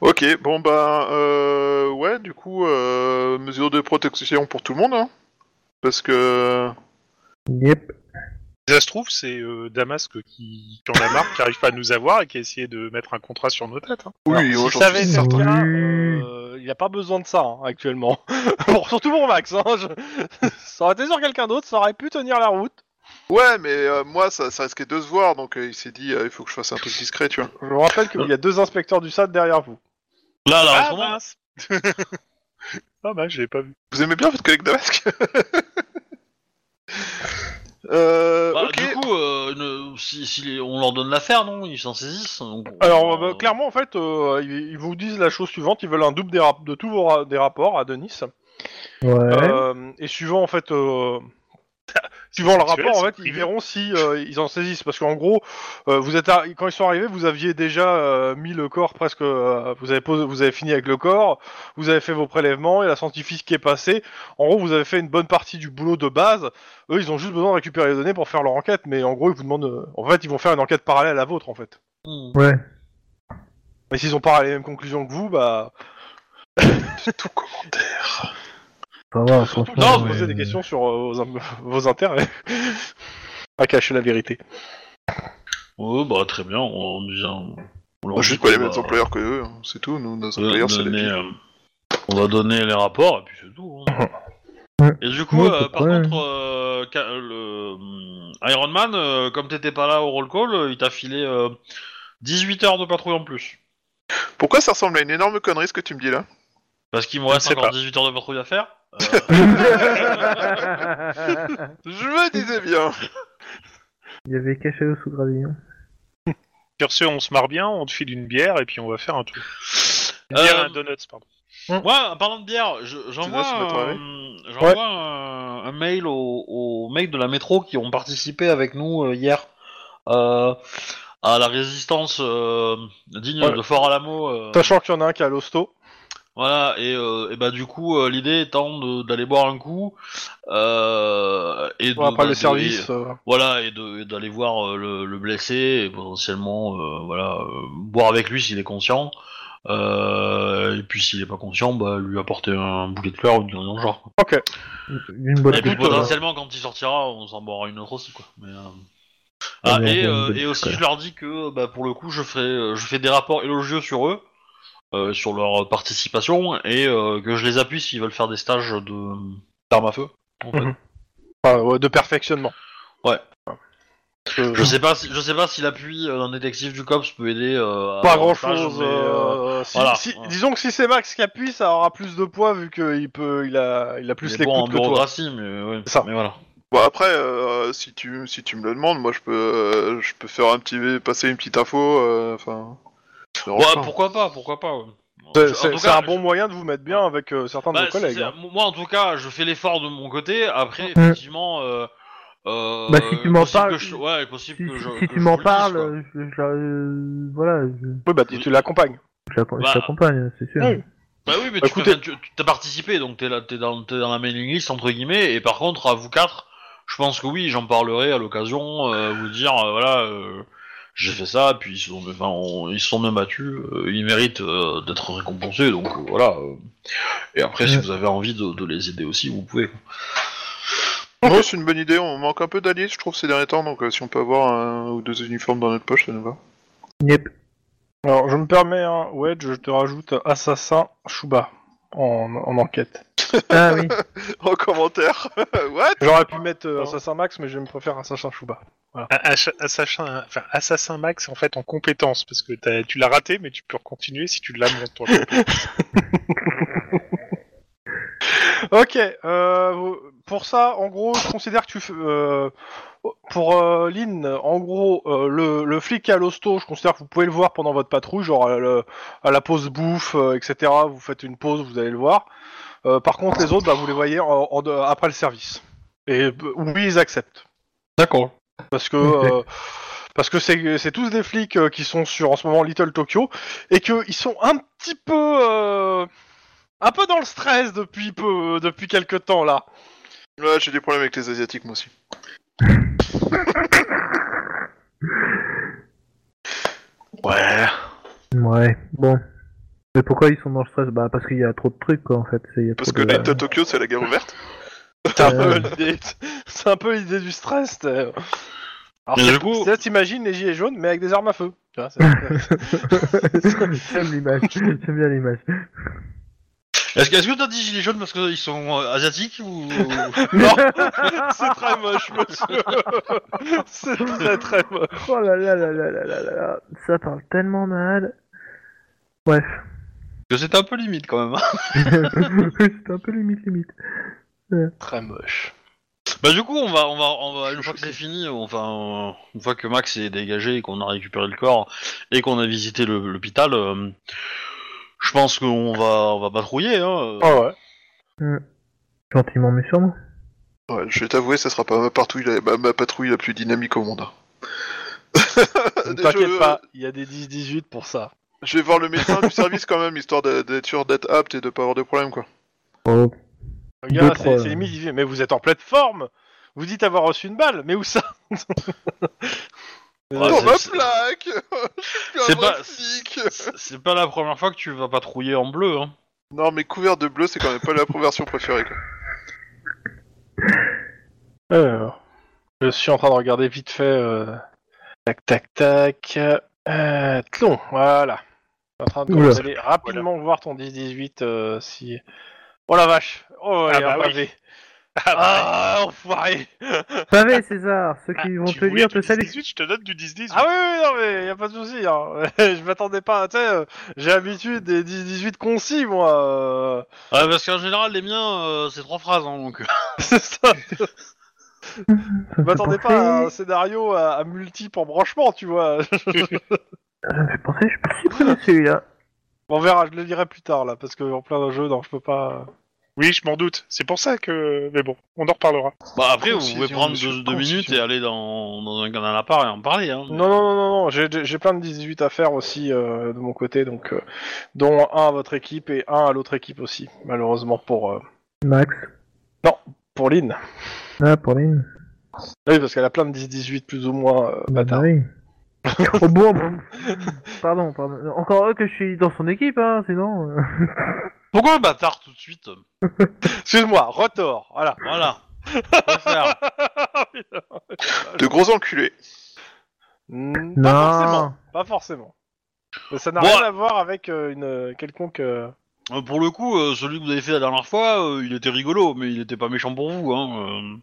Speaker 4: Ok, bon bah euh, ouais, du coup euh, mesure de protection pour tout le monde, hein, parce que
Speaker 5: Yep.
Speaker 3: Ça se trouve, c'est euh, Damasque qui, qui en a marre, qui arrive pas à nous avoir et qui a essayé de mettre un contrat sur nos têtes. hein.
Speaker 4: oui,
Speaker 1: Alors, si
Speaker 4: aujourd'hui,
Speaker 1: ça avait été
Speaker 5: certain.
Speaker 1: le cas,
Speaker 5: Oui.
Speaker 1: euh, il n'y a pas besoin de ça hein, actuellement. Bon, surtout pour Max. Hein, je- ça aurait été sur quelqu'un d'autre, ça aurait pu tenir la route.
Speaker 4: ouais, mais euh, moi ça, ça risquait de se voir, donc euh, il s'est dit euh, il faut que je fasse un truc discret, tu vois.
Speaker 1: Je vous rappelle qu'il y a deux inspecteurs du SAD derrière vous.
Speaker 2: Là, là, en
Speaker 3: Ah,
Speaker 2: ce moment.
Speaker 3: mince Ah bah, je l'ai pas vu.
Speaker 4: Vous aimez bien votre collègue Damasque euh,
Speaker 2: Bah,
Speaker 4: Ok,
Speaker 2: Du coup, euh, une- si, si les- on leur donne l'affaire, non Ils s'en saisissent donc on-
Speaker 1: Alors, bah,
Speaker 2: euh,
Speaker 1: clairement, en fait, euh, ils, ils vous disent la chose suivante ils veulent un double des rap- de tous vos ra- des rapports à Denis.
Speaker 5: Ouais.
Speaker 1: Euh, et suivant, en fait. euh, Suivant le
Speaker 3: sexuel,
Speaker 1: rapport, en
Speaker 3: c'est
Speaker 1: fait, ils
Speaker 3: privé.
Speaker 1: verront si euh, ils en saisissent, parce qu'en gros, euh, vous êtes arri- quand ils sont arrivés, vous aviez déjà euh, mis le corps presque, euh, vous avez posé, vous avez fini avec le corps, vous avez fait vos prélèvements et la scientifique qui est passée. En gros, vous avez fait une bonne partie du boulot de base. Eux, ils ont juste besoin de récupérer les données pour faire leur enquête, mais en gros, ils vous demandent, euh, en fait, ils vont faire une enquête parallèle à la vôtre, en fait.
Speaker 2: hmm.
Speaker 5: Ouais.
Speaker 1: Mais s'ils ont pas les mêmes conclusions que vous, bah.
Speaker 5: Ça va,
Speaker 1: Surtout,
Speaker 5: franchement,
Speaker 1: non, vous
Speaker 5: ouais.
Speaker 1: posez des questions sur euh, vos, in- vos intérêts. à cacher la vérité.
Speaker 2: Ouais, bah très bien, on, on vient. On leur
Speaker 4: moi je suis
Speaker 2: dit bah,
Speaker 4: pas les
Speaker 2: qu'on
Speaker 4: mêmes
Speaker 1: bah,
Speaker 2: va-
Speaker 4: employeurs que eux, hein, c'est tout, nous, nos
Speaker 2: on va
Speaker 4: employeurs c'est les
Speaker 2: donner, euh, on va donner les rapports et puis c'est tout. hein.
Speaker 5: Ouais.
Speaker 2: Et du coup,
Speaker 5: Ouais,
Speaker 2: euh,
Speaker 5: c'est
Speaker 2: par
Speaker 5: vrai.
Speaker 2: contre, euh, ca- euh, le, hum, Iron Man, euh, comme t'étais pas là au roll call, euh, il t'a filé euh, 18 heures de patrouille en plus.
Speaker 1: euh,
Speaker 4: Pourquoi ça ressemble à une énorme connerie ce que tu me dis là
Speaker 2: Parce qu'il me reste
Speaker 3: sais
Speaker 2: encore
Speaker 3: pas.
Speaker 2: 18 heures de patrouille à faire. Euh,
Speaker 4: Je me disais bien
Speaker 5: il y avait caché hein. sous gravillon.
Speaker 3: Sur ce, on se marre bien, on te file une bière et puis on va faire un tour. Une
Speaker 2: Euh,
Speaker 3: bière et un donuts, pardon.
Speaker 2: Moi, en parlant de bière, je- j'envoie
Speaker 4: C'est là, c'est notre
Speaker 2: un, j'envoie un, un mail aux au mecs de la métro qui ont participé avec nous euh, hier euh, à la résistance euh, digne
Speaker 1: Ouais.
Speaker 2: de Fort Alamo. euh,
Speaker 1: Sachant qu'il y en a un qui est à l'hosto.
Speaker 2: Voilà, et, euh, et bah du coup, euh, l'idée étant de- d'aller boire un coup euh, et de,
Speaker 1: On va pas
Speaker 2: de-
Speaker 1: le
Speaker 2: de-
Speaker 1: service.
Speaker 2: et-
Speaker 1: euh,
Speaker 2: voilà, et de- et d'aller voir euh, le, le blessé et potentiellement euh, voilà euh, boire avec lui s'il est conscient. Euh, et puis s'il est pas conscient, bah lui apporter un boulet de fleurs ou une connerie dans le genre. quoi.
Speaker 5: Une bonne
Speaker 2: Et puis
Speaker 5: coupe, euh,
Speaker 2: potentiellement quand il sortira, on s'en boira une autre aussi quoi. Mais, euh, ah,
Speaker 5: mais
Speaker 2: et,
Speaker 5: on
Speaker 2: euh,
Speaker 5: peut le
Speaker 2: et
Speaker 5: dire,
Speaker 2: aussi
Speaker 5: quoi.
Speaker 2: je leur dis que bah, pour le coup je ferai euh, je fais des rapports élogieux sur eux, euh, sur leur participation et euh, que je les appuie s'ils veulent faire des stages de d'armes à feu. en fait.
Speaker 1: Mhm. enfin, ouais, de perfectionnement.
Speaker 2: Ouais.
Speaker 1: Parce que-
Speaker 2: Je sais pas si je sais pas si l'appui euh, d'un détective du cops peut aider. euh, à
Speaker 1: pas
Speaker 2: avoir
Speaker 1: grand
Speaker 2: un stage,
Speaker 1: chose.
Speaker 2: mais, euh, voilà. Ouais.
Speaker 1: Disons que si c'est Max qui appuie, ça aura plus de poids vu qu'il peut, il a, il a
Speaker 2: il
Speaker 1: plus
Speaker 2: est
Speaker 1: les
Speaker 2: bon en
Speaker 1: coups que toi.
Speaker 2: bureaucratie, mais euh, ouais.
Speaker 1: C'est ça.
Speaker 2: Mais voilà.
Speaker 4: Bon après, euh, si tu si tu me le demandes, moi je peux euh, je peux faire un petit passer une petite info. euh, Enfin. ça dérange
Speaker 2: Ouais,
Speaker 4: pas.
Speaker 2: pourquoi pas, pourquoi pas. ouais. En
Speaker 1: C'est-
Speaker 2: tout
Speaker 1: C'est
Speaker 2: cas,
Speaker 1: c'est un
Speaker 2: je-
Speaker 1: bon moyen de vous mettre bien avec euh, certains de
Speaker 2: Bah,
Speaker 1: vos
Speaker 2: c'est-
Speaker 1: collègues.
Speaker 2: c'est-
Speaker 1: hein.
Speaker 2: Moi, en tout cas, je fais l'effort de mon côté. Après,
Speaker 5: Mm.
Speaker 2: effectivement, euh, Euh,
Speaker 5: Bah, si tu m'en
Speaker 2: possible
Speaker 5: parles-
Speaker 2: que je- ouais, possible
Speaker 5: Si,
Speaker 2: que je-
Speaker 5: si- si
Speaker 2: que
Speaker 5: tu
Speaker 2: je vous le
Speaker 5: m'en
Speaker 2: dise, quoi.
Speaker 5: parles, je, je- euh, voilà, je,
Speaker 1: Oui, bah tu tu l'accompagnes.
Speaker 5: je l'accom- je
Speaker 2: Bah.
Speaker 5: t'accompagne, c'est sûr.
Speaker 1: Oui.
Speaker 2: Bah oui, mais tu
Speaker 1: Bah, écoutez-
Speaker 2: fais- tu- tu- t'as participé, donc t'es là, t'es dans, t'es dans la mailing list entre guillemets. Et par contre, à vous quatre, je pense que oui, j'en parlerai à l'occasion, euh, vous dire euh, voilà, euh, j'ai fait ça, puis ils se sont, enfin, on- ils se sont même battus, euh, ils méritent euh, d'être récompensés, donc euh, voilà. euh. Et après, si
Speaker 5: Ouais.
Speaker 2: vous avez envie de, de les aider aussi, vous pouvez.
Speaker 4: Non, c'est une bonne idée, on manque un peu d'alliés, je trouve, ces derniers temps, donc euh, si on peut avoir un ou deux uniformes dans notre poche, ça nous va.
Speaker 5: Yep.
Speaker 1: Alors, je me permets, hein, Wedge, je te rajoute assassin Shuba en, en enquête.
Speaker 5: Ah oui.
Speaker 4: En commentaire What
Speaker 1: J'aurais pu mettre euh, assassin Max, mais je me préfère assassin Shuba.
Speaker 3: Ah, ach- Assassin, enfin, Assassin Max en fait en compétence parce que t'as- tu l'as raté mais tu peux continuer si tu l'as monté.
Speaker 1: Ok, euh, vous- pour ça, en gros, je considère que tu fais... euh, pour euh, Lynn, en gros, euh, le, le flic à l'hosto, je considère que vous pouvez le voir pendant votre patrouille, genre à, la- à la pause bouffe, euh, etc. Vous faites une pause, vous allez le voir. Euh, par contre, les autres, bah, vous les voyez en- en de- après le service. Et euh, oui, ils acceptent. D'accord. Parce que... euh, Parce que c'est c'est tous des flics euh, qui sont sur en ce moment Little Tokyo et qu'ils sont un petit peu euh, un peu dans le stress depuis peu, euh, depuis quelques temps là.
Speaker 4: Ouais, j'ai des problèmes avec les Asiatiques, moi aussi.
Speaker 2: Ouais.
Speaker 5: Ouais, bon. Mais pourquoi ils sont dans le stress Bah parce qu'il y a trop de trucs quoi en fait. c'est- il y a
Speaker 4: Parce
Speaker 5: trop
Speaker 4: que
Speaker 5: de-
Speaker 4: les Tokyo, c'est la guerre ouverte.
Speaker 1: C'est un peu
Speaker 5: Euh.
Speaker 1: l'idée- c'est un peu l'idée du stress. t'es- Alors,
Speaker 2: Mais
Speaker 1: c'est-
Speaker 2: du coup-
Speaker 1: c'est là t'imagines les gilets jaunes mais avec des armes à feu. Tu vois, c'est-
Speaker 5: J'aime l'image, j'aime bien l'image.
Speaker 2: Est-ce que est-ce que t'as dit gilets jaunes parce qu'ils sont euh, asiatiques ou
Speaker 1: non, c'est très moche, monsieur. c'est très très moche.
Speaker 5: Oh là là là là là là là là, ça parle tellement mal. Bref,
Speaker 2: que c'est un peu limite quand même. hein.
Speaker 5: c'est un peu limite limite.
Speaker 1: Très moche.
Speaker 2: Bah du coup on va on va on va une fois que c'est fini, enfin euh, une fois que Max est dégagé et qu'on a récupéré le corps et qu'on a visité le- l'hôpital, euh, je pense qu'on va on va patrouiller. Hein.
Speaker 1: Ah ouais.
Speaker 5: Gentiment mais sûrement.
Speaker 4: Ouais, je vais t'avouer, ça sera pas ma, patrouille la- ma- ma patrouille la plus dynamique au monde. hein.
Speaker 2: Euh,
Speaker 1: Ne
Speaker 4: Des
Speaker 1: T'inquiète
Speaker 4: jeux-
Speaker 1: pas, il y a des 10-18 pour ça.
Speaker 4: Je vais voir le médecin du service quand même, histoire de- d'être sûr d'être apte et de pas avoir de problème, quoi.
Speaker 5: Oh,
Speaker 1: Regarde,
Speaker 5: Deux,
Speaker 1: c'est
Speaker 5: trois.
Speaker 1: c'est limite, il dit, mais vous êtes en pleine forme Vous dites avoir reçu une balle, mais où ça
Speaker 2: Ah,
Speaker 1: oh,
Speaker 4: Dans
Speaker 2: c'est-
Speaker 4: Oh, ma
Speaker 2: c'est-
Speaker 4: plaque Je suis
Speaker 2: C'est
Speaker 4: un vrai
Speaker 2: pas-
Speaker 4: flic
Speaker 2: C'est c'est pas la première fois que tu vas patrouiller en bleu. Hein.
Speaker 4: Non, mais couvert de bleu, c'est quand même pas la version préférée, quoi.
Speaker 1: Alors, je suis en train de regarder vite fait. euh, Tac, tac, tac. Euh, Tlon, voilà. Je suis en train de
Speaker 5: Oula.
Speaker 1: commencer à aller rapidement voir ton 10-18 euh, si. Oh la vache Oh, il y a
Speaker 3: bah
Speaker 1: un
Speaker 3: oui.
Speaker 1: pavé
Speaker 2: bah,
Speaker 1: Ah, enfoiré
Speaker 5: Pavé César, ceux qui vont te lire te saluent.
Speaker 3: 18, je te donne du 10 18.
Speaker 1: Ah oui, oui, non, mais il a pas de souci. hein. je m'attendais pas, tu sais, euh, j'ai l'habitude des 10-18 concis, moi. euh.
Speaker 2: Ouais, parce qu'en général les miens euh, c'est trois phrases hein, donc.
Speaker 1: C'est ça.
Speaker 5: Ça me
Speaker 1: Je
Speaker 5: fait
Speaker 1: m'attendais
Speaker 5: penser-
Speaker 1: pas à un scénario à, à multiples embranchements, tu vois.
Speaker 5: Ça me fait penser, je peux supprimer celui-là.
Speaker 1: On verra, je le lirai plus tard, là, parce que en plein jeu, non, je peux pas...
Speaker 3: Oui, je m'en doute. C'est pour ça que. Mais bon, on en reparlera.
Speaker 2: Bah après vous
Speaker 4: Concision,
Speaker 2: pouvez prendre
Speaker 4: monsieur,
Speaker 2: deux, deux
Speaker 4: concision.
Speaker 2: minutes et aller dans dans un canal à part et en parler. Hein.
Speaker 1: Non, non, non, non, non, j'ai- j'ai j'ai plein de 18 à faire aussi euh, de mon côté, donc euh, dont un à votre équipe et un à l'autre équipe aussi, malheureusement pour euh,
Speaker 5: Max,
Speaker 1: pour Lynn. Ah
Speaker 5: ah pour Lynn.
Speaker 1: Oui, parce qu'elle a plein de 10-18 plus ou moins euh, bâtard.
Speaker 5: oui. oh bon, bon. pardon, pardon. Encore eux que je suis dans son équipe, hein, sinon. euh.
Speaker 2: Pourquoi bâtard tout de suite
Speaker 1: Excuse-moi, retort, voilà.
Speaker 2: Voilà. Faut le faire.
Speaker 4: De gros enculés.
Speaker 1: Mm,
Speaker 5: Non.
Speaker 1: Pas forcément, pas forcément. Mais ça n'a
Speaker 2: Bon.
Speaker 1: rien à voir avec euh, une euh, quelconque... euh,
Speaker 2: Euh, Pour le coup, euh, celui que vous avez fait la dernière fois, euh, il était rigolo, mais il était pas méchant pour vous. Hein. euh.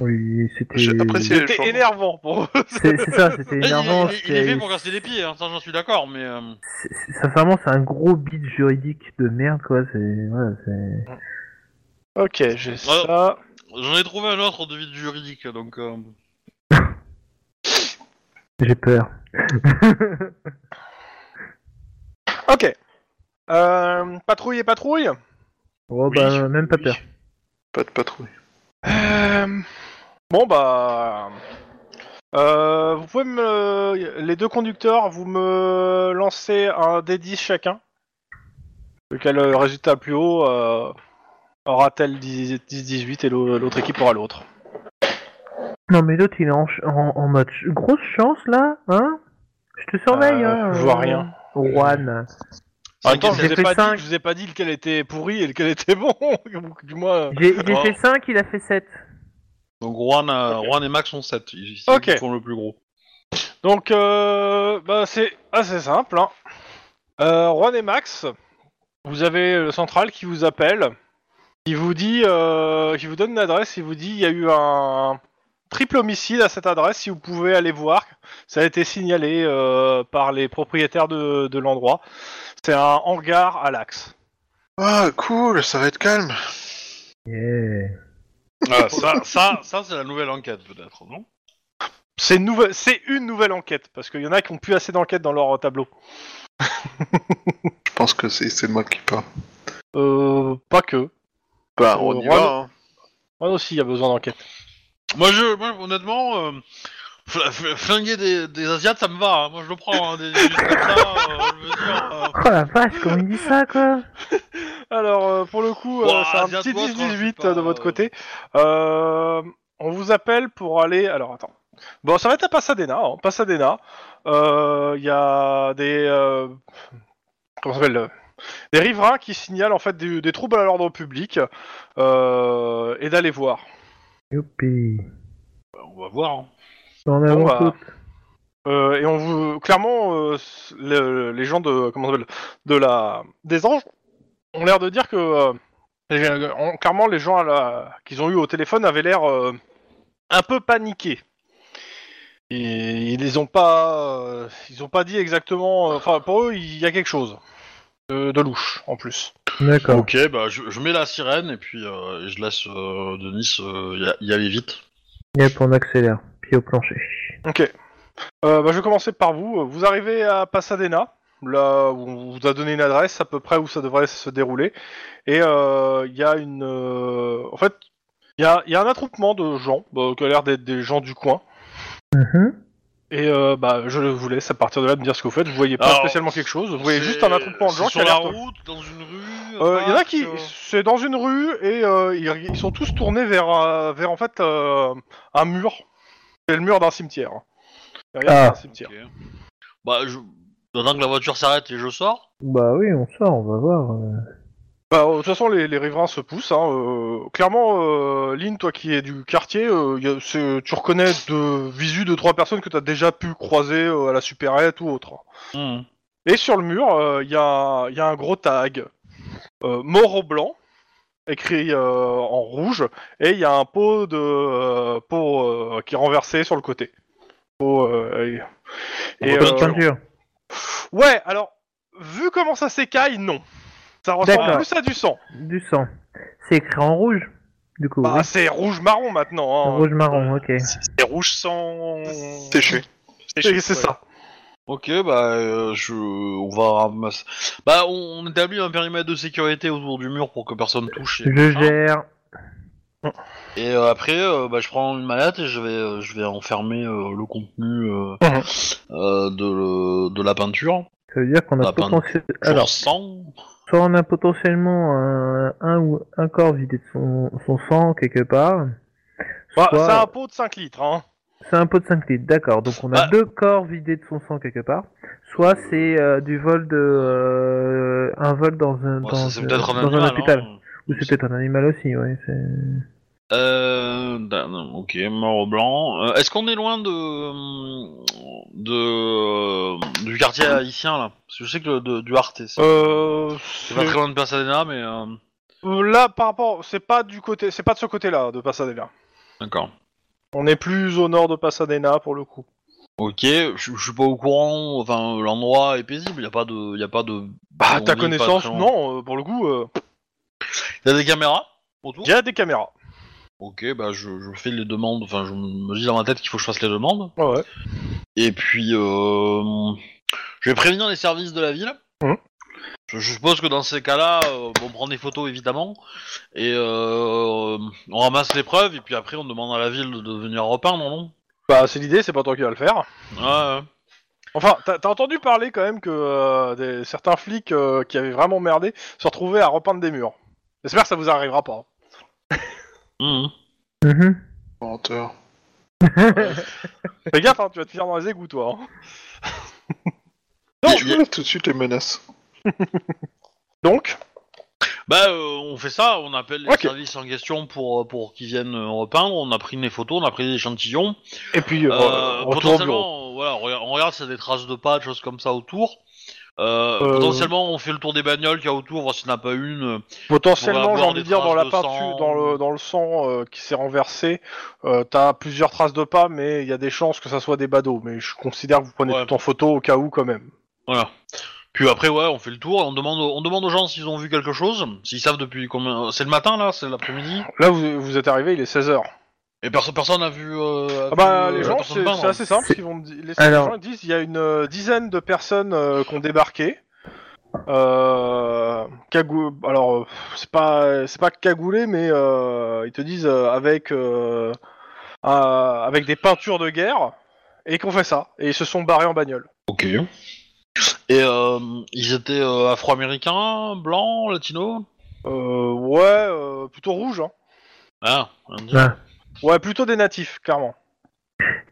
Speaker 5: Oui, c'était.
Speaker 4: J'ai apprécié les
Speaker 1: C'était
Speaker 4: changements.
Speaker 1: énervant pour eux.
Speaker 5: C'est c'est ça, c'était
Speaker 2: Il-
Speaker 5: énervant.
Speaker 2: il, il- il est
Speaker 5: c'était-
Speaker 2: fait pour casser les pieds, hein, ça j'en suis d'accord, mais... euh,
Speaker 5: c'est- c'est- Sincèrement, c'est un gros bid juridique de merde, quoi. C'est. Voilà, c'est.
Speaker 1: Ok, j'ai ça.
Speaker 2: J'en ai trouvé un autre de vide juridique, donc... euh,
Speaker 5: J'ai peur.
Speaker 1: Ok. Euh, patrouille et patrouille
Speaker 5: oh, bah, même pas peur.
Speaker 4: Pas de patrouille.
Speaker 1: Euh, Bon bah, euh, vous pouvez me, les deux conducteurs, vous me lancez un D10 chacun. Lequel euh, résultat le plus haut euh, aura-t-elle 10-18 et l'au- l'autre équipe aura l'autre.
Speaker 5: Non, mais l'autre, il est en, ch- en, en mode ch- grosse chance là, hein Je te surveille,
Speaker 1: Euh,
Speaker 5: hein
Speaker 1: je vois
Speaker 5: euh,
Speaker 1: rien.
Speaker 5: Juan.
Speaker 2: Ah,
Speaker 1: Attends, je
Speaker 5: j'ai
Speaker 1: vous, ai
Speaker 5: fait
Speaker 1: pas
Speaker 5: cinq.
Speaker 1: dit, je vous ai pas dit lequel était pourri et lequel était bon. du moins.
Speaker 5: J'ai j'ai
Speaker 2: Oh.
Speaker 5: fait 5, il a fait 7.
Speaker 2: Donc Juan, a- Juan et Max ont 7. Ils, ils
Speaker 1: Ok.
Speaker 2: font le plus gros.
Speaker 1: Donc, euh, bah, c'est assez simple. Hein. Euh, Juan et Max, vous avez le central qui vous appelle, qui vous dit, euh, qui vous donne une adresse, il vous dit il y a eu un triple homicide à cette adresse, si vous pouvez aller voir, ça a été signalé euh, par les propriétaires de, de l'endroit. C'est un hangar à l'axe.
Speaker 4: Ah, cool, ça va être calme.
Speaker 5: Yeah.
Speaker 2: Ah, ça, ça, ça c'est la nouvelle enquête peut-être, non
Speaker 1: C'est une, nouvelle- c'est une nouvelle enquête, parce qu'il y en a qui ont plus assez d'enquêtes dans leur tableau.
Speaker 4: Je pense que c'est c'est moi qui parle.
Speaker 1: Euh, pas que.
Speaker 4: Bah,
Speaker 1: Euh,
Speaker 4: on y
Speaker 1: Juan-
Speaker 4: va. hein.
Speaker 1: Moi aussi, il y a besoin d'enquête.
Speaker 2: Moi, je, moi, honnêtement, euh, fl- fl- flinguer des, des Asiates, ça me va. hein. Moi, je le prends. hein, des, des trucs comme ça, euh, je veux dire, euh,
Speaker 5: Oh la vache, comment il dit ça quoi
Speaker 1: Alors, euh, pour le coup, euh,
Speaker 2: Ouah,
Speaker 1: c'est un
Speaker 2: Asiat
Speaker 1: petit
Speaker 2: Watch, hein, je sais
Speaker 1: 10-18
Speaker 2: pas,
Speaker 1: de votre
Speaker 2: euh.
Speaker 1: côté. Euh, on vous appelle pour aller. Alors, attends. Bon, ça va être à Pasadena. hein, Pasadena. Euh, Il y a des. euh, Comment ça s'appelle euh, Des riverains qui signalent en fait des, des troubles à l'ordre public euh, et d'aller voir.
Speaker 5: Youpi.
Speaker 2: bah, on va voir. hein.
Speaker 5: En
Speaker 1: Bon,
Speaker 5: avant
Speaker 1: bah,
Speaker 5: toute.
Speaker 1: Euh, et on vous clairement euh, s- le- les gens de comment ça s'appelle de la des anges ont l'air de dire que euh, les- euh, on- clairement les gens à la- qu'ils ont eu au téléphone avaient l'air euh, un peu paniqués. Et ils les ont pas euh, ils ont pas dit exactement euh, enfin pour eux il y a quelque chose de, de louche en plus.
Speaker 5: D'accord.
Speaker 2: Ok, bah, je, je mets la sirène et puis euh, je laisse euh, Denis euh, y, a- y aller vite.
Speaker 5: Yep, on accélère. Pied au plancher.
Speaker 1: OK. Euh, bah, je vais commencer par vous. Vous arrivez à Pasadena, là où on vous a donné une adresse à peu près où ça devrait se dérouler. Et euh, il y a une. euh, en fait, il y a, il y a un attroupement de gens, bah, qui a l'air d'être des gens du coin.
Speaker 5: Mhm.
Speaker 1: Et euh, bah, je vous laisse à partir de là me dire ce que vous faites. Vous voyez pas
Speaker 2: Alors,
Speaker 1: spécialement quelque chose, vous voyez
Speaker 2: C'est-
Speaker 1: juste un attroupement de gens
Speaker 2: c'est
Speaker 1: qui
Speaker 2: sur
Speaker 1: a
Speaker 2: la
Speaker 1: l'air. de-
Speaker 2: route, dans une rue.
Speaker 1: Euh, Il y en a
Speaker 2: parc,
Speaker 1: qui.
Speaker 2: euh.
Speaker 1: C'est dans une rue et euh, ils, ils sont tous tournés vers, euh, vers en fait euh, un mur. C'est le mur d'un cimetière. Derrière,
Speaker 5: Ah.
Speaker 1: c'est un cimetière.
Speaker 2: Ok. Bah, je... J'attends que la voiture s'arrête et je sors.
Speaker 5: Bah oui, on sort, on va voir. euh.
Speaker 1: Bah, euh, de toute façon, les, les riverains se poussent. hein, euh, clairement, euh, Lynn, toi qui es du quartier, euh, y a- c'est- tu reconnais de visu deux trois personnes que tu as déjà pu croiser euh, à la supérette ou autre. hein.
Speaker 2: Hmm.
Speaker 1: Et sur le mur, il y, a y a un gros tag euh, mort au blanc, écrit euh, en rouge, et il y a un pot de euh, pot euh, qui est renversé sur le côté. Pot, euh, et- et,
Speaker 5: Bonne
Speaker 1: euh,
Speaker 5: peinture.
Speaker 1: ouais, alors vu comment ça s'écaille, non. Ça ressemble
Speaker 5: D'accord.
Speaker 1: plus à du sang.
Speaker 5: Du sang. C'est écrit en rouge, du coup.
Speaker 1: Bah,
Speaker 5: oui.
Speaker 1: c'est rouge-marron maintenant. hein.
Speaker 5: rouge marron, ok.
Speaker 3: C'est rouge sans.
Speaker 4: Séché.
Speaker 1: C'est c'est
Speaker 3: ouais.
Speaker 1: ça.
Speaker 2: Ok, bah, euh, je... on va ramasser. Bah, on, on établit un périmètre de sécurité autour du mur pour que personne touche. et
Speaker 5: Je
Speaker 2: machin.
Speaker 5: gère.
Speaker 2: Et euh, après, euh, bah, je prends une mallette et je vais, euh, je vais enfermer euh, le contenu euh,
Speaker 1: Mhm.
Speaker 5: Hmm.
Speaker 2: euh, de, le- de la peinture.
Speaker 5: Ça veut dire qu'on a
Speaker 2: Ah, pardon.
Speaker 5: potentiel-
Speaker 2: Alors,
Speaker 5: Alors,
Speaker 2: sang.
Speaker 5: soit on a potentiellement un, un ou un corps vidé de son, son sang quelque part.
Speaker 1: Bah,
Speaker 5: soit-
Speaker 1: C'est un pot de 5 litres. Hein.
Speaker 5: C'est un pot de 5 litres, d'accord. Donc on a
Speaker 2: Bah.
Speaker 5: deux corps vidés de son sang quelque part. Soit c'est euh, du vol de euh, un vol dans un
Speaker 2: Ouais,
Speaker 5: dans,
Speaker 2: ça, c'est
Speaker 5: un-
Speaker 2: peut-être un
Speaker 5: dans
Speaker 2: animal.
Speaker 5: un hôpital.
Speaker 2: hein.
Speaker 5: Ou c'est peut-être un animal aussi, ouais. c'est-
Speaker 2: Euh, da- non, ok, mort au blanc. Euh, Est-ce qu'on est loin de, de euh, du quartier haïtien là Parce que je sais que le, de- du Arte, c'est
Speaker 1: Euh,
Speaker 2: c'est pas très loin de Pasadena, mais euh,
Speaker 1: euh, là, par rapport, c'est pas du côté, c'est pas de ce côté-là de Pasadena.
Speaker 2: d'accord.
Speaker 1: On est plus au nord de Pasadena pour le coup.
Speaker 2: Ok, je je suis pas au courant. Enfin, l'endroit est paisible. Y a pas de, y a pas de.
Speaker 1: Bah,
Speaker 2: on
Speaker 1: ta
Speaker 2: vit pas
Speaker 1: connaissance,
Speaker 2: très loin.
Speaker 1: non, euh, pour le coup, euh,
Speaker 2: Y a des caméras autour.
Speaker 1: il y a des caméras.
Speaker 2: Ok, bah je, je fais les demandes. Enfin, je me dis dans ma tête qu'il faut que je fasse les demandes.
Speaker 1: Ah Ouais.
Speaker 2: Et puis, euh, je vais prévenir les services de la ville.
Speaker 1: Mhm.
Speaker 2: Je je suppose que dans ces cas-là, euh, on prend des photos évidemment. Et euh, on On ramasse les preuves et puis après on demande à la ville de, de venir repeindre, non
Speaker 1: Bah, c'est l'idée, c'est pas toi qui vas le faire.
Speaker 2: Ouais, ouais.
Speaker 1: Enfin, t'as t'as entendu parler quand même que euh, des, certains flics euh, qui avaient vraiment merdé se retrouvaient à repeindre des murs. J'espère que ça vous arrivera pas.
Speaker 2: Mhm.
Speaker 5: Mhm.
Speaker 4: Menteur.
Speaker 1: Fais gaffe, hein, tu vas te finir dans les égouts, toi. hein.
Speaker 4: Non, je relève tout de suite les menaces.
Speaker 1: Donc,
Speaker 2: Bah, euh, on fait ça, on appelle les
Speaker 1: Ok.
Speaker 2: services en question pour, euh, pour qu'ils viennent euh, repeindre. On a pris les photos, on a pris des échantillons.
Speaker 1: et puis, euh,
Speaker 2: Euh,
Speaker 1: retour au bureau.
Speaker 2: potentiellement, voilà, on regarde- on regarde s'il y a des traces de pas, des choses comme ça autour. Euh,
Speaker 1: Euh,
Speaker 2: Potentiellement, on fait le tour des bagnoles qu'il y a autour, voir s'il n'y en a pas une. euh, On va
Speaker 1: Potentiellement, j'ai
Speaker 2: avoir
Speaker 1: envie de
Speaker 2: des
Speaker 1: dire, dans
Speaker 2: traces
Speaker 1: la
Speaker 2: de
Speaker 1: peinture,
Speaker 2: sang.
Speaker 1: dans le, dans le sang euh, qui s'est renversé, euh, t'as plusieurs traces de pas, mais il y a des chances que ça soit des badauds. Mais je considère que vous prenez
Speaker 2: Ouais.
Speaker 1: tout en photo au cas où, quand même.
Speaker 2: Voilà. Puis après, ouais, on fait le tour, on demande, aux- on demande aux gens s'ils ont vu quelque chose, s'ils savent depuis combien. C'est le matin là, c'est l'après-midi.
Speaker 1: Là, vous, vous êtes arrivé, il est 16h.
Speaker 2: Et perso- personne n'a vu. euh, a
Speaker 1: Ah bah,
Speaker 2: vu, euh,
Speaker 1: les
Speaker 2: la
Speaker 1: gens,
Speaker 2: personne
Speaker 1: c'est
Speaker 2: peindre.
Speaker 1: c'est assez simple.
Speaker 5: C'est-
Speaker 1: Ils vont me di- les
Speaker 5: Alors-
Speaker 1: gens ils disent il y a une euh, dizaine de personnes euh, qui ont débarqué. Euh, cagou- Alors, euh, c'est pas, c'est pas cagoulé, mais euh, ils te disent euh, avec, euh, un- avec des peintures de guerre et qu'on fait ça. Et ils se sont barrés en bagnole.
Speaker 2: Ok. Et euh, ils étaient euh, afro-américains, blancs, latinos
Speaker 1: Euh, ouais, euh, plutôt rouge. Hein.
Speaker 2: Ah, indiens.
Speaker 5: Ah.
Speaker 1: Ouais, plutôt des natifs, clairement.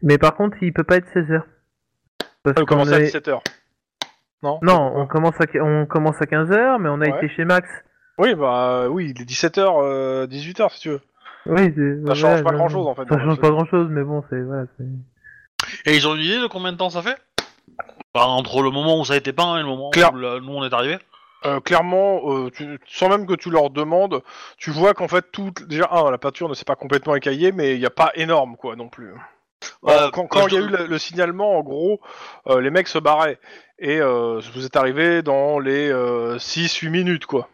Speaker 5: Mais par contre, il peut pas être 16h. Parce qu'on
Speaker 1: Ils commencent à
Speaker 5: est-
Speaker 1: 17h. Non
Speaker 5: Non, on commence à, on commence à 15h, mais on a
Speaker 1: Ouais.
Speaker 5: été chez Max.
Speaker 1: Oui, bah euh, oui, il est 17h, 18h si tu veux.
Speaker 5: Oui, c'est-
Speaker 1: Ça
Speaker 5: voilà,
Speaker 1: change pas
Speaker 5: non,
Speaker 1: grand-chose, en fait,
Speaker 5: Ça
Speaker 1: dans
Speaker 5: change
Speaker 1: le-
Speaker 5: pas grand chose, mais bon, c'est. Voilà, c'est-
Speaker 2: Et ils ont une idée de combien de temps ça fait Bah, Entre le moment où ça a été peint et le moment
Speaker 1: Claire.
Speaker 2: où la- nous on est arrivé
Speaker 1: Euh, clairement, euh, tu- sans même que tu leur demandes, tu vois qu'en fait, tout, déjà, un, la peinture ne s'est pas complètement écaillée, mais il n'y a pas énorme, quoi, non plus.
Speaker 2: Euh,
Speaker 1: quand quand il y a
Speaker 2: je-
Speaker 1: eu le, le signalement, en gros, euh, les mecs se barraient. Et euh, vous êtes arrivé dans les 6-8 minutes, quoi.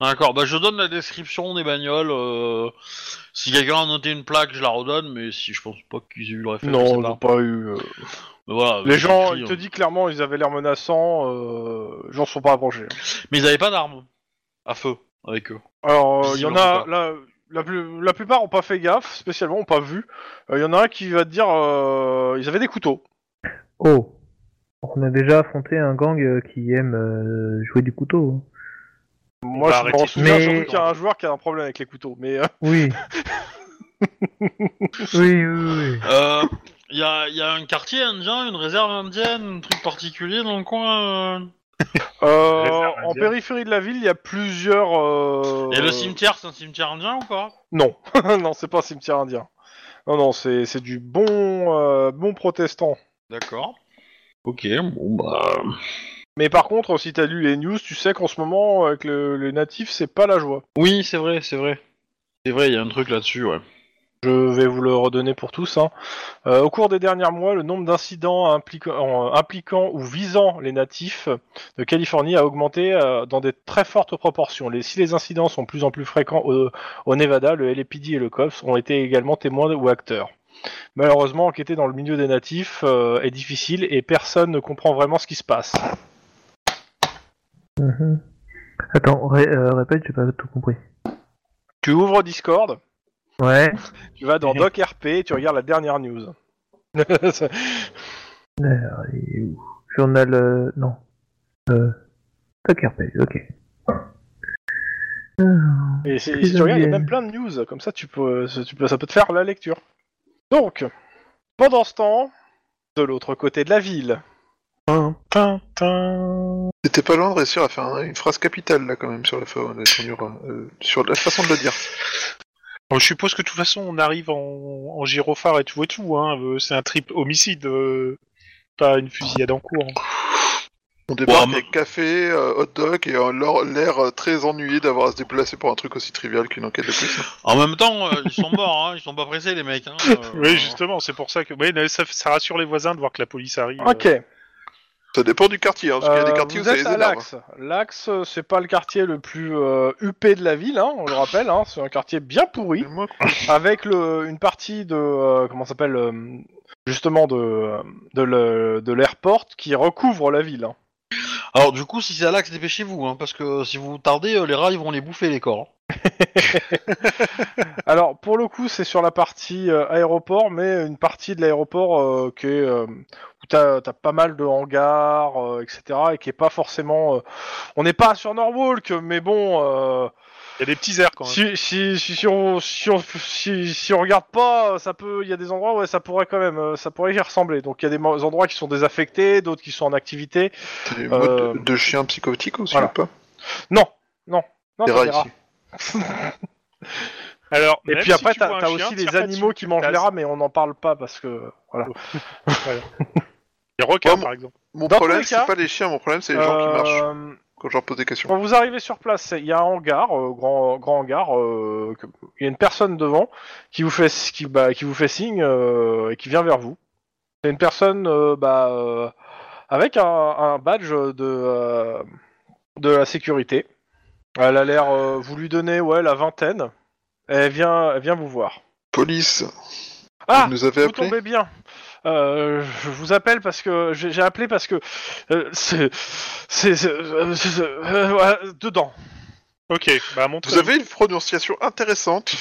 Speaker 2: D'accord, bah je donne la description des bagnoles. euh, Si quelqu'un a noté une plaque, je la redonne, mais si je pense pas qu'ils aient eu le réflexe. je sais
Speaker 1: Non,
Speaker 2: pas.
Speaker 1: n'ont pas eu. euh,
Speaker 2: Mais voilà,
Speaker 1: Les
Speaker 2: c'est
Speaker 1: gens,
Speaker 2: écrit,
Speaker 1: il te
Speaker 2: hein.
Speaker 1: dit clairement, ils avaient l'air menaçants, euh, les gens ne sont pas approchés.
Speaker 2: Mais ils avaient pas d'armes à feu avec eux.
Speaker 1: Alors, euh, il y en
Speaker 2: Visiblement
Speaker 1: a. La, la, plus- la plupart ont pas fait gaffe, spécialement, ont pas vu. Il y en a un qui va te dire euh, ils avaient des couteaux.
Speaker 5: Oh On a déjà affronté un gang euh, qui aime euh, jouer du couteau.
Speaker 1: Moi,
Speaker 3: va
Speaker 1: je
Speaker 3: arrêter
Speaker 1: m'en
Speaker 3: tout
Speaker 1: souviens
Speaker 5: ça.
Speaker 1: surtout
Speaker 5: Mais-
Speaker 1: qu'il y a un joueur qui a un problème avec les couteaux. Mais euh,
Speaker 5: Oui. oui, oui, oui.
Speaker 2: Euh, Il y, a, il y a un quartier indien, une réserve indienne, un truc particulier dans le coin. euh.
Speaker 1: euh,
Speaker 3: Réserve
Speaker 1: en
Speaker 3: indienne.
Speaker 1: périphérie de la ville, il y a plusieurs. euh,
Speaker 2: Et le cimetière, c'est un cimetière indien ou pas
Speaker 1: Non, non, c'est pas un cimetière indien. Non, non, c'est c'est du bon euh, bon protestant.
Speaker 2: D'accord. Ok, bon bah.
Speaker 1: Mais par contre, si t'as lu les news, tu sais qu'en ce moment, avec le- les natifs, c'est pas la joie.
Speaker 2: Oui, c'est vrai, c'est vrai. C'est vrai, il y a un truc là-dessus, ouais.
Speaker 1: Je vais vous le redonner pour tous. hein. Euh, au cours des derniers mois, le nombre d'incidents impliquant, euh, impliquant ou visant les natifs de Californie a augmenté euh, dans des très fortes proportions. Les- si les incidents sont de plus en plus fréquents au, au Nevada, le LAPD et le COPS ont été également témoins ou acteurs. Malheureusement, enquêter dans le milieu des natifs euh, est difficile et personne ne comprend vraiment ce qui se passe.
Speaker 5: Mhm. Attends, ré- euh, répète, j'ai pas tout compris.
Speaker 1: Tu ouvres Discord,
Speaker 5: Ouais,
Speaker 1: tu vas dans DocRP et tu regardes la dernière news.
Speaker 5: et où Journal. euh, non. Euh. Tucker Page, ok. Ah,
Speaker 1: Et c'est-
Speaker 5: Très
Speaker 1: et si tu regardes, il y a
Speaker 5: bien.
Speaker 1: même plein de news, comme ça tu peux, ça, tu peux- ça peut te faire la lecture. Donc, pendant ce temps, de l'autre côté de la ville,
Speaker 4: C'était pas loin de réussir à faire un- une phrase capitale là quand même sur la, fa- la tournure, euh, sur la façon de le dire.
Speaker 3: Bon, je suppose que de toute façon, on arrive en, en gyrophare et tout et tout. Hein. Euh, C'est un trip homicide, euh, pas une fusillade en cours.
Speaker 4: On débarque
Speaker 2: Ouais,
Speaker 4: avec café, euh, hot dog et euh, leur- l'air euh, très ennuyé d'avoir à se déplacer pour un truc aussi trivial qu'une enquête de police.
Speaker 2: En même temps, euh, ils sont morts, hein, ils sont pas pressés, les mecs. Hein, euh,
Speaker 3: Oui, justement, c'est pour ça que ouais, mais ça, ça rassure les voisins de voir que la police
Speaker 4: Euh,
Speaker 3: arrive.
Speaker 1: ok,
Speaker 4: Ça dépend du quartier, hein, parce qu'il y a des
Speaker 1: euh,
Speaker 4: quartiers où
Speaker 1: vous
Speaker 4: ça les
Speaker 1: êtes à
Speaker 4: énerve. hein.
Speaker 1: l'Axe. L'Axe, euh, c'est pas le quartier le plus euh, huppé de la ville, hein, on le rappelle, hein, c'est un quartier bien pourri,
Speaker 4: Mais moi,
Speaker 1: avec le, une partie de, euh, comment ça s'appelle, euh, justement de, euh, de, le- de l'airport qui recouvre la ville. hein.
Speaker 2: Alors du coup, si c'est à l'axe, dépêchez-vous, hein, parce que si vous tardez, euh, les rats ils vont les bouffer les corps. hein.
Speaker 1: Alors, pour le coup, c'est sur la partie euh, aéroport, mais une partie de l'aéroport euh, qui est, euh, où t'as as pas mal de hangars, euh, etc., et qui est pas forcément. euh, On n'est pas sur Norwalk, mais bon, euh,
Speaker 3: Il y a des petits airs quand même.
Speaker 1: si, si, si, si on, si, on, si, si on regarde pas, ça peut, il y a des endroits où ça pourrait quand même, euh, ça pourrait y ressembler. Donc, il y a des mo- endroits qui sont désaffectés, d'autres qui sont en activité.
Speaker 4: T'as des
Speaker 1: Euh,
Speaker 4: modes de, de chiens psychotiques aussi
Speaker 1: voilà.
Speaker 4: ou pas
Speaker 1: Non, non, non.
Speaker 4: Des
Speaker 1: c'est
Speaker 4: rats
Speaker 1: des rats.
Speaker 4: ici.
Speaker 3: Alors,
Speaker 1: Et
Speaker 3: même
Speaker 1: puis après,
Speaker 3: si tu
Speaker 1: t'as
Speaker 3: vois un
Speaker 1: t'as
Speaker 3: chien, tire
Speaker 1: aussi les
Speaker 3: pas
Speaker 1: animaux
Speaker 3: dessus,
Speaker 1: qui mangent les
Speaker 3: casse.
Speaker 1: rats, mais on n'en parle pas parce que voilà.
Speaker 3: Les requins,
Speaker 4: Ouais,
Speaker 3: par exemple.
Speaker 4: Mon
Speaker 1: Dans tous
Speaker 4: problème,
Speaker 1: les cas-
Speaker 4: c'est pas les chiens, mon problème, c'est les gens qui marchent
Speaker 1: Euh,
Speaker 4: quand je leur pose des questions.
Speaker 1: Quand vous arrivez sur place, c'est- il y a un hangar, euh, grand, grand hangar, euh, que- il y a une personne devant qui vous fait, qui, bah, qui vous fait signe euh, et qui vient vers vous. C'est une personne euh, bah, euh, avec un, un badge de, euh, de la sécurité. Elle a l'air, euh, vous lui donnez ouais, la vingtaine. Elle vient, elle vient vous voir.
Speaker 4: Police,
Speaker 1: Ah,
Speaker 4: vous nous avez
Speaker 1: vous
Speaker 4: appelé
Speaker 1: tombez bien. Euh, je vous appelle parce que j'ai j'ai appelé parce que euh, c'est c'est c'est- euh, c'est- euh, ouais, dedans.
Speaker 3: Ok, bah montre.
Speaker 4: Vous avez une prononciation intéressante.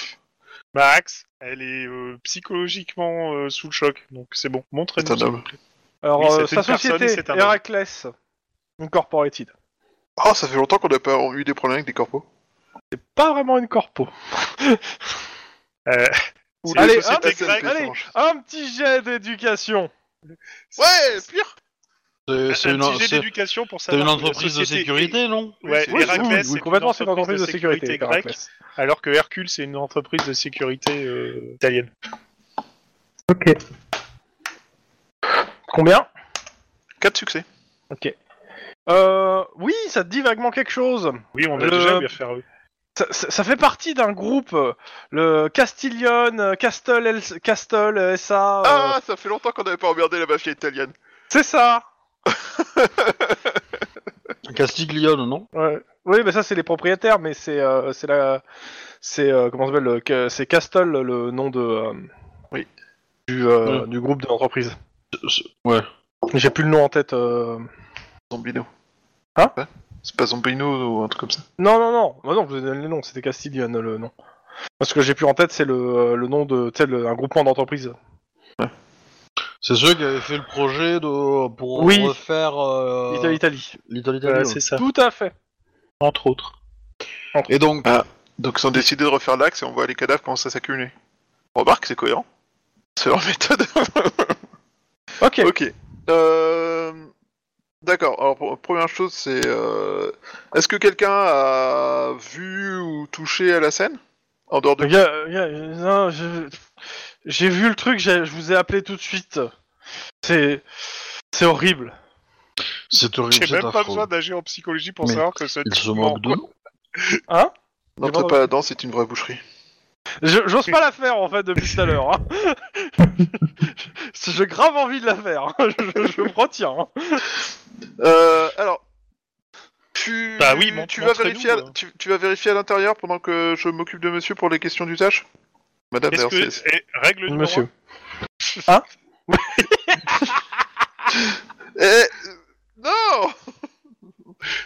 Speaker 3: Max, elle est euh, psychologiquement euh, sous le choc, donc c'est bon.
Speaker 4: C'est
Speaker 3: Montre-nous.
Speaker 4: un
Speaker 3: ça.
Speaker 4: homme.
Speaker 1: Alors,
Speaker 3: Oui,
Speaker 1: euh,
Speaker 3: c'est
Speaker 1: sa
Speaker 3: une personne et
Speaker 1: société,
Speaker 3: c'est un homme.
Speaker 1: Heracles Incorporated.
Speaker 4: Oh, ça fait longtemps qu'on n'a pas eu des problèmes avec des corpos.
Speaker 1: C'est pas vraiment une corpo.
Speaker 3: Euh,
Speaker 4: Ou
Speaker 3: c'est
Speaker 1: Allez,
Speaker 3: une société
Speaker 1: hop,
Speaker 4: SNP,
Speaker 1: allez,
Speaker 3: grecque.
Speaker 1: allez, un petit jet d'éducation.
Speaker 4: Ouais, pire
Speaker 2: C'est c'est
Speaker 3: Bah, Un
Speaker 2: une,
Speaker 3: petit jet
Speaker 2: c'est-
Speaker 3: d'éducation pour
Speaker 2: c'est
Speaker 3: savoir
Speaker 2: une
Speaker 3: que la
Speaker 2: entreprise de
Speaker 3: société
Speaker 2: sécurité, non
Speaker 3: est- Ouais,
Speaker 4: Oui, c'est-
Speaker 3: Héraclès,
Speaker 1: oui,
Speaker 3: c'est une
Speaker 1: complètement, c'est
Speaker 3: entreprise
Speaker 1: une entreprise de sécurité,
Speaker 3: grecque,
Speaker 1: Héraclès.
Speaker 3: alors que Hercule, c'est une entreprise de sécurité euh, italienne.
Speaker 5: Ok.
Speaker 1: Combien
Speaker 4: 4 succès.
Speaker 1: euh, Oui, ça te dit vaguement quelque chose.
Speaker 3: Oui, on a
Speaker 1: Le-
Speaker 3: déjà eu affaire à eux.
Speaker 1: Ça, ça- ça fait partie d'un groupe, euh, le Castillon, euh, Castle, El- Castle euh, SA. euh,
Speaker 4: Ah, ça fait longtemps qu'on n'avait pas emmerdé la mafia italienne.
Speaker 1: c'est ça
Speaker 2: Castiglione, non
Speaker 1: Ouais. Oui, mais ça c'est les propriétaires, mais c'est euh, c'est la c'est euh, comment ça s'appelle le- que- c'est Castle le nom de euh,
Speaker 4: Oui.
Speaker 1: du euh,
Speaker 2: Ouais.
Speaker 1: du groupe de l'entreprise.
Speaker 2: Ouais.
Speaker 1: J'ai plus le nom en tête. euh.
Speaker 4: Zombino.
Speaker 1: Hein
Speaker 4: Ouais. C'est pas Zombino ou un truc comme ça.
Speaker 1: Non non non, Bah non, je vous ai donné les noms. C'était Castillon le nom. Parce que j'ai plus en tête, c'est le, euh, le nom de tu sais, le- un groupement d'entreprises.
Speaker 2: C'est ceux qui avaient fait le projet de pour
Speaker 1: Oui.
Speaker 2: refaire euh,
Speaker 1: Little Italy.
Speaker 2: Little Italy,
Speaker 1: euh,
Speaker 3: Voilà,
Speaker 2: ouais.
Speaker 3: c'est ça,
Speaker 1: Tout à fait.
Speaker 3: entre autres.
Speaker 2: Et donc,
Speaker 4: Donc ils ont décidé de refaire l'axe et on voit les cadavres commencer à s'accumuler. Remarque, c'est cohérent. C'est leur méthode.
Speaker 1: Ok.
Speaker 4: ok. Euh, D'accord. Alors pour- première chose, c'est euh, est-ce que quelqu'un a vu ou touché à la scène en dehors de
Speaker 1: Il y a- il y a- non, je- j'ai vu le truc. j'ai- Je vous ai appelé tout de suite. C'est c'est horrible.
Speaker 2: c'est horrible,
Speaker 3: J'ai
Speaker 2: c'est
Speaker 3: même pas
Speaker 2: affreux.
Speaker 3: besoin d'agir en psychologie pour
Speaker 2: Mais
Speaker 3: savoir que ce
Speaker 2: Ils se
Speaker 3: type
Speaker 2: moquent
Speaker 3: ment,
Speaker 2: de
Speaker 3: quoi.
Speaker 2: nous.
Speaker 1: Hein
Speaker 4: N'entre pas là-dedans, c'est une vraie boucherie.
Speaker 1: Je- J'ose pas la faire en fait depuis tout à l'heure. hein. J'ai grave envie de la faire. hein. Je, je me retiens. hein.
Speaker 4: Euh, alors. Tu,
Speaker 3: Bah oui, mon-
Speaker 4: tu, vas
Speaker 3: montrez-nous,
Speaker 4: vérifier à,
Speaker 3: hein.
Speaker 4: tu, tu vas vérifier à l'intérieur pendant que je m'occupe de monsieur pour les questions d'usage Madame,
Speaker 3: Est-ce
Speaker 4: d'ailleurs, c'est-
Speaker 3: que. eh, règle numéro
Speaker 1: Monsieur.
Speaker 3: un.
Speaker 4: Eh euh, Non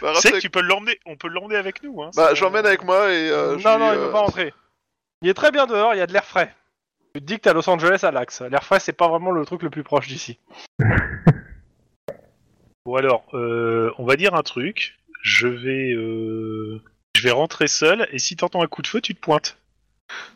Speaker 4: bah,
Speaker 3: Tu
Speaker 4: reste
Speaker 3: sais que
Speaker 4: avec-
Speaker 3: tu peux l'emmener, on peut l'emmener avec nous. Hein,
Speaker 4: bah,
Speaker 3: c'est-
Speaker 4: je l'emmène avec moi et. euh, je
Speaker 1: non,
Speaker 4: lui,
Speaker 1: non, il
Speaker 4: euh,
Speaker 1: peut pas rentrer. Il est très bien dehors, il y a de l'air frais. Tu te dis que t'es à Los Angeles à l'axe. L'air frais, c'est pas vraiment le truc le plus proche d'ici.
Speaker 3: Bon alors, euh, on va dire un truc. Je vais, euh, je vais rentrer seul. Et si t'entends un coup de feu, tu te pointes.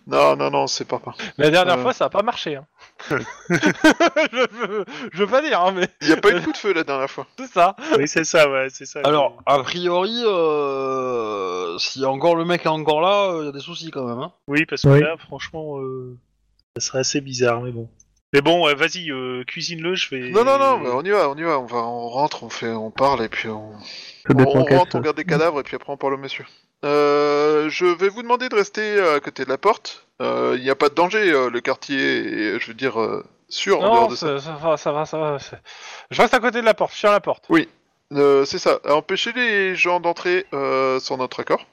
Speaker 4: Non, non, non, c'est pas pas.
Speaker 1: La dernière
Speaker 4: Euh.
Speaker 1: fois, ça a pas marché. hein. je, veux- je veux pas dire, hein, mais
Speaker 4: Il y a pas eu de coup de feu la dernière fois.
Speaker 1: c'est ça.
Speaker 3: Oui, c'est ça, ouais, c'est ça.
Speaker 2: Alors, a priori, euh, si encore le mec est encore là, il y a des soucis quand même. Hein.
Speaker 3: oui, parce que
Speaker 5: Oui.
Speaker 3: là, franchement, euh, ça serait assez bizarre, mais bon. Mais bon, euh, vas-y, euh, cuisine-le. Je vais.
Speaker 4: Non, non, non, bah, on y va, on y va, on va, on rentre, on fait, on parle et puis on.
Speaker 5: Ça
Speaker 4: on-
Speaker 5: dépend
Speaker 4: on
Speaker 5: quelle
Speaker 4: rentre, on
Speaker 5: sauce.
Speaker 4: regarde des cadavres et puis après on parle au monsieur. Euh, je vais vous demander de rester à côté de la porte. Euh, Il n'y a pas de danger, euh, le quartier est, je veux dire, euh, sûr en dehors
Speaker 1: Non,
Speaker 4: de ça.
Speaker 1: ça, ça va, ça va, ça va. c'est- Je reste à côté de la porte, je suis à la porte.
Speaker 4: Euh, c'est ça, empêcher les gens d'entrer euh, sans notre accord.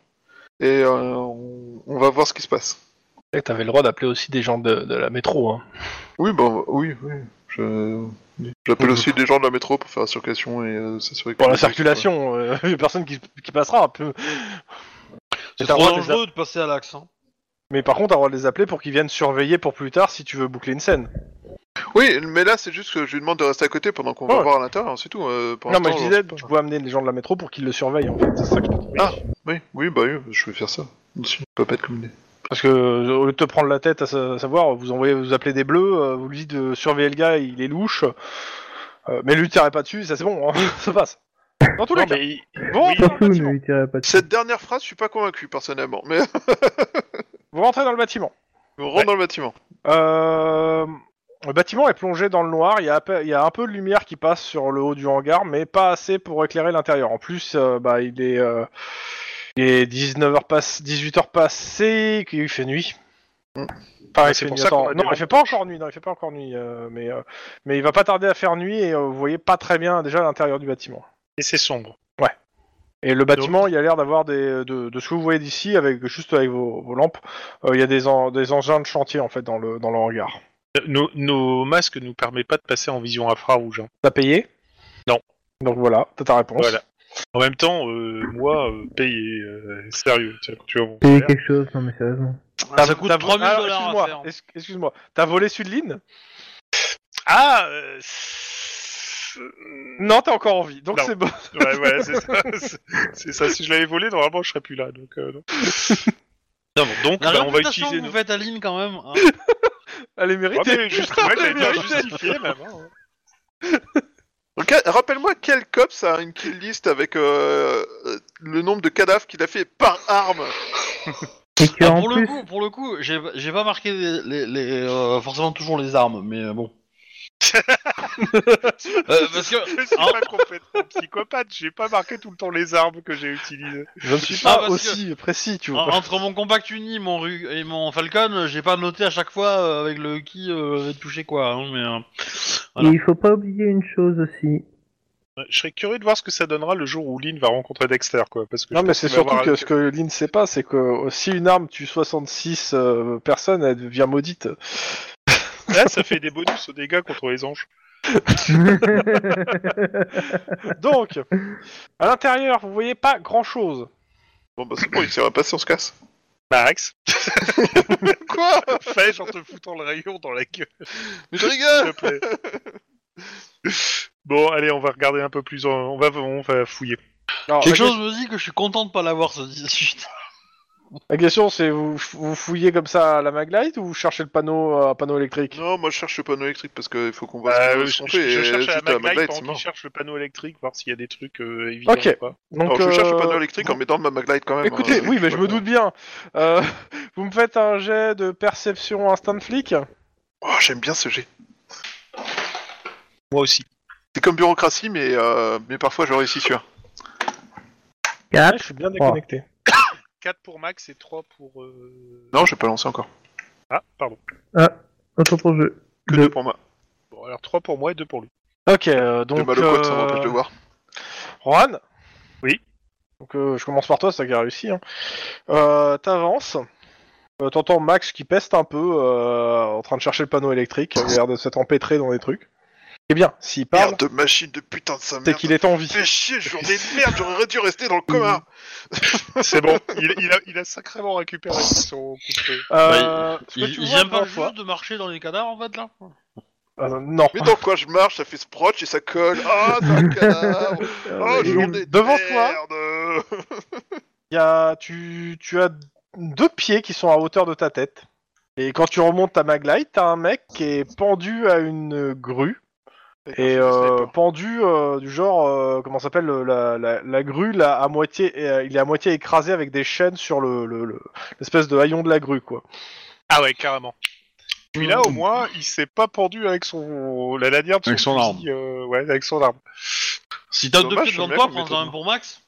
Speaker 4: Et euh, on- on va voir ce qui se passe.
Speaker 2: hein.
Speaker 1: T'avais le droit d'appeler aussi des gens de, la métro.
Speaker 4: Oui, bah oui, oui. Je- J'appelle aussi les gens de la métro pour faire la circulation et euh, s'assurer que.
Speaker 1: Pour la circulation, euh, il y a personne qui, qui passera un peu.
Speaker 2: C'est
Speaker 1: t'as
Speaker 2: trop
Speaker 1: le droit de les
Speaker 2: dangereux de passer à l'axe. hein.
Speaker 1: Mais par contre, t'as le droit de les appeler pour qu'ils viennent surveiller pour plus tard si tu veux boucler une scène.
Speaker 4: Oui, mais là c'est juste que je lui demande de rester à côté pendant qu'on
Speaker 1: Ouais.
Speaker 4: va voir à l'intérieur, c'est tout. euh, pour
Speaker 1: non, mais
Speaker 4: l'instant,
Speaker 1: je
Speaker 4: j'en
Speaker 1: disais, Ah.
Speaker 4: sais pas.
Speaker 1: tu peux amener les gens de la métro pour qu'ils le surveillent en fait. C'est ça que je te dis.
Speaker 4: Oui, oui, bah oui, je vais faire ça. Sinon, je peux pas être comme des.
Speaker 1: Parce que euh, au lieu de te prendre la tête à sa- savoir, vous envoyez, vous appelez des bleus, euh, vous lui dites de surveiller le gars, il est louche. Euh, mais lui tirez pas dessus, ça c'est bon, hein, ça passe. Dans tous les
Speaker 3: Non,
Speaker 1: cas.
Speaker 3: mais
Speaker 1: Bon,
Speaker 3: oui.
Speaker 1: dans le
Speaker 5: Surtout, ne
Speaker 1: bâtiment.
Speaker 5: lui tirez pas de
Speaker 4: Cette dernière phrase, je suis pas convaincu personnellement, mais
Speaker 1: vous rentrez dans le bâtiment.
Speaker 4: on rentre dans le bâtiment.
Speaker 1: Euh, le bâtiment est plongé dans le noir. Il y, a, à pe- il y a un peu de lumière qui passe sur le haut du hangar, mais pas assez pour éclairer l'intérieur. En plus, euh, bah, il est, euh, il est 19h pass... 18h passé, qu'il fait nuit.
Speaker 4: Mm.
Speaker 1: Enfin, il
Speaker 3: c'est
Speaker 1: fait
Speaker 3: pour
Speaker 1: nuit,
Speaker 3: ça qu'on
Speaker 1: attends,
Speaker 3: a des
Speaker 1: non, il fait pas encore nuit. Non, il fait pas encore nuit. euh, mais, euh, mais il va pas tarder à faire nuit et euh, vous voyez pas très bien déjà l'intérieur du bâtiment.
Speaker 3: et c'est sombre.
Speaker 1: Et le bâtiment, il a l'air d'avoir des de, de ce que vous voyez d'ici avec juste avec vos, vos lampes, euh, il y a des, en- des engins de chantier en fait dans le dans le hangar.
Speaker 3: Nos, nos masques nous permettent pas de passer en vision infrarouge. hein.
Speaker 1: T'as payé
Speaker 3: Non.
Speaker 1: Donc voilà, t'as ta réponse.
Speaker 3: Voilà. En même temps, euh, moi, euh, payé, euh, sérieux. tu sais, quand tu vois mon
Speaker 5: Payer
Speaker 3: salaire.
Speaker 5: quelque chose, non mais sérieusement.
Speaker 1: T'as-
Speaker 2: Ça coûte
Speaker 1: t'as-
Speaker 2: 3000
Speaker 1: alors,
Speaker 2: dollars à
Speaker 1: excuse-moi,
Speaker 2: faire.
Speaker 1: es- Excuse-moi, t'as volé Sudline
Speaker 3: Ah euh, c'est-
Speaker 1: euh, Non, t'as encore envie, donc
Speaker 3: Non.
Speaker 1: c'est bon.
Speaker 3: Ouais, voilà, c'est ça. C'est- C'est ça. Si je l'avais volé, normalement, je serais plus là. Donc, euh, non. Non, bon, donc,
Speaker 2: La
Speaker 3: bah, on va
Speaker 2: réputation
Speaker 3: utiliser.
Speaker 2: que vous
Speaker 3: Nos...
Speaker 2: faites à Lynn quand même. hein.
Speaker 1: Elle est
Speaker 3: Ouais,
Speaker 1: méritée.
Speaker 3: mais juste, le mec a bien
Speaker 1: Vérité.
Speaker 3: justifié, même. hein.
Speaker 4: Donc, euh, rappelle-moi quel cop ça a une kill list avec euh, euh, le nombre de cadavres qu'il a fait par arme.
Speaker 5: Et que
Speaker 2: Ah,
Speaker 5: en
Speaker 2: pour, le
Speaker 5: plus,
Speaker 2: coup, pour le coup, j'ai j'ai pas marqué les, les- les, euh, forcément toujours les armes, mais euh, bon. Euh, parce que
Speaker 3: Je suis
Speaker 2: Ah.
Speaker 3: pas complètement psychopathe. J'ai pas marqué tout le temps les armes que j'ai utilisées.
Speaker 1: Je ne suis
Speaker 2: Ah,
Speaker 1: pas
Speaker 2: parce Ah,
Speaker 1: aussi précis, tu vois.
Speaker 2: en- entre mon compact uni, mon Ru- et mon Falcon, j'ai pas noté à chaque fois euh, avec le qui euh, toucher quoi. hein, mais euh, Voilà.
Speaker 5: il faut pas oublier une chose aussi.
Speaker 3: Ouais, Je serais curieux de voir ce que ça donnera le jour où Lynn va rencontrer Dexter, quoi. Parce que
Speaker 1: Non,
Speaker 3: je
Speaker 1: mais
Speaker 3: pense
Speaker 1: c'est
Speaker 3: qu'il va
Speaker 1: surtout
Speaker 3: avoir
Speaker 1: que
Speaker 3: un-
Speaker 1: ce que Lynn sait pas, c'est que euh, si une arme tue 66 euh, personnes, elle devient maudite.
Speaker 3: Là, ça fait des bonus aux dégâts contre les anges.
Speaker 1: Donc, à l'intérieur, vous voyez pas grand chose.
Speaker 4: Bon, bah c'est bon, il s'est rien passé, on se casse.
Speaker 3: Max,
Speaker 4: Quoi
Speaker 3: fais en te foutant le rayon dans la gueule,
Speaker 4: Mais je
Speaker 3: s'il
Speaker 4: rigole
Speaker 3: te plaît. Bon, allez, on va regarder un peu plus. en- On va, on va fouiller.
Speaker 1: Alors, la,
Speaker 2: quelque chose me dit que je suis content de pas l'avoir ce 18.
Speaker 1: question- la question, c'est vous, vous fouillez comme ça à la maglite ou vous cherchez le panneau, euh, panneau électrique
Speaker 4: Non, moi je cherche le panneau électrique parce qu'il faut qu'on voit
Speaker 3: Bah,
Speaker 4: ce qu'on-
Speaker 3: je,
Speaker 4: ce qu'on
Speaker 3: je-
Speaker 4: fait.
Speaker 3: je
Speaker 4: et
Speaker 3: cherche à la
Speaker 4: si t'as
Speaker 3: maglite
Speaker 4: Maglite, c'est
Speaker 3: pendant que
Speaker 4: mort.
Speaker 3: je cherche le panneau électrique, voir s'il y a des trucs euh, évidents
Speaker 1: Ok.
Speaker 3: ou pas.
Speaker 1: Donc,
Speaker 4: Alors, je cherche le
Speaker 1: euh,
Speaker 4: panneau électrique en
Speaker 1: bon.
Speaker 4: mettant ma maglite quand même.
Speaker 1: Écoutez,
Speaker 4: hein.
Speaker 1: oui, mais je me doute bien. Euh, vous me faites un jet de perception instant flic
Speaker 4: Oh, j'aime bien ce jet.
Speaker 3: Moi aussi.
Speaker 4: C'est comme bureaucratie, mais, euh, mais parfois je réussis sûr.
Speaker 1: Ouais,
Speaker 5: 4,
Speaker 1: Je suis bien
Speaker 5: Trois.
Speaker 1: déconnecté.
Speaker 3: 4 pour Max et 3 pour. euh,
Speaker 4: Non, j'ai pas lancé encore.
Speaker 3: Ah, pardon.
Speaker 5: autant pour le jeu.
Speaker 4: Que
Speaker 5: Deux.
Speaker 4: deux pour moi.
Speaker 3: Bon, alors 3 pour moi et 2 pour lui.
Speaker 1: Ok, euh,
Speaker 4: J'ai
Speaker 1: donc.
Speaker 4: mal au Eh ben, code, ça
Speaker 1: euh,
Speaker 4: m'empêche de voir.
Speaker 1: Juan
Speaker 3: Oui.
Speaker 1: Donc euh, je commence par toi, c'est toi qui as réussi. Hein. Euh, T'avances. Euh, T'entends Max qui peste un peu euh, en train de chercher le panneau électrique. Il a l'air de s'être empêtré dans des trucs. Eh bien, s'il parle,
Speaker 4: Merde de machine de putain de sa
Speaker 1: c'est
Speaker 4: mère.
Speaker 1: qu'il est en vie.
Speaker 4: Fais chier, je jour des merdes, j'aurais dû rester dans le coma.
Speaker 3: C'est bon, il, il a, il a sacrément récupéré son coup de feu.
Speaker 1: Euh, ce que
Speaker 2: Il,
Speaker 1: tu
Speaker 2: il
Speaker 1: vois
Speaker 2: aime pas
Speaker 1: devant
Speaker 2: le
Speaker 1: toi-
Speaker 2: jeu de marcher dans les cadavres en fait là.
Speaker 1: Euh, Non.
Speaker 4: Mais dans quoi je marche, ça fait sprotch et ça colle. Ah, c'est un cadavre. Oh,
Speaker 3: Ah,
Speaker 1: Et
Speaker 4: jour
Speaker 1: donc,
Speaker 4: des
Speaker 1: devant
Speaker 4: merdes. toi.
Speaker 1: Il y a, tu, tu as deux pieds qui sont à hauteur de ta tête. Et quand tu remontes ta maglite, t'as un mec qui est pendu à une grue. Et euh, pendu euh, du genre, euh, comment ça s'appelle euh, la, la, la grue, là, à moitié, euh, il est à moitié écrasé avec des chaînes sur le, le- le- l'espèce de haillon de la grue, quoi.
Speaker 3: Ah ouais, carrément. Puis là, au moins, il s'est pas pendu avec son la lanière de son
Speaker 2: Hmm. Avec son
Speaker 3: fusil, euh, ouais, avec son arme.
Speaker 2: Si t'as deux
Speaker 4: Dommage,
Speaker 2: pieds devant
Speaker 4: ce mec,
Speaker 2: toi,
Speaker 4: on
Speaker 2: prends
Speaker 4: m'étonne.
Speaker 2: un pour Max.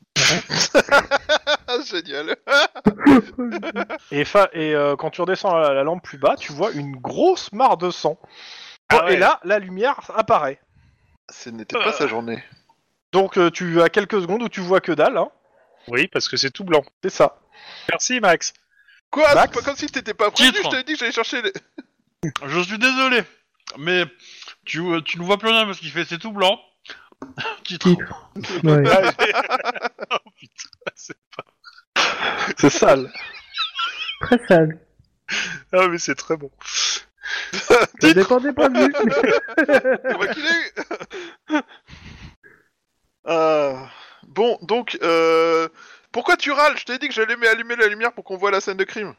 Speaker 4: Ah, génial.
Speaker 1: Et, fa- et euh, quand tu redescends la, la lampe plus bas, tu vois une grosse mare de sang.
Speaker 3: Ah
Speaker 1: Bon,
Speaker 3: ouais.
Speaker 1: Et là, la lumière apparaît.
Speaker 4: Ce n'était pas sa journée.
Speaker 1: Donc euh, tu as quelques secondes où tu vois que dalle, hein.
Speaker 3: Oui, parce que c'est tout blanc.
Speaker 1: c'est ça.
Speaker 3: Merci, Max.
Speaker 4: Quoi C'est
Speaker 1: Max
Speaker 4: pas comme si t'étais pas prévenu,
Speaker 2: Titre.
Speaker 4: je t'avais dit que j'allais chercher les...
Speaker 2: Je suis désolé, mais Tu, euh, tu ne vois plus rien parce qu'il fait c'est tout blanc. Titre.
Speaker 5: Titre. Ouais.
Speaker 1: C'est sale.
Speaker 5: Très sale.
Speaker 3: Ah, mais c'est très bon.
Speaker 5: Ça dépend des points de vue. mais-
Speaker 4: On voit qu'il est Euh, Bon, donc, euh, pourquoi tu râles Je t'ai dit que j'allais mais allumer la lumière pour qu'on voit la scène de crime.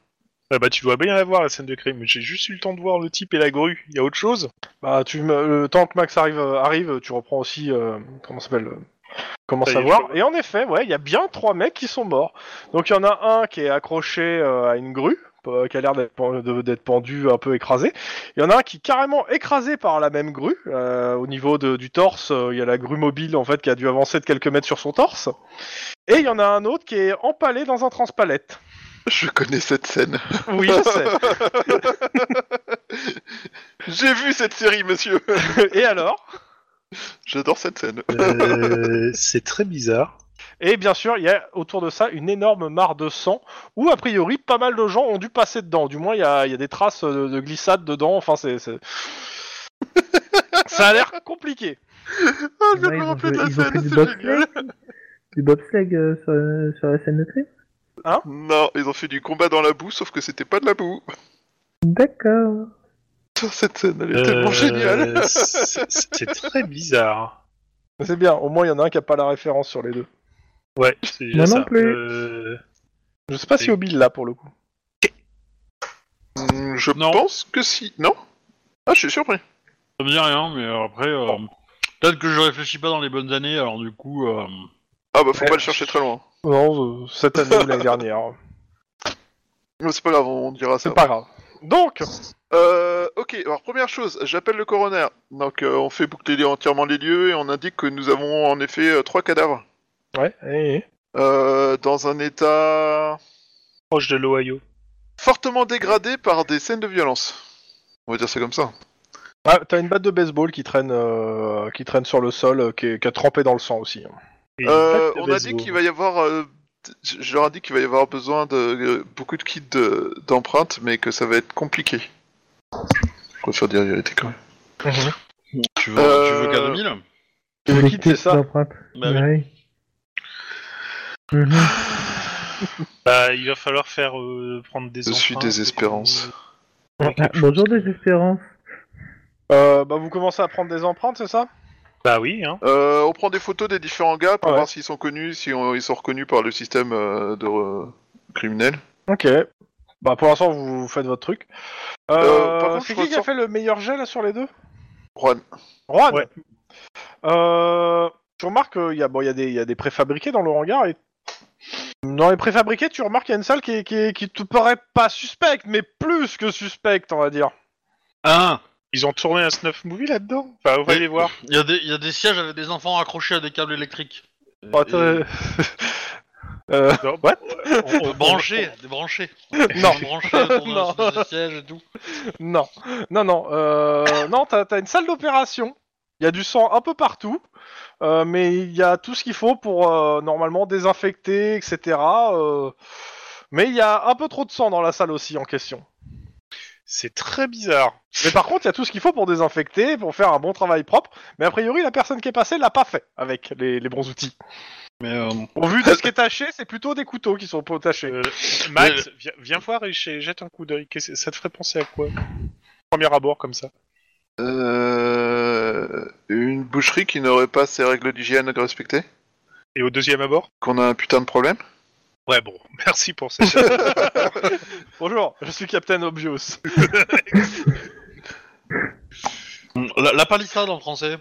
Speaker 3: Ah bah, tu dois bien la voir, la scène de crime. J'ai juste eu le temps de voir le type et la grue. Il y a autre chose
Speaker 1: Bah, tu me- le temps que Max arrive, euh, arrive tu reprends aussi. euh, comment ça s'appelle euh, Comment
Speaker 3: Ça y est,
Speaker 1: savoir
Speaker 3: je
Speaker 1: Et en effet, ouais, il y a bien trois mecs qui sont morts. Donc il y en a un qui est accroché euh, à une grue, euh, qui a l'air d'être pen- de- d'être pendu, un peu écrasé. Il y en a un qui est carrément écrasé par la même grue. euh, au niveau de- du torse, euh, il y a la grue mobile en fait qui a dû avancer de quelques mètres sur son torse. Et il y en a un autre qui est empalé dans un transpalette.
Speaker 4: Je connais cette scène.
Speaker 1: Oui, je sais.
Speaker 4: J'ai vu cette série, monsieur.
Speaker 1: Et alors
Speaker 4: J'adore cette scène.
Speaker 3: Euh, C'est très bizarre.
Speaker 1: Et bien sûr, il y a autour de ça une énorme mare de sang où, a priori, pas mal de gens ont dû passer dedans. Du moins, il y a, il y a des traces euh, de, de glissade dedans. Enfin, c'est. c'est- ça a l'air compliqué.
Speaker 4: Ah, je
Speaker 5: Ouais,
Speaker 4: me
Speaker 5: ils, ont
Speaker 4: rappelle de la
Speaker 5: joué- ils ont fait
Speaker 4: scène,
Speaker 5: du
Speaker 4: c'est génial.
Speaker 5: bobsleigh. Du bobsleigh euh, sur, euh, sur la scène de crime.
Speaker 4: Non, ils ont fait du combat dans la boue, sauf que c'était pas de la boue.
Speaker 5: D'accord.
Speaker 4: Putain, Cette scène, elle est
Speaker 3: Euh,
Speaker 4: tellement géniale.
Speaker 3: c'est- C'est très bizarre.
Speaker 1: C'est bien, au moins, il y en a un qui a pas la référence sur les deux.
Speaker 3: Ouais, c'est déjà
Speaker 5: Moi non
Speaker 3: ça.
Speaker 5: plus.
Speaker 3: Euh,
Speaker 1: Je sais pas si Obi là pour le coup.
Speaker 4: Hmm, Je
Speaker 2: Non.
Speaker 4: pense que si. Non Ah, je suis surpris.
Speaker 2: Ça me dit rien, mais euh, après, euh, peut-être que je réfléchis pas dans les bonnes années, alors du coup. euh,
Speaker 4: Ah, bah faut
Speaker 1: Ouais.
Speaker 4: pas le chercher très loin.
Speaker 1: Non, euh, cette année ou l'année dernière.
Speaker 4: Mais c'est pas grave, on dira ça.
Speaker 1: C'est pas grave. Donc,
Speaker 4: Euh, ok, alors première chose, j'appelle le coroner. Donc euh, on fait boucler entièrement les lieux et on indique que nous avons en effet euh, trois cadavres.
Speaker 1: ouais, eh, eh.
Speaker 4: Euh, dans un état
Speaker 3: proche de l'Ohio.
Speaker 4: fortement dégradé par des scènes de violence. On va dire ça comme ça.
Speaker 1: Ah, t'as une batte de baseball qui traîne, euh, qui traîne sur le sol, euh, qui, est- qui a trempé dans le sang aussi. hein.
Speaker 3: Et
Speaker 4: Euh,
Speaker 3: une batte de
Speaker 4: on a dit
Speaker 3: baseball.
Speaker 4: qu'il va y avoir... euh, je je leur ai dit qu'il va y avoir besoin de euh, beaucoup de kits de- d'empreintes, mais que ça va être compliqué. Je préfère dire la vérité quand même.
Speaker 2: tu veux,
Speaker 4: Euh,
Speaker 2: tu veux K2000
Speaker 1: Le
Speaker 5: Des
Speaker 1: kit, c'est ça.
Speaker 5: d'empreintes.
Speaker 2: Bah oui.
Speaker 5: Ouais. Mhm.
Speaker 3: Bah, il va falloir faire euh, prendre des.
Speaker 4: Je suis
Speaker 3: empreintes et-
Speaker 4: désespérance.
Speaker 5: Ah, bonjour Désespérance.
Speaker 1: Euh, bah, vous commencez à prendre des empreintes, c'est ça
Speaker 3: Bah oui, hein.
Speaker 4: Euh, on prend des photos des différents gars pour
Speaker 1: Ouais.
Speaker 4: voir s'ils sont connus, si on- ils sont reconnus par le système euh, de re- criminel.
Speaker 1: Ok. Bah pour l'instant vous, vous faites votre truc. Euh,
Speaker 4: Euh, par contre,
Speaker 1: c'est
Speaker 4: je
Speaker 1: qui qui a
Speaker 4: ressens-
Speaker 1: fait le meilleur jet là sur les deux
Speaker 4: Juan.
Speaker 1: Juan.
Speaker 3: Ouais.
Speaker 1: Euh, tu remarques qu'il y a bon il y a des il y a des préfabriqués dans le hangar et dans les préfabriqués tu remarques qu'il y a une salle qui est- qui, est- qui te paraît pas suspecte mais plus que suspecte on va dire.
Speaker 2: Un
Speaker 3: Ils ont tourné un snuff movie là-dedans. Enfin, on va
Speaker 2: Oui.
Speaker 3: les voir.
Speaker 2: Ah, Il y, a des- il y a des sièges avec des enfants accrochés à des câbles électriques.
Speaker 4: Bah,
Speaker 1: Pas très- Euh,
Speaker 3: Non,
Speaker 1: What
Speaker 3: on- on-
Speaker 2: Euh, branchés, débranchés.
Speaker 1: non
Speaker 2: Branchés autour de-
Speaker 1: Non.
Speaker 2: autour des sièges et tout.
Speaker 1: non non non euh, non t'as t'as une salle d'opération. Il y a du sang un peu partout. Euh, mais il y a tout ce qu'il faut pour euh, normalement désinfecter, etc. euh, Mais il y a un peu trop de sang dans la salle aussi en question.
Speaker 3: C'est très bizarre.
Speaker 1: Mais par contre, il y a tout ce qu'il faut pour désinfecter, pour faire un bon travail propre. Mais a priori, la personne qui est passée l'a pas fait avec les, les bons outils.
Speaker 2: Mais euh,
Speaker 1: Au vu de ce qui est taché, c'est plutôt des couteaux qui sont pas tachés.
Speaker 3: Euh, Max, viens, viens voir et j- jette un coup d'œil. Qu'est-ce- Ça te ferait penser à quoi Premier abord comme ça.
Speaker 4: Euh, une boucherie qui n'aurait pas ses règles d'hygiène respectées
Speaker 3: Et au deuxième abord
Speaker 4: Qu'on a un putain de problème
Speaker 3: Ouais, bon. Merci pour cette.
Speaker 1: Bonjour, je suis Captain Obvious.
Speaker 2: Mm, la, la palissade en français.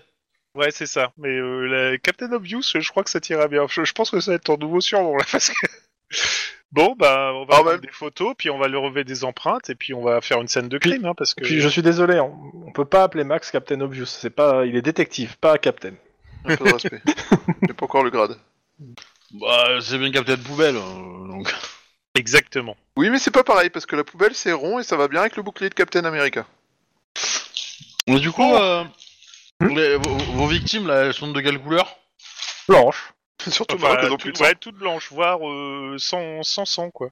Speaker 3: ouais, c'est ça. Mais euh, la- Captain Obvious, je crois que ça t'irait bien. Je, je pense que ça va être ton nouveau surnom là. Parce que... Bon, bah, on va
Speaker 4: Ah,
Speaker 3: prendre
Speaker 4: même-
Speaker 3: des photos, puis on va lever des empreintes, et puis on va faire une scène de crime, hein, parce que.
Speaker 1: Puis je suis désolé, hein, on peut pas appeler Max Captain Obvious. C'est pas, il est détective, pas Captain.
Speaker 4: Un peu de respect. J'ai pas encore le grade.
Speaker 2: Bah, c'est bien capté de poubelle. euh, donc.
Speaker 3: Exactement.
Speaker 4: Oui, mais c'est pas pareil, parce que la poubelle c'est rond et ça va bien avec le bouclier de Captain America.
Speaker 2: Mais du coup, euh, les- vos, vos victimes, là, elles sont de quelle couleur
Speaker 1: Blanche.
Speaker 4: Surtout
Speaker 3: Enfin,
Speaker 4: maintenant qu'elles ont
Speaker 3: tout-
Speaker 4: plus de sang.
Speaker 3: ouais, toute blanche, voire euh, sans, sans sang, quoi.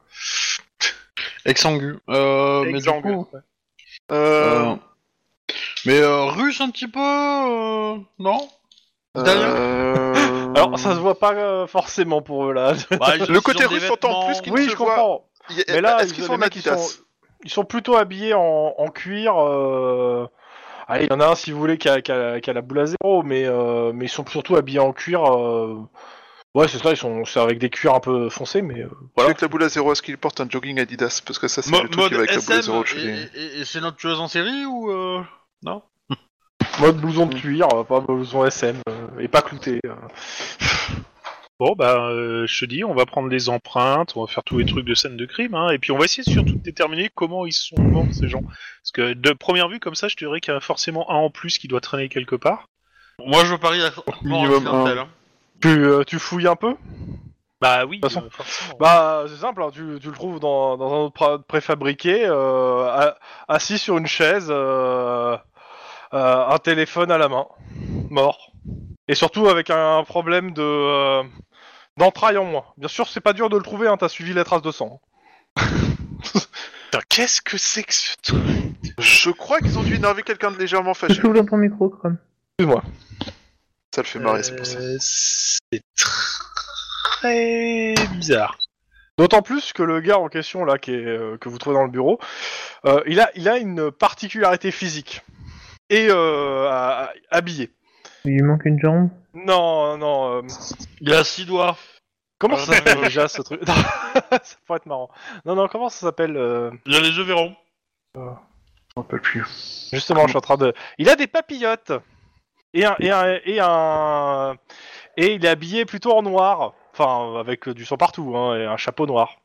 Speaker 2: Exsangue. Euh, mais du
Speaker 3: Exsangue.
Speaker 2: coup,
Speaker 3: Ouais.
Speaker 4: Euh,
Speaker 2: euh, Mais euh, russe un petit peu, euh, non Italien
Speaker 4: Euh,
Speaker 1: Alors, ça se voit pas euh, forcément pour eux là.
Speaker 2: Bah, ils-
Speaker 4: Le
Speaker 2: ils
Speaker 4: côté
Speaker 2: ont des
Speaker 4: russe s'entend
Speaker 2: vêtements-
Speaker 4: plus qu'ils-
Speaker 1: oui,
Speaker 4: se
Speaker 1: je
Speaker 4: voit.
Speaker 1: comprends.
Speaker 4: y a-
Speaker 1: Mais là,
Speaker 4: est-ce qu'ils
Speaker 1: ils-
Speaker 4: sont
Speaker 1: les mecs, ils
Speaker 4: Makitas
Speaker 1: sont- Ils sont plutôt habillés en, en cuir. euh, Allez, il y en a un, si vous voulez, qui a, qui a- qui a la boule à zéro, mais, euh, mais ils sont surtout habillés en cuir. euh, Ouais, c'est ça, ils sont c'est avec des cuirs un peu foncés, mais. euh,
Speaker 4: Voilà. Avec la boule à zéro, est-ce qu'il porte un jogging Adidas Parce que ça, c'est
Speaker 2: Mo-
Speaker 4: le truc
Speaker 2: mode
Speaker 4: qui va avec la boule à
Speaker 2: SM,
Speaker 4: zéro. chez les-
Speaker 2: et, et- et c'est notre tueuse en série ou euh, non
Speaker 1: Mode blouson de
Speaker 4: Mm.
Speaker 1: cuir, euh, pas blouson SM, euh, et pas clouté. euh.
Speaker 3: Bon, bah, euh, je te dis, on va prendre des empreintes, on va faire tous les trucs de scène de crime, hein, et puis on va essayer surtout de déterminer comment ils sont morts, ces gens. Parce que de première vue, comme ça, je te dirais qu'il y en a forcément un en plus qui doit traîner quelque part.
Speaker 2: Moi je parie à
Speaker 4: Minimum
Speaker 2: accidentel, hein.
Speaker 1: Tu, euh, tu fouilles un peu
Speaker 3: Bah oui,
Speaker 1: De toute façon.
Speaker 3: euh, forcément.
Speaker 1: Bah, c'est simple, hein, tu, tu le trouves dans, dans un autre pra- préfabriqué, euh, a- assis sur une chaise, euh, euh, un téléphone à la main, mort. Et surtout avec un problème de euh, d'entrailles en moins. Bien sûr, c'est pas dur de le trouver, hein, t'as suivi la trace de sang.
Speaker 3: Putain, qu'est-ce que c'est que ce truc
Speaker 4: Je crois qu'ils ont dû énerver quelqu'un de légèrement
Speaker 5: Je
Speaker 4: fâché.
Speaker 5: t'ouvre dans ton micro, Chrome.
Speaker 4: Ça le fait marrer, c'est pour ça.
Speaker 3: Euh, C'est très bizarre.
Speaker 1: D'autant plus que le gars en question là, qui est, euh, que vous trouvez dans le bureau, euh, il, a, il a une particularité physique et euh, à- à- habillé.
Speaker 5: Il lui manque une jambe.
Speaker 1: Non, non. euh,
Speaker 2: Il a six doigts.
Speaker 1: comment
Speaker 2: Ah,
Speaker 1: ça
Speaker 2: non,
Speaker 1: s'appelle
Speaker 2: non.
Speaker 1: déjà ce truc Non, Ça pourrait être marrant. Non, non. Comment ça s'appelle euh,
Speaker 2: Il a les yeux verrons.
Speaker 1: Justement, je suis en train de. Il a des papillotes et un et un et un et il est habillé plutôt en noir, enfin avec du sang partout, hein, et un chapeau noir.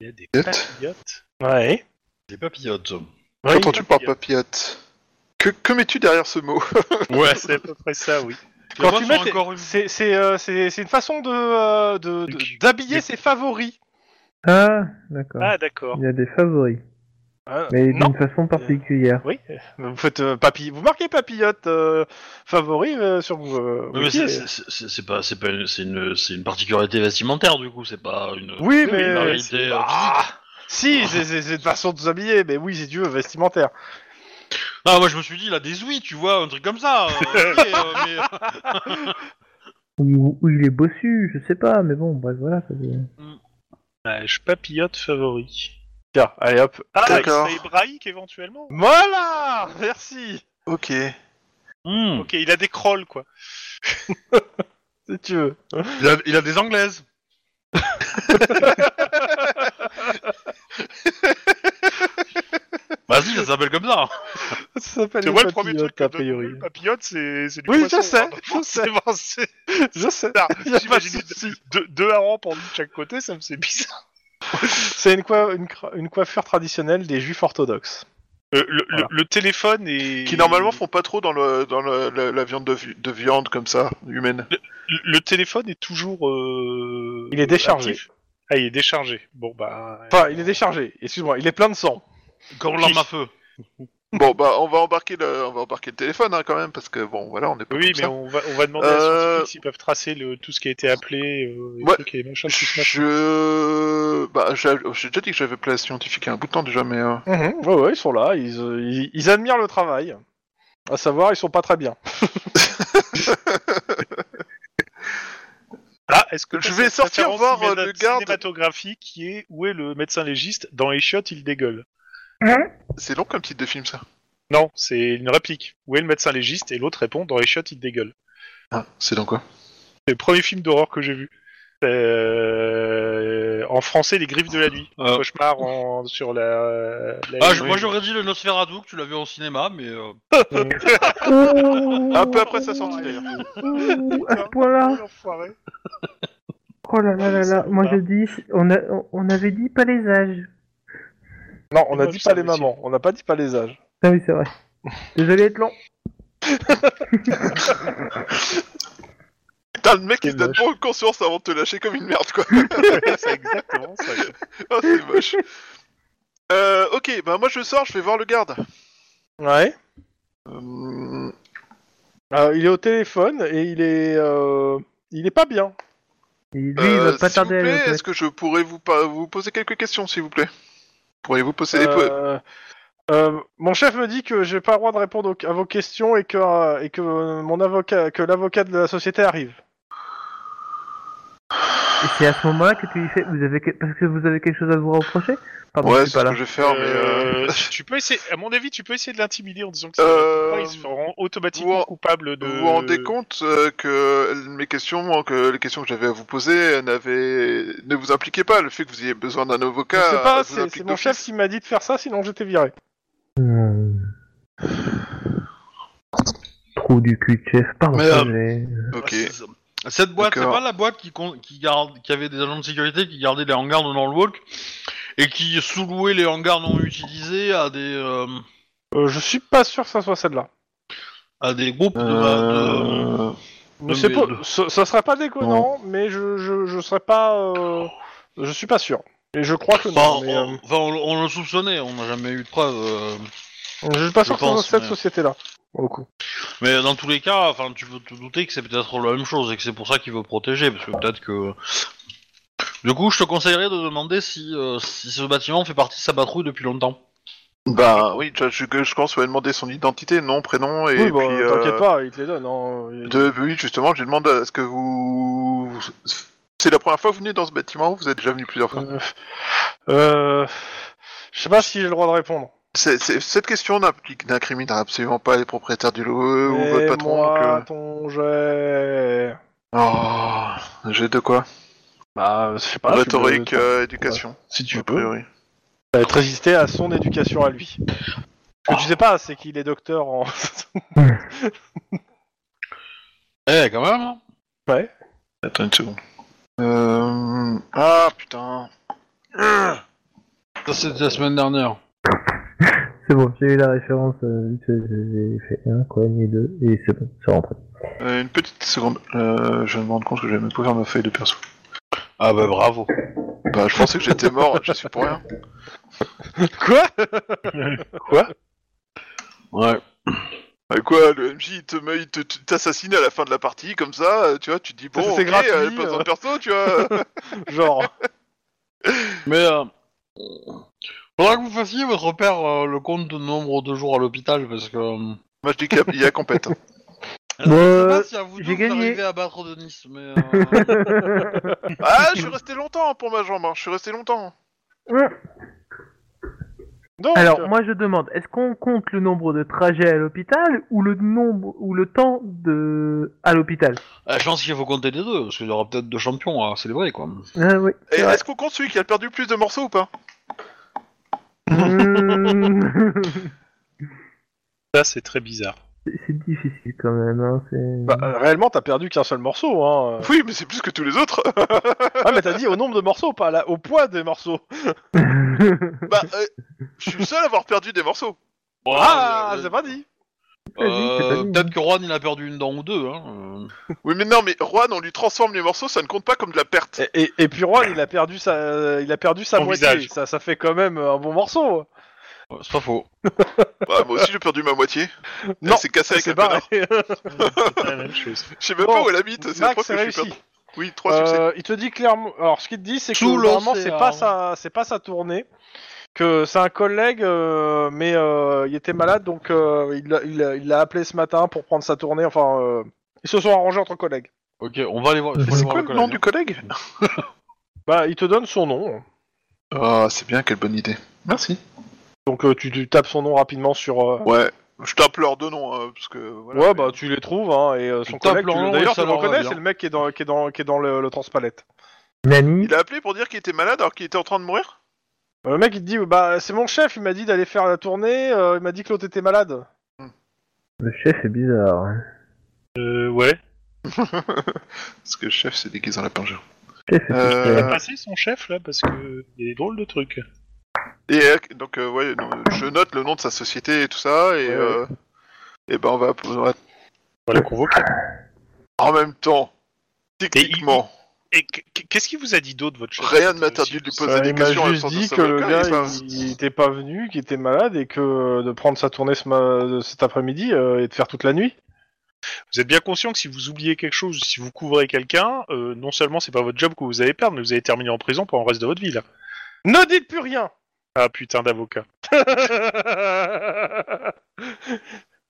Speaker 3: Il y a des
Speaker 4: Papillotes
Speaker 3: papillotes.
Speaker 1: Ouais.
Speaker 2: Des papillotes.
Speaker 4: Quand tu parles papillote, que, que mets-tu derrière ce mot
Speaker 3: Ouais, c'est à peu près ça, oui.
Speaker 2: Les
Speaker 1: Quand
Speaker 2: voix
Speaker 1: tu
Speaker 2: sont
Speaker 1: mets,
Speaker 2: encore une-
Speaker 1: c'est c'est euh, c'est c'est une façon de euh, de- de- d'habiller ses favoris.
Speaker 5: Ah, d'accord.
Speaker 3: Ah, d'accord.
Speaker 5: Il a des favoris.
Speaker 1: Euh,
Speaker 5: Mais
Speaker 1: non.
Speaker 5: d'une façon particulière.
Speaker 1: Oui. Vous faites euh, papi- vous marquez papillote euh, favori euh, sur vous.
Speaker 2: Oui, mais c'est- c'est- c'est c'est pas, c'est pas, une- c'est une, c'est une particularité vestimentaire du coup, c'est pas une.
Speaker 1: Oui,
Speaker 2: une
Speaker 1: mais
Speaker 2: réalité, euh,
Speaker 1: Ah, si, c'est c'est- c'est une façon de s'habiller, mais oui, si tu veux, vestimentaire.
Speaker 2: Ah, moi je me suis dit, il a des ouïes, tu vois, un truc comme ça. euh, ok, euh, mais, euh,
Speaker 5: Ou, ou il est bossu, je sais pas, mais bon, bref, voilà. ça fait-
Speaker 3: Ah, je papillote favori.
Speaker 1: Tiens, allez hop,
Speaker 3: Ah, il
Speaker 4: D'accord.
Speaker 3: serait hébraïque éventuellement
Speaker 1: Voilà Merci
Speaker 4: Ok.
Speaker 2: Hmm.
Speaker 3: Ok, il a des crolls, quoi.
Speaker 1: Si tu veux.
Speaker 2: il, a, il a des anglaises. Vas-y, ça s'appelle comme ça.
Speaker 1: Ça s'appelle
Speaker 3: Tu
Speaker 1: les
Speaker 3: vois, le premier
Speaker 1: papillotes,
Speaker 3: truc que
Speaker 1: a
Speaker 3: donne
Speaker 1: priori.
Speaker 3: le papillote, c'est c'est du
Speaker 1: Oui,
Speaker 3: poisson.
Speaker 1: je sais,
Speaker 3: hein.
Speaker 1: je sais,
Speaker 3: C'est bon, c'est-
Speaker 1: je sais.
Speaker 3: bizarre.
Speaker 1: Y a pas de
Speaker 3: J'imagine
Speaker 1: souci.
Speaker 3: deux, deux harengs pendus de chaque côté, ça me c'est bizarre.
Speaker 1: C'est une, coi- une, cra- une coiffure traditionnelle des juifs orthodoxes.
Speaker 3: Euh, le,
Speaker 1: Voilà.
Speaker 3: le- le téléphone est...
Speaker 4: Qui normalement font pas trop dans, le, dans le- le- la viande de, vi- de viande comme ça, humaine.
Speaker 3: Le, le téléphone est toujours... euh,
Speaker 1: Il est déchargé.
Speaker 3: actif. Ah, il est déchargé. Bon, bah...
Speaker 1: Enfin, il est déchargé, excuse-moi, il est plein de sang.
Speaker 2: Comme l'arme à feu.
Speaker 4: Bon, bah, on va embarquer le, on va embarquer le téléphone hein, quand même, parce que bon, voilà, on est pas
Speaker 3: Oui,
Speaker 4: comme
Speaker 3: mais
Speaker 4: ça.
Speaker 3: on va, on va demander à
Speaker 4: Euh,
Speaker 3: scientifique s'ils peuvent tracer le, tout ce qui a été appelé, euh, les
Speaker 4: Ouais.
Speaker 3: trucs et les machins, tout ce machin.
Speaker 4: Je. Bah, j'ai j'ai déjà dit que j'avais appelé la scientifique il y a un bout de temps déjà, mais. euh,
Speaker 1: Ouais, ouais, ils sont là, ils, euh, ils, ils admirent le travail. À savoir, ils sont pas très bien.
Speaker 3: Ah, est-ce que
Speaker 4: Je
Speaker 3: t'as
Speaker 4: vais
Speaker 3: cette
Speaker 4: sortir
Speaker 3: référence
Speaker 4: voir,
Speaker 3: cinéma-
Speaker 4: euh, le garde.
Speaker 3: cinématographique qui est où est le médecin légiste dans les chiottes il dégueule.
Speaker 4: C'est long comme titre de film ça.
Speaker 3: Non, c'est une réplique. Où est le médecin légiste et l'autre répond dans les chiottes il dégueule.
Speaker 4: Ah, c'est dans quoi
Speaker 3: C'est le premier film d'horreur que j'ai vu. Euh, En français, les griffes de la nuit.
Speaker 2: Euh,
Speaker 3: Cauchemar en- sur la. la-
Speaker 2: Ah, je- moi j'aurais dit le Nosferatu que tu l'as vu au cinéma, mais euh,
Speaker 4: Un peu après sa sortie d'ailleurs.
Speaker 5: Ouh, à ce point-là
Speaker 3: L'enfoiré.
Speaker 5: Oh là là là là, moi
Speaker 3: pas.
Speaker 5: je dis, on, a, on- on avait dit pas les âges.
Speaker 1: Non, on a
Speaker 3: Moi,
Speaker 1: dit
Speaker 3: je
Speaker 1: pas
Speaker 3: savais
Speaker 1: les mamans, on n'a pas dit pas les âges.
Speaker 5: Ah oui, c'est vrai. Désolé être long.
Speaker 4: Putain, le mec il se
Speaker 3: C'est
Speaker 4: donne
Speaker 3: moche.
Speaker 4: pas en conscience avant de te lâcher comme une merde quoi.
Speaker 3: c'est exactement ça.
Speaker 4: oh, c'est moche. Euh, ok, bah moi je sors, je vais voir le garde.
Speaker 1: Ouais.
Speaker 4: Euh,
Speaker 1: Euh, il est au téléphone et il est. euh, il est pas bien.
Speaker 5: Et lui, il
Speaker 4: euh,
Speaker 5: va
Speaker 4: s'il
Speaker 5: pas
Speaker 4: vous
Speaker 5: tarder à aller aux
Speaker 4: plaît,
Speaker 5: toilettes.
Speaker 4: est-ce que je pourrais vous, pa- vous poser quelques questions s'il vous plaît Pourriez-vous poser
Speaker 1: Euh, Euh, mon chef me dit que j'ai pas le droit de répondre aux- à vos questions et que, euh, et que euh, mon avocat, que l'avocat de la société arrive.
Speaker 5: Et c'est à ce moment-là que tu lui fais, vous avez que- parce que vous avez quelque chose à vous reprocher Pardon, je
Speaker 4: ouais,
Speaker 5: suis
Speaker 4: c'est
Speaker 5: pas
Speaker 4: ce
Speaker 5: là.
Speaker 4: que je vais faire,
Speaker 3: Euh,
Speaker 4: mais. euh,
Speaker 3: tu peux essayer, à mon avis, tu peux essayer de l'intimider en disant que c'est
Speaker 4: Euh,
Speaker 3: pas, il se rend automatiquement
Speaker 4: vous en-
Speaker 3: coupable de.
Speaker 4: Vous vous rendez compte euh, que mes questions, moi, que les questions que j'avais à vous poser, euh, n'avaient- ne vous impliquaient pas. Le fait que vous ayez besoin d'un
Speaker 1: Je
Speaker 4: avocat,
Speaker 1: sais pas,
Speaker 4: euh, vous
Speaker 1: c'est
Speaker 4: implique
Speaker 1: c'est mon
Speaker 4: d'office.
Speaker 1: chef qui m'a dit de faire ça, sinon j'étais viré.
Speaker 5: Hmm. Trou du cul de chef, pardon.
Speaker 2: Mais, euh,
Speaker 5: j'ai-
Speaker 4: Ok.
Speaker 2: C'est ça. Cette boîte, c'est
Speaker 4: D'accord.
Speaker 2: pas la boîte qui, con- qui, garde, qui avait des agents de sécurité qui gardaient les hangars de Norwalk et qui sous-louaient les hangars non utilisés à des, euh,
Speaker 1: Euh, je suis pas sûr que ça soit celle-là.
Speaker 2: à des groupes de, bah, de-
Speaker 4: Euh,
Speaker 2: Non,
Speaker 1: Mais c'est
Speaker 2: mais
Speaker 1: pas-
Speaker 2: le-
Speaker 1: ça, ça serait pas déconnant, mais je, je, je serais pas.
Speaker 3: Oh.
Speaker 1: euh, Je suis pas sûr. Et je crois que
Speaker 2: Enfin,
Speaker 1: non. mais,
Speaker 2: on, enfin, on- on le soupçonnait, on n'a jamais eu de preuve. euh.
Speaker 1: euh, je suis pas sûr
Speaker 2: je
Speaker 1: que ce soit
Speaker 2: pense,
Speaker 1: cette
Speaker 2: mais-
Speaker 1: société-là. pour le coup.
Speaker 2: Mais dans tous les cas, enfin, tu peux te douter que c'est peut-être la même chose et que c'est pour ça qu'il veut protéger, parce que peut-être que. Du coup, je te conseillerais de demander si, euh, si ce bâtiment fait partie de sa patrouille depuis longtemps.
Speaker 4: Bah oui, je, je, je pense qu'on va demander son identité, nom, prénom, et
Speaker 1: oui, bah,
Speaker 4: puis. euh,
Speaker 1: t'inquiète pas, il te les donne. hein. Il-
Speaker 4: de- oui, justement, je lui demande est-ce que vous. C'est la première fois que vous venez dans ce bâtiment ou vous êtes déjà venu plusieurs fois
Speaker 1: Euh, euh, Je sais pas si j'ai le droit de répondre.
Speaker 4: C'est- c'est- Cette question n'implique- n'incrimine absolument pas les propriétaires du lot euh, ou votre
Speaker 1: Et
Speaker 4: patron.
Speaker 1: moi,
Speaker 4: donc,
Speaker 1: ton jet.
Speaker 4: euh, Oh, j'ai de quoi
Speaker 1: Bah, je sais pas. tu
Speaker 4: Rhétorique,
Speaker 1: peux-
Speaker 4: euh, éducation.
Speaker 1: si
Speaker 4: a
Speaker 1: tu peux.
Speaker 4: priori.
Speaker 1: Ça va être résister à son éducation à lui. Ce que tu sais pas, c'est qu'il est docteur en.
Speaker 2: Eh, quand même hein.
Speaker 1: ouais.
Speaker 4: Attends une seconde. Euh... Ah putain.
Speaker 2: Ça, c'était la semaine dernière.
Speaker 5: C'est bon, j'ai eu la référence, euh, j'ai- j'ai j'ai fait un, quoi, ni deux, et c'est bon, c'est rentré.
Speaker 4: Euh, une petite seconde. Euh, je me rends compte que j'avais même pas ouvert ma feuille de perso.
Speaker 2: Ah bah bravo.
Speaker 4: Bah je pensais que j'étais mort, je suis pour rien.
Speaker 1: Quoi
Speaker 2: Ouais.
Speaker 4: Bah, quoi, le MJ il te me- il te- te- t'assassine à la fin de la partie comme ça, euh, tu vois, tu te dis bon,
Speaker 1: c'est
Speaker 4: ok,
Speaker 1: gratuit,
Speaker 4: euh, pas besoin de perso, tu vois.
Speaker 1: Genre.
Speaker 2: Mais euh, faudra que vous fassiez votre repère euh, le compte de nombre de jours à l'hôpital parce que. euh,
Speaker 4: Moi je dis qu'il y a- il y a compète. hein.
Speaker 2: je sais
Speaker 5: Ouais,
Speaker 2: pas si à vous deux,
Speaker 5: Euh, j'ai
Speaker 2: vous
Speaker 5: gagné.
Speaker 2: arrivez à battre Denis, mais. euh,
Speaker 4: Ah, je suis resté longtemps pour ma jambe, hein, je suis resté longtemps.
Speaker 1: Donc,
Speaker 5: Alors, moi je demande, est-ce qu'on compte le nombre de trajets à l'hôpital ou le nombre ou le temps de à l'hôpital
Speaker 2: euh, je pense qu'il faut compter les deux parce qu'il y aura peut-être deux champions à célébrer quoi.
Speaker 5: Ah oui.
Speaker 4: Et
Speaker 5: c'est vrai.
Speaker 4: Est-ce qu'on compte celui qui a perdu le plus de morceaux ou pas
Speaker 5: Hmm.
Speaker 3: Ça, c'est très bizarre.
Speaker 5: C'est- c'est difficile quand même. Hein, c'est...
Speaker 1: Bah, euh, réellement, t'as perdu qu'un seul morceau. Hein.
Speaker 4: Oui, mais c'est plus que tous les autres.
Speaker 1: Ah, mais t'as dit au nombre de morceaux, pas à la- au poids des morceaux.
Speaker 4: bah, euh, je suis le seul à avoir perdu des morceaux.
Speaker 1: Ah,
Speaker 2: euh,
Speaker 1: c'est pas dit.
Speaker 5: pas dit, c'est pas
Speaker 2: euh,
Speaker 5: dit.
Speaker 2: peut-être que Juan il a perdu une dent ou deux. Hein.
Speaker 4: Oui, mais non, mais Juan, on lui transforme les morceaux, ça ne compte pas comme de la perte.
Speaker 1: Et, et, et puis Juan, il a perdu sa, il a perdu sa
Speaker 3: Son
Speaker 1: moitié.
Speaker 3: visage.
Speaker 1: Ça, ça fait quand même un bon morceau.
Speaker 2: Euh, C'est pas faux.
Speaker 4: Bah, moi aussi, j'ai perdu ma moitié.
Speaker 1: Non,
Speaker 4: Elle s'est cassée avec
Speaker 1: C'est
Speaker 4: un
Speaker 1: barré.
Speaker 4: connard.
Speaker 3: C'est la même chose.
Speaker 4: Je sais même
Speaker 1: Bon,
Speaker 4: pas où elle habite, c'est la preuve
Speaker 1: Max,
Speaker 4: que
Speaker 1: c'est
Speaker 4: je suis
Speaker 1: réussi.
Speaker 4: pas... Oui, trois succès.
Speaker 1: Euh, il te dit clairement. Alors, ce qu'il te dit, c'est que
Speaker 2: Sous
Speaker 1: normalement, c'est
Speaker 2: l'océan.
Speaker 1: pas sa, c'est pas sa tournée. Que c'est un collègue, euh, mais euh, il était malade, donc euh, il l'a- il l'a il l'a appelé ce matin pour prendre sa tournée. Enfin, euh, ils se sont arrangés entre collègues.
Speaker 2: Ok, on va aller voir. il faut
Speaker 4: Mais
Speaker 2: aller
Speaker 4: C'est
Speaker 2: voir
Speaker 4: quoi
Speaker 2: le
Speaker 4: le nom
Speaker 2: collègue.
Speaker 4: du collègue
Speaker 1: Bah, il te donne son nom.
Speaker 4: Ah, c'est bien, quelle bonne idée. Merci.
Speaker 1: Donc, euh, tu, tu tapes son nom rapidement sur. euh,
Speaker 4: Ouais, je tape leurs deux noms, hein, parce que... Voilà,
Speaker 1: ouais,
Speaker 4: mais-
Speaker 1: bah tu les trouves, hein, et euh, son
Speaker 2: Putain,
Speaker 1: collègue, tu-
Speaker 2: plan, ouais,
Speaker 1: d'ailleurs, tu
Speaker 2: ça
Speaker 1: le
Speaker 2: leur va
Speaker 1: reconnais,
Speaker 2: bien.
Speaker 1: c'est le mec qui est dans, qui est dans, qui est dans le, le transpalette.
Speaker 5: Nani,
Speaker 4: Il a appelé pour dire qu'il était malade alors qu'il était en train de mourir
Speaker 1: Euh, Le mec, il te dit, bah, c'est mon chef, il m'a dit d'aller faire la tournée, euh, il m'a dit que l'autre était malade.
Speaker 5: le chef est bizarre. hein.
Speaker 3: Euh, ouais.
Speaker 4: Parce que le chef s'est déguisé en lapin géant.
Speaker 5: Le chef est
Speaker 4: Euh,
Speaker 3: Il a
Speaker 5: bizarre.
Speaker 3: passé Bah, son chef là parce que il y a des drôles de trucs.
Speaker 4: Et euh, donc, euh, ouais, non, je note le nom de sa société et tout ça, et,
Speaker 1: Ouais,
Speaker 4: euh, et ben on va, on va-
Speaker 3: On va la convoquer.
Speaker 4: En même temps,
Speaker 3: il-
Speaker 4: techniquement,
Speaker 3: Et qu- qu'est-ce qu'il vous a dit d'autre votre chef
Speaker 4: rien ne
Speaker 3: Euh,
Speaker 4: m'interdit
Speaker 3: si-
Speaker 4: de lui
Speaker 1: Euh,
Speaker 4: poser des
Speaker 1: il m'a
Speaker 4: questions à
Speaker 1: juste
Speaker 4: l'absence de
Speaker 1: dit
Speaker 4: sa
Speaker 1: que le
Speaker 4: vocal,
Speaker 1: gars,
Speaker 4: et ben,
Speaker 1: il- il était pas venu, qu'il était malade, et que euh, de prendre sa tournée ce ma- cet après-midi euh, et de faire toute la nuit.
Speaker 3: Vous êtes bien conscient que si vous oubliez quelque chose, si vous couvrez quelqu'un, euh, non seulement c'est pas votre job que vous allez perdre, mais vous allez terminer en prison pour le reste de votre vie là.
Speaker 1: Ne dites plus rien
Speaker 3: Ah putain d'avocat.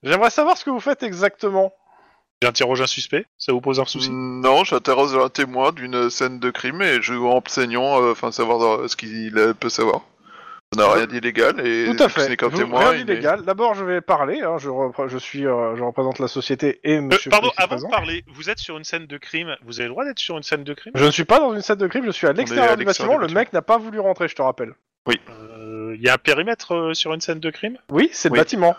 Speaker 1: J'aimerais savoir ce que vous faites exactement.
Speaker 3: J'interroge un suspect, ça vous pose un souci
Speaker 4: Non, j'interroge un témoin d'une scène de crime et je en plaignant, euh, enfin savoir euh, ce qu'il euh, peut savoir. On n'a rien d'illégal et
Speaker 1: Tout à
Speaker 4: vu que ce
Speaker 1: fait.
Speaker 4: n'est qu'un
Speaker 1: Vous-
Speaker 4: témoin.
Speaker 1: rien
Speaker 4: il est-
Speaker 1: d'illégal. D'abord, je vais parler. hein, Je, repre- je suis, euh, je représente la société et
Speaker 3: Euh,
Speaker 1: Monsieur.
Speaker 3: Pardon,
Speaker 1: Blake est
Speaker 3: avant
Speaker 1: présent.
Speaker 3: de parler, vous êtes sur une scène de crime, vous avez le droit d'être sur une scène de crime
Speaker 1: Je ne suis pas dans une salle de crime. Je suis à l'extérieur
Speaker 4: à
Speaker 1: du
Speaker 4: l'extérieur
Speaker 1: bâtiment.
Speaker 4: du
Speaker 1: Le mec n'a pas voulu rentrer. Je te rappelle.
Speaker 3: Il y a un périmètre euh, sur une scène de crime
Speaker 1: Oui, c'est le
Speaker 4: Oui.
Speaker 1: bâtiment.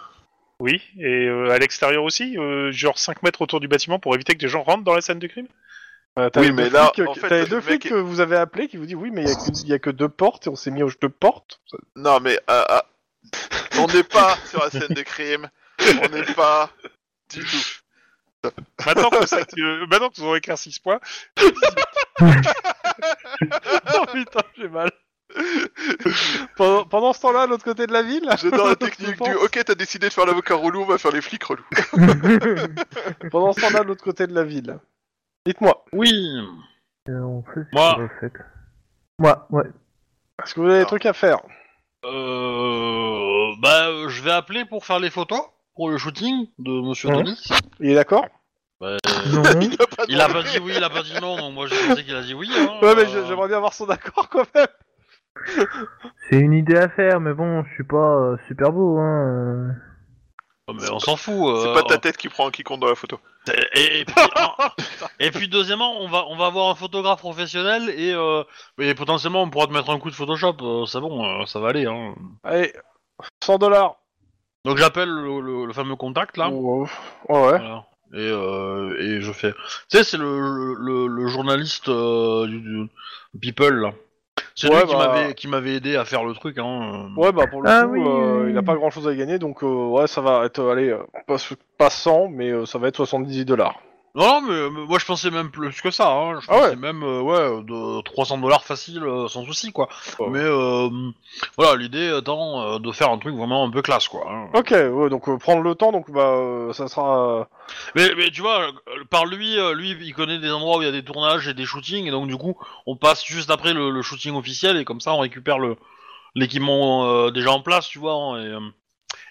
Speaker 3: Oui, et euh, à l'extérieur aussi, euh, genre 5 mètres autour du bâtiment pour évliquer que des gens rentrent dans la scène de crime
Speaker 1: Euh, t'as
Speaker 4: Oui,
Speaker 1: les deux
Speaker 4: mais là,
Speaker 1: flics,
Speaker 4: en
Speaker 1: qui-
Speaker 4: fait,
Speaker 1: t'as les
Speaker 4: le
Speaker 1: deux
Speaker 4: mec
Speaker 1: flics
Speaker 4: est-
Speaker 1: que vous avez appelés qui vous dit oui, mais il y a que- il y a, que deux portes et on s'est mis aux deux portes.
Speaker 4: Non, mais ah, ah, on n'est pas sur la scène de crime. On n'est pas du tout.
Speaker 3: Maintenant que, vous êtes, euh, maintenant que vous aurez qu'un 6 points.
Speaker 1: oh putain, j'ai mal. pendant, pendant ce temps-là, à l'autre côté de la ville.
Speaker 4: J'adore la
Speaker 1: tu
Speaker 4: technique
Speaker 1: penses
Speaker 4: du OK, t'as décidé de faire l'avocat relou, on va faire les flics relous.
Speaker 1: Pendant ce temps-là, de l'autre côté de la ville. Dites-moi,
Speaker 2: Oui.
Speaker 5: Euh, on fait ce
Speaker 2: Moi.
Speaker 3: Ah.
Speaker 5: qu'on veut, en fait. Moi, ouais.
Speaker 1: est-ce que vous avez des trucs à faire
Speaker 2: Euh, bah, euh, je vais appeler pour faire les photos pour le shooting de Monsieur
Speaker 1: Ouais.
Speaker 2: Denis.
Speaker 1: Il est d'accord
Speaker 2: Bah,
Speaker 5: Non.
Speaker 2: il a pas dit oui, il a pas dit non, donc moi j'ai pensé qu'il a dit oui. hein.
Speaker 1: Ouais, mais
Speaker 2: Euh,
Speaker 1: j'ai- j'aimerais bien avoir son accord quand même.
Speaker 5: C'est une idée à faire, mais bon, je suis pas euh, super beau, hein. euh.
Speaker 2: mais on s'en fout.
Speaker 4: C'est
Speaker 2: euh,
Speaker 4: pas ta tête qui prend qui compte dans la photo.
Speaker 2: Et, et puis, un- et puis deuxièmement, on va on va avoir un photographe professionnel et, euh, et potentiellement on pourra te mettre un coup de Photoshop. euh, c'est bon, euh, ça va aller. Hein.
Speaker 1: Allez, 100 dollars.
Speaker 2: Donc j'appelle le, le- le fameux contact là.
Speaker 1: Ouais, oh, ouais.
Speaker 2: Voilà. Et, euh, et je fais. Tu sais, c'est le, le, le journaliste euh, du, du- People là. C'est
Speaker 1: Ouais,
Speaker 2: lui qui
Speaker 1: bah.
Speaker 2: m'avait qui m'avait aidé à faire le truc. Hein.
Speaker 1: Ouais, bah pour le
Speaker 5: Ah
Speaker 1: coup,
Speaker 5: oui,
Speaker 1: euh,
Speaker 5: oui.
Speaker 1: il a pas grand chose à gagner, donc euh, ouais, ça va être, allez, euh, pas, pas 100, mais euh, ça va être 70 dollars.
Speaker 2: Non, non, mais, mais moi je pensais même plus que ça. Hein. Je
Speaker 1: Ah
Speaker 2: pensais
Speaker 1: ouais.
Speaker 2: même euh, ouais de 300 dollars facile, euh, sans souci quoi.
Speaker 1: Ouais.
Speaker 2: Mais euh, voilà, l'idée étant euh, de faire un truc vraiment un peu classe quoi. hein.
Speaker 1: Ok, ouais, donc euh, prendre le temps, donc bah euh, ça sera. euh,
Speaker 2: Mais, mais tu vois, euh, par lui, euh, lui il connaît des endroits où il y a des tournages et des shootings et donc du coup on passe juste après le, le shooting officiel et comme ça on récupère le l'équipement euh, déjà en place, tu vois, hein, et, euh,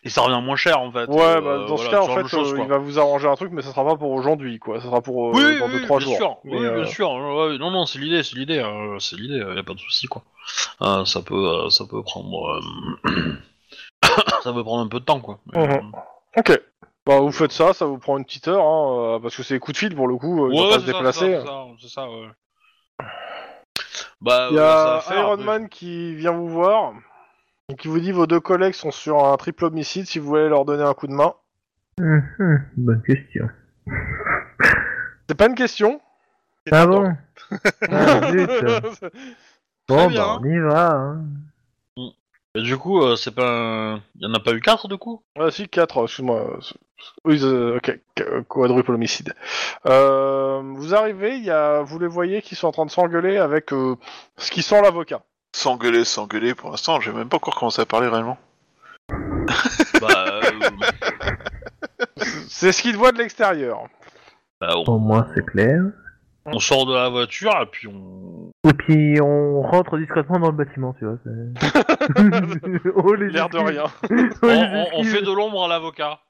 Speaker 2: et ça revient moins cher en fait.
Speaker 1: Ouais,
Speaker 2: Euh,
Speaker 1: bah dans ce
Speaker 2: voilà,
Speaker 1: cas,
Speaker 2: ce
Speaker 1: en
Speaker 2: genre de
Speaker 1: fait,
Speaker 2: choses,
Speaker 1: euh,
Speaker 2: quoi.
Speaker 1: il va vous arranger un truc, mais ça sera pas pour aujourd'hui, quoi. Ça sera pour euh,
Speaker 2: Oui,
Speaker 1: dans
Speaker 2: oui,
Speaker 1: 2-3
Speaker 2: bien
Speaker 1: jours.
Speaker 2: sûr.
Speaker 1: Mais,
Speaker 2: oui,
Speaker 1: euh,
Speaker 2: bien sûr. Ouais, ouais, non, non, c'est l'idée, c'est l'idée, euh, c'est l'idée. Il y a pas de souci, quoi. Euh, ça peut, euh, ça peut prendre, euh, ça peut prendre un peu de temps, quoi. Mais,
Speaker 1: Mhm.
Speaker 2: euh,
Speaker 1: Ok. Bah, vous faites ça, ça vous prend une petite heure, hein, euh, parce que c'est coup de fil pour le coup, euh, ils vont
Speaker 2: ouais,
Speaker 1: pas
Speaker 2: ouais,
Speaker 1: se
Speaker 2: c'est ça, c'est ça,
Speaker 1: déplacer.
Speaker 2: c'est ça, c'est ça, ouais. Bah,
Speaker 1: Il y
Speaker 2: euh, ça
Speaker 1: a
Speaker 2: va faire,
Speaker 1: Iron
Speaker 2: mais-
Speaker 1: Man qui vient vous voir, et qui vous dit vos deux collègues sont sur un triple homicide, si vous voulez leur donner un coup de main.
Speaker 5: Hum, hum, bonne question.
Speaker 1: C'est pas une question.
Speaker 5: Ah bon Ah, zut. Bon,
Speaker 2: bien,
Speaker 5: bah,
Speaker 2: hein.
Speaker 5: on y va, hein.
Speaker 2: mais du coup, euh, c'est pas, un- il y en a pas eu quatre, du coup.
Speaker 1: Ah si, 4, excuse-moi. Oui, euh, ok, qu- quadruple homicide. Euh, vous arrivez, il y a, vous les voyez qui sont en train de s'engueuler avec euh, ce qui sent l'avocat.
Speaker 4: S'engueuler, s'engueuler, pour l'instant, j'ai même pas encore commencé à parler réellement.
Speaker 2: bah, euh,
Speaker 1: C'est ce qu'il voit de l'extérieur.
Speaker 2: bah, on,
Speaker 5: Au moins, c'est clair.
Speaker 2: on sort de la voiture et puis on.
Speaker 5: Et puis, on rentre discrètement dans le bâtiment, tu vois. c'est- oh, les
Speaker 1: L'air de
Speaker 5: excuses.
Speaker 1: rien.
Speaker 5: Oh,
Speaker 2: On,
Speaker 5: les
Speaker 2: on- on
Speaker 5: excuses.
Speaker 2: fait de l'ombre à l'avocat.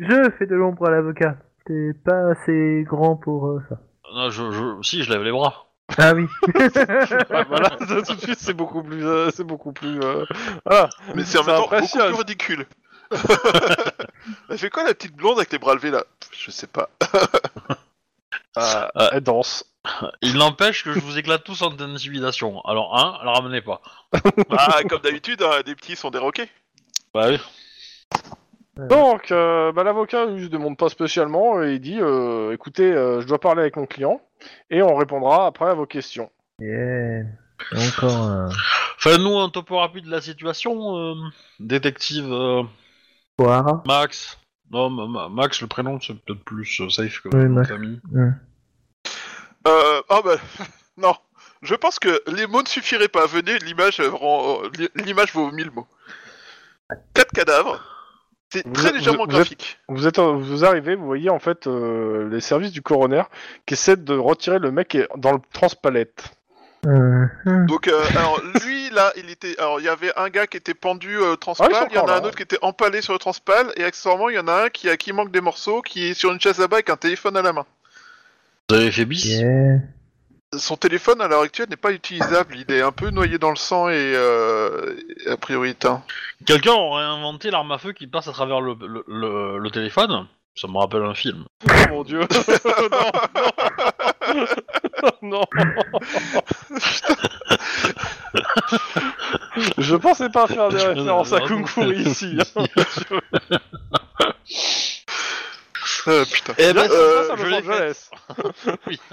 Speaker 5: Je fais de l'ombre à l'avocat. T'es pas assez grand pour euh, ça.
Speaker 2: Non, je, je, si, je lève les bras.
Speaker 5: Ah oui.
Speaker 1: Ouais, voilà, ça, tout de suite, c'est beaucoup plus, euh, c'est beaucoup plus. euh,
Speaker 4: Ah,
Speaker 1: voilà.
Speaker 4: Mais c'est en
Speaker 1: Ça
Speaker 4: même temps beaucoup
Speaker 1: impressionne.
Speaker 4: plus ridicule. Elle fait quoi la petite blonde avec les bras levés là Je sais pas.
Speaker 1: Ah,
Speaker 2: Euh,
Speaker 1: elle danse.
Speaker 2: Il n'empêche que je vous éclate tous en intimidation. Alors, un, la ramenez pas.
Speaker 1: Bah,
Speaker 4: Ah, comme d'habitude, hein, les petits sont déroqués.
Speaker 2: Bah oui.
Speaker 1: Donc, euh, bah, l'avocat ne se demande pas spécialement et il dit euh, écoutez, euh, je dois parler avec mon client et on répondra après à vos questions.
Speaker 5: Yeah. Encore un.
Speaker 2: Fais-nous un topo rapide de la situation, euh, détective euh,
Speaker 5: Soir.
Speaker 2: Max. Non, Ma- Ma- Max, le prénom, c'est peut-être plus euh, safe que
Speaker 5: Oui,
Speaker 2: la
Speaker 5: Max.
Speaker 2: famille.
Speaker 4: Euh, oh bah, non. Je pense que les mots ne suffiraient pas. Venez, l'image euh, rend- euh, li- l'image vaut mille mots. Quatre cadavres. C'est
Speaker 1: Vous-
Speaker 4: très
Speaker 1: vous-
Speaker 4: légèrement
Speaker 1: vous êtes-
Speaker 4: graphique.
Speaker 1: Vous êtes, vous arrivez, vous voyez en fait euh, les services du coroner qui essaient de retirer le mec qui est dans le transpalette.
Speaker 5: Mhm.
Speaker 4: Donc, euh, alors lui là, il était, alors il y avait un gars qui était pendu euh, au transpal,
Speaker 1: Ah, ils sont
Speaker 4: il y en a
Speaker 1: encore
Speaker 4: un
Speaker 1: là,
Speaker 4: autre qui était empalé sur le transpal, et accessoirement il y en a un qui, à qui manque des morceaux, qui est sur une chaise là-bas avec un téléphone à la main.
Speaker 2: Vous avez fait bis
Speaker 5: Yeah.
Speaker 4: Son téléphone à l'heure actuelle n'est pas utilisable, il est un peu noyé dans le sang et, euh, et a priori éteint.
Speaker 2: Quelqu'un aurait inventé l'arme à feu qui passe à travers le, le- le- le téléphone Ça me rappelle un film.
Speaker 1: Oh mon dieu. non, non. Je pensais pas faire des références à Kung Fu ici. hein.
Speaker 4: Euh, putain.
Speaker 2: Eh ben,
Speaker 1: Bien, ça se passe à
Speaker 2: je
Speaker 1: Los
Speaker 2: l'ai fait.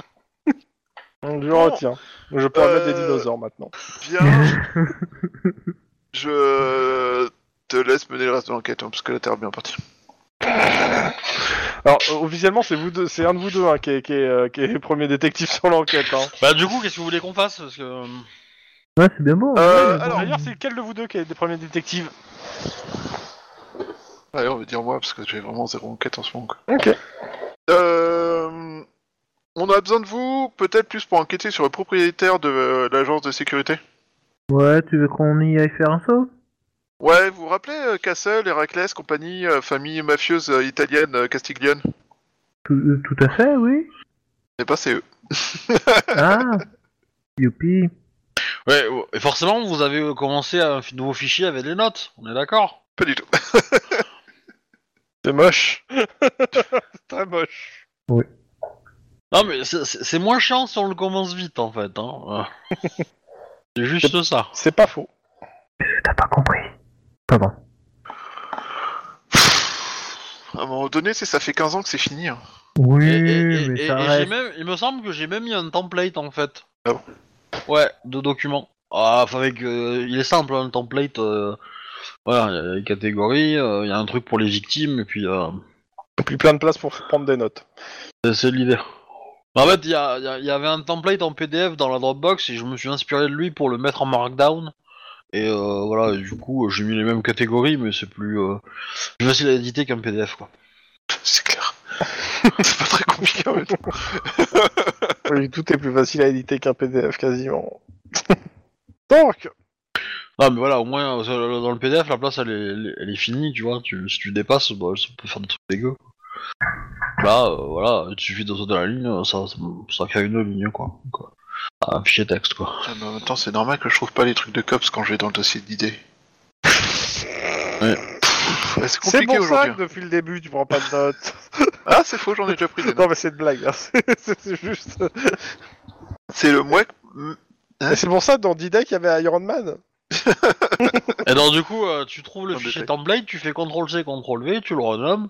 Speaker 1: Angeles. Donc, Je retiens. Je peux remettre des
Speaker 4: Euh,
Speaker 1: dinosaures maintenant.
Speaker 4: Bien. Je te laisse mener le reste de l'enquête hein, parce que là t'es bien parti.
Speaker 1: Alors euh, officiellement c'est vous deux, c'est un de vous deux hein, qui, est, qui est, euh, qui est premier détective sur l'enquête. hein.
Speaker 2: Bah du coup, qu'est-ce que vous voulez qu'on fasse Parce que... euh,
Speaker 5: Ouais, c'est bien bon.
Speaker 4: Euh,
Speaker 5: ouais,
Speaker 4: alors-
Speaker 5: bon.
Speaker 1: D'ailleurs c'est lequel de vous deux qui est le premier détective
Speaker 4: Allez, on va dire moi parce que j'ai vraiment zéro enquête en ce moment. quoi.
Speaker 1: Ok.
Speaker 4: Euh, on a besoin de vous, peut-être plus pour enquêter sur le propriétaire de euh, l'agence de sécurité.
Speaker 5: Ouais, tu veux qu'on y aille faire un saut
Speaker 4: Ouais, vous vous rappelez euh, Castle, Héraclès, compagnie, euh, famille mafieuse euh, italienne euh, castiglione
Speaker 5: tout, euh, tout à fait, oui.
Speaker 4: Eh ben, c'est eux.
Speaker 5: Ah Youpi.
Speaker 2: Ouais, ouais. et forcément, vous avez euh, commencé un fi- nouveau fichier avec les notes, on est d'accord
Speaker 4: Pas du tout.
Speaker 1: C'est moche. c'est très moche.
Speaker 2: Non, mais c'est- c'est c'est moins chiant si on le commence vite, en fait. Hein. Euh. c'est juste ça.
Speaker 1: C'est pas faux.
Speaker 5: T'as pas compris. Pardon.
Speaker 4: À un moment donné, c'est ça fait 15 ans que c'est fini. hein.
Speaker 5: Oui,
Speaker 2: Et, et-
Speaker 5: mais
Speaker 2: et-
Speaker 5: ça
Speaker 2: et j'ai
Speaker 5: reste.
Speaker 2: même, il me semble que j'ai même mis un template, en fait.
Speaker 4: Ah bon
Speaker 2: ouais, de documents. Ah, enfin, avec, euh, il est simple, hein, le template. euh, voilà, il y a les catégories, euh, il y a un truc pour les victimes, et puis... euh,
Speaker 1: Et puis plein de place pour prendre des notes.
Speaker 2: C'est- C'est l'idée. Bah, En fait, il y, a- il y a- il y avait un template en PDF dans la Dropbox et je me suis inspiré de lui pour le mettre en Markdown. Et euh, voilà, et du coup, j'ai mis les mêmes catégories, mais c'est plus, euh, plus facile à éditer qu'un PDF. Quoi.
Speaker 4: C'est clair. c'est pas très compliqué en même temps.
Speaker 1: Oui, tout est plus facile à éditer qu'un PDF quasiment. Donc
Speaker 2: Non, mais voilà, au moins, euh, dans le PDF, la place, elle est, elle est- elle est finie, tu vois. Tu, si tu dépasses, bah, ça peut faire des trucs dégueux. Là, euh, voilà, il suffit de sauter la ligne, euh, ça, ça, ça crée une ligne, quoi. quoi. Un fichier texte, quoi.
Speaker 4: Ah, mais en même temps, c'est normal que je trouve pas les trucs de cops quand je vais dans le dossier d'idées.
Speaker 2: Ouais.
Speaker 4: Ouais, c'est
Speaker 1: c'est
Speaker 4: compliqué
Speaker 1: pour ça que
Speaker 4: aujourd'hui. hein.
Speaker 1: depuis le début tu prends pas de notes.
Speaker 4: Ah, c'est faux, j'en ai déjà pris des notes.
Speaker 1: non mais c'est de blague. hein. C'est- c'est juste.
Speaker 4: C'est le mouek.
Speaker 1: Et c'est pour ça dans Didac il y avait Iron Man.
Speaker 2: Et donc du coup, euh, tu trouves le
Speaker 4: Un
Speaker 2: fichier
Speaker 4: détail.
Speaker 2: template, tu fais CTRL-C, CTRL-V, tu le renommes,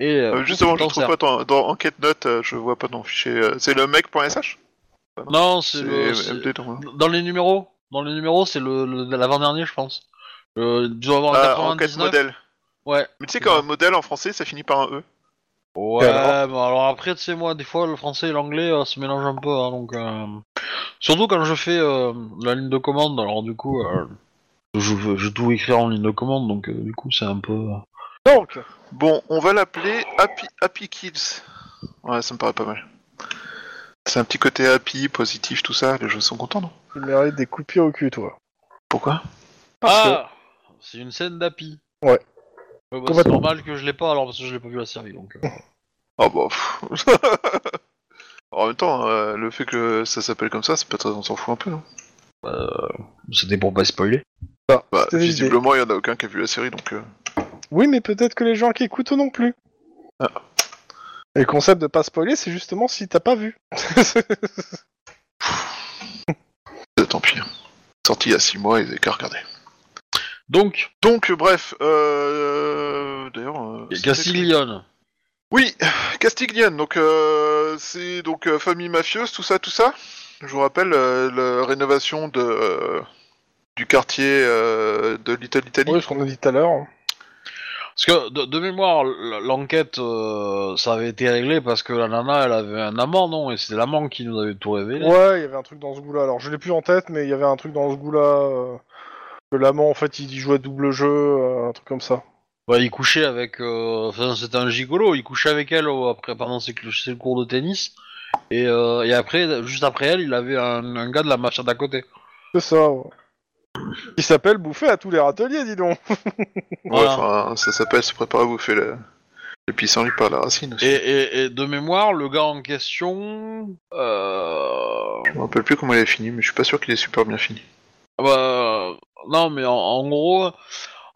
Speaker 2: et... euh,
Speaker 4: Euh, justement, je
Speaker 2: t'en
Speaker 4: trouve
Speaker 2: sers.
Speaker 4: pas ton, dans enquête note, euh, je vois pas ton fichier. euh, c'est le mec.sh
Speaker 2: Non, c'est
Speaker 4: C'est
Speaker 2: le- c'est-
Speaker 4: MD dans moi.
Speaker 2: Dans les numéros, dans les numéros, c'est le, le- l'avant-dernier, je pense. Euh, tu dois avoir le
Speaker 4: Ah,
Speaker 2: 99.
Speaker 4: enquête modèle.
Speaker 2: Ouais.
Speaker 4: Mais tu sais, quand un modèle en français, ça finit par un E.
Speaker 2: Ouais,
Speaker 1: Et
Speaker 2: mais
Speaker 1: alors
Speaker 2: alors, après, tu sais, moi, des fois, le français et l'anglais euh, se mélangent un peu, hein, donc... euh, Surtout quand je fais euh, la ligne de commande, alors du coup, euh, je, veux- je tout écrire en ligne de commande, donc euh, du coup, c'est un peu...
Speaker 1: Donc
Speaker 4: Bon, on va l'appeler Happy, Happy Kids. Ouais, ça me paraît pas mal. C'est un petit côté happy, positif, tout ça. Les gens sont contents, non
Speaker 1: tu mérites des coups de pied au cul toi.
Speaker 4: Pourquoi
Speaker 1: Parce
Speaker 2: Ah C'est une scène d'API.
Speaker 1: Ouais.
Speaker 2: bah, c'est
Speaker 1: Complètement.
Speaker 2: normal que je l'ai pas alors parce que je l'ai pas vu la série donc. euh.
Speaker 4: Oh bah. pff. en même temps, euh, le fait que ça s'appelle comme ça, c'est pas très. On s'en fout un peu, hein. non
Speaker 2: C'était pour pas spoiler.
Speaker 4: Bah,
Speaker 1: C'était l'idée.
Speaker 4: visiblement, il y en a aucun qui a vu la série, donc. euh,
Speaker 1: Oui, mais peut-être que les gens qui écoutent non plus.
Speaker 4: Ah.
Speaker 1: Et le concept de pas spoiler, c'est justement si t'as pas vu.
Speaker 4: euh, tant pis. Sorti il y a 6 mois, ils avaient qu'à regarder.
Speaker 2: Donc,
Speaker 4: Donc, euh, bref, euh... d'ailleurs. euh,
Speaker 2: Bah,
Speaker 4: c'était-
Speaker 2: Castiglione.
Speaker 4: Oui, Castiglione, donc euh, c'est donc euh, famille mafieuse, tout ça, tout ça. Je vous rappelle euh, la rénovation de, euh, du quartier euh, de Little Italy.
Speaker 1: oui, ce qu'on a dit tout à l'heure. hein.
Speaker 2: Parce que de, de mémoire, l- l'enquête euh, ça avait été réglé parce que la nana elle avait un amant, non Et c'était l'amant qui nous avait tout révélé.
Speaker 1: Ouais, il y avait un truc dans ce goût-là. Alors, je l'ai plus en tête, mais il y avait un truc dans ce goût-là. euh, que l'amant, en fait, il y jouait double jeu, euh, un truc comme ça.
Speaker 2: Bah, il euh, couchait avec. euh, Enfin, c'était un gigolo, il couchait avec elle au- après pendant ses, cl- ses cours de tennis. Et, euh, et après, juste après elle, il avait un, un gars de la machine d'à côté.
Speaker 1: C'est ça. ouais. Il s'appelle Bouffé à tous les râteliers, dis donc.
Speaker 4: Ouais,
Speaker 2: Voilà.
Speaker 4: enfin, ça s'appelle se préparer à bouffer le, le pissenlit par la racine aussi.
Speaker 2: Et, et- et de mémoire, le gars en question, euh,
Speaker 4: Je me rappelle plus comment il a fini, mais je suis pas sûr qu'il est super bien fini.
Speaker 2: bah, non mais en, en gros,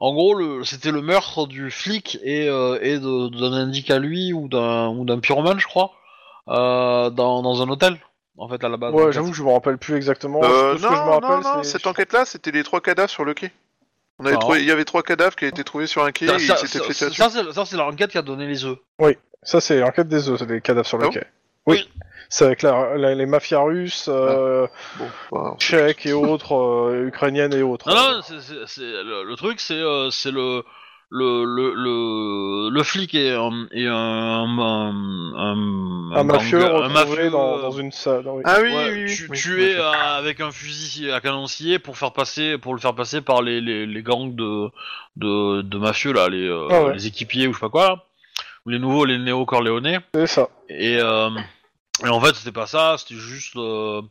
Speaker 2: en gros, le- c'était le meurtre du flic et, euh, et de- d'un indique à lui ou d'un ou d'un pyromane, je crois, euh, dans, dans un hôtel, en fait à la base.
Speaker 1: Ouais, j'avoue que je me rappelle plus exactement.
Speaker 4: Euh,
Speaker 1: Tout ce
Speaker 4: non,
Speaker 1: que je me
Speaker 4: non,
Speaker 1: rappelle,
Speaker 4: non,
Speaker 1: c'est-
Speaker 4: cette enquête-là, c'était les trois cadavres sur le quai. On avait
Speaker 2: Non.
Speaker 4: trouvé- il y avait trois cadavres qui avaient été trouvés sur un quai
Speaker 2: Ça,
Speaker 4: et ils
Speaker 2: ça-
Speaker 4: s'étaient
Speaker 2: ça-
Speaker 4: fait tirer dessus.
Speaker 2: ça, c'est- ça, c'est l'enquête qui a donné les œufs.
Speaker 1: Ça, c'est l'enquête des œufs, c'est les cadavres sur le
Speaker 4: Ah bon
Speaker 1: quai. Oui. C'est avec la- la- les mafias russes, euh,
Speaker 4: Bon, bah, voilà.
Speaker 1: tchèques et autres, euh, ukrainiennes et autres.
Speaker 2: Non, non, c'est- c'est- c'est- le, le truc, c'est euh, c'est le, le, le, le, le flic et, un- et un, un, un,
Speaker 1: un mafieux
Speaker 2: gang- un
Speaker 1: retrouvé
Speaker 2: mafieux,
Speaker 1: dans,
Speaker 2: euh,
Speaker 1: dans une salle. dans-
Speaker 4: Ah oui,
Speaker 2: ouais,
Speaker 4: oui, oui.
Speaker 2: tu-
Speaker 4: oui,
Speaker 2: tué
Speaker 4: oui.
Speaker 2: euh, avec un fusil à canon scié pour faire passer pour le faire passer par les, les, les gangs de, de, de mafieux là les, euh,
Speaker 1: Ah ouais.
Speaker 2: les équipiers ou je sais pas quoi là, ou les nouveaux les néo corléonais
Speaker 1: C'est ça.
Speaker 2: et, euh, et en fait c'était pas ça c'était juste euh,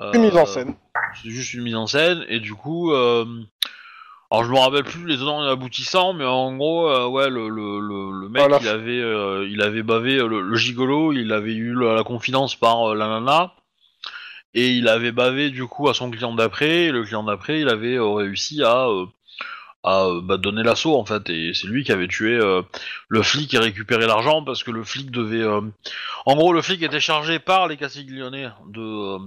Speaker 2: euh,
Speaker 1: Une mise en scène.
Speaker 2: c'est juste une mise en scène et du coup euh, alors je me rappelle plus les tenants et aboutissants mais en gros euh, ouais le, le, le, le mec
Speaker 1: Voilà.
Speaker 2: il avait euh, il avait bavé euh, le, le gigolo il avait eu la, la confidence par euh, la nana et il avait bavé du coup à son client d'après et le client d'après il avait euh, réussi à euh, à euh, bah, donner l'assaut en fait et c'est lui qui avait tué euh, le flic et récupéré l'argent parce que le flic devait euh, en gros le flic était chargé par les Castiglione de euh,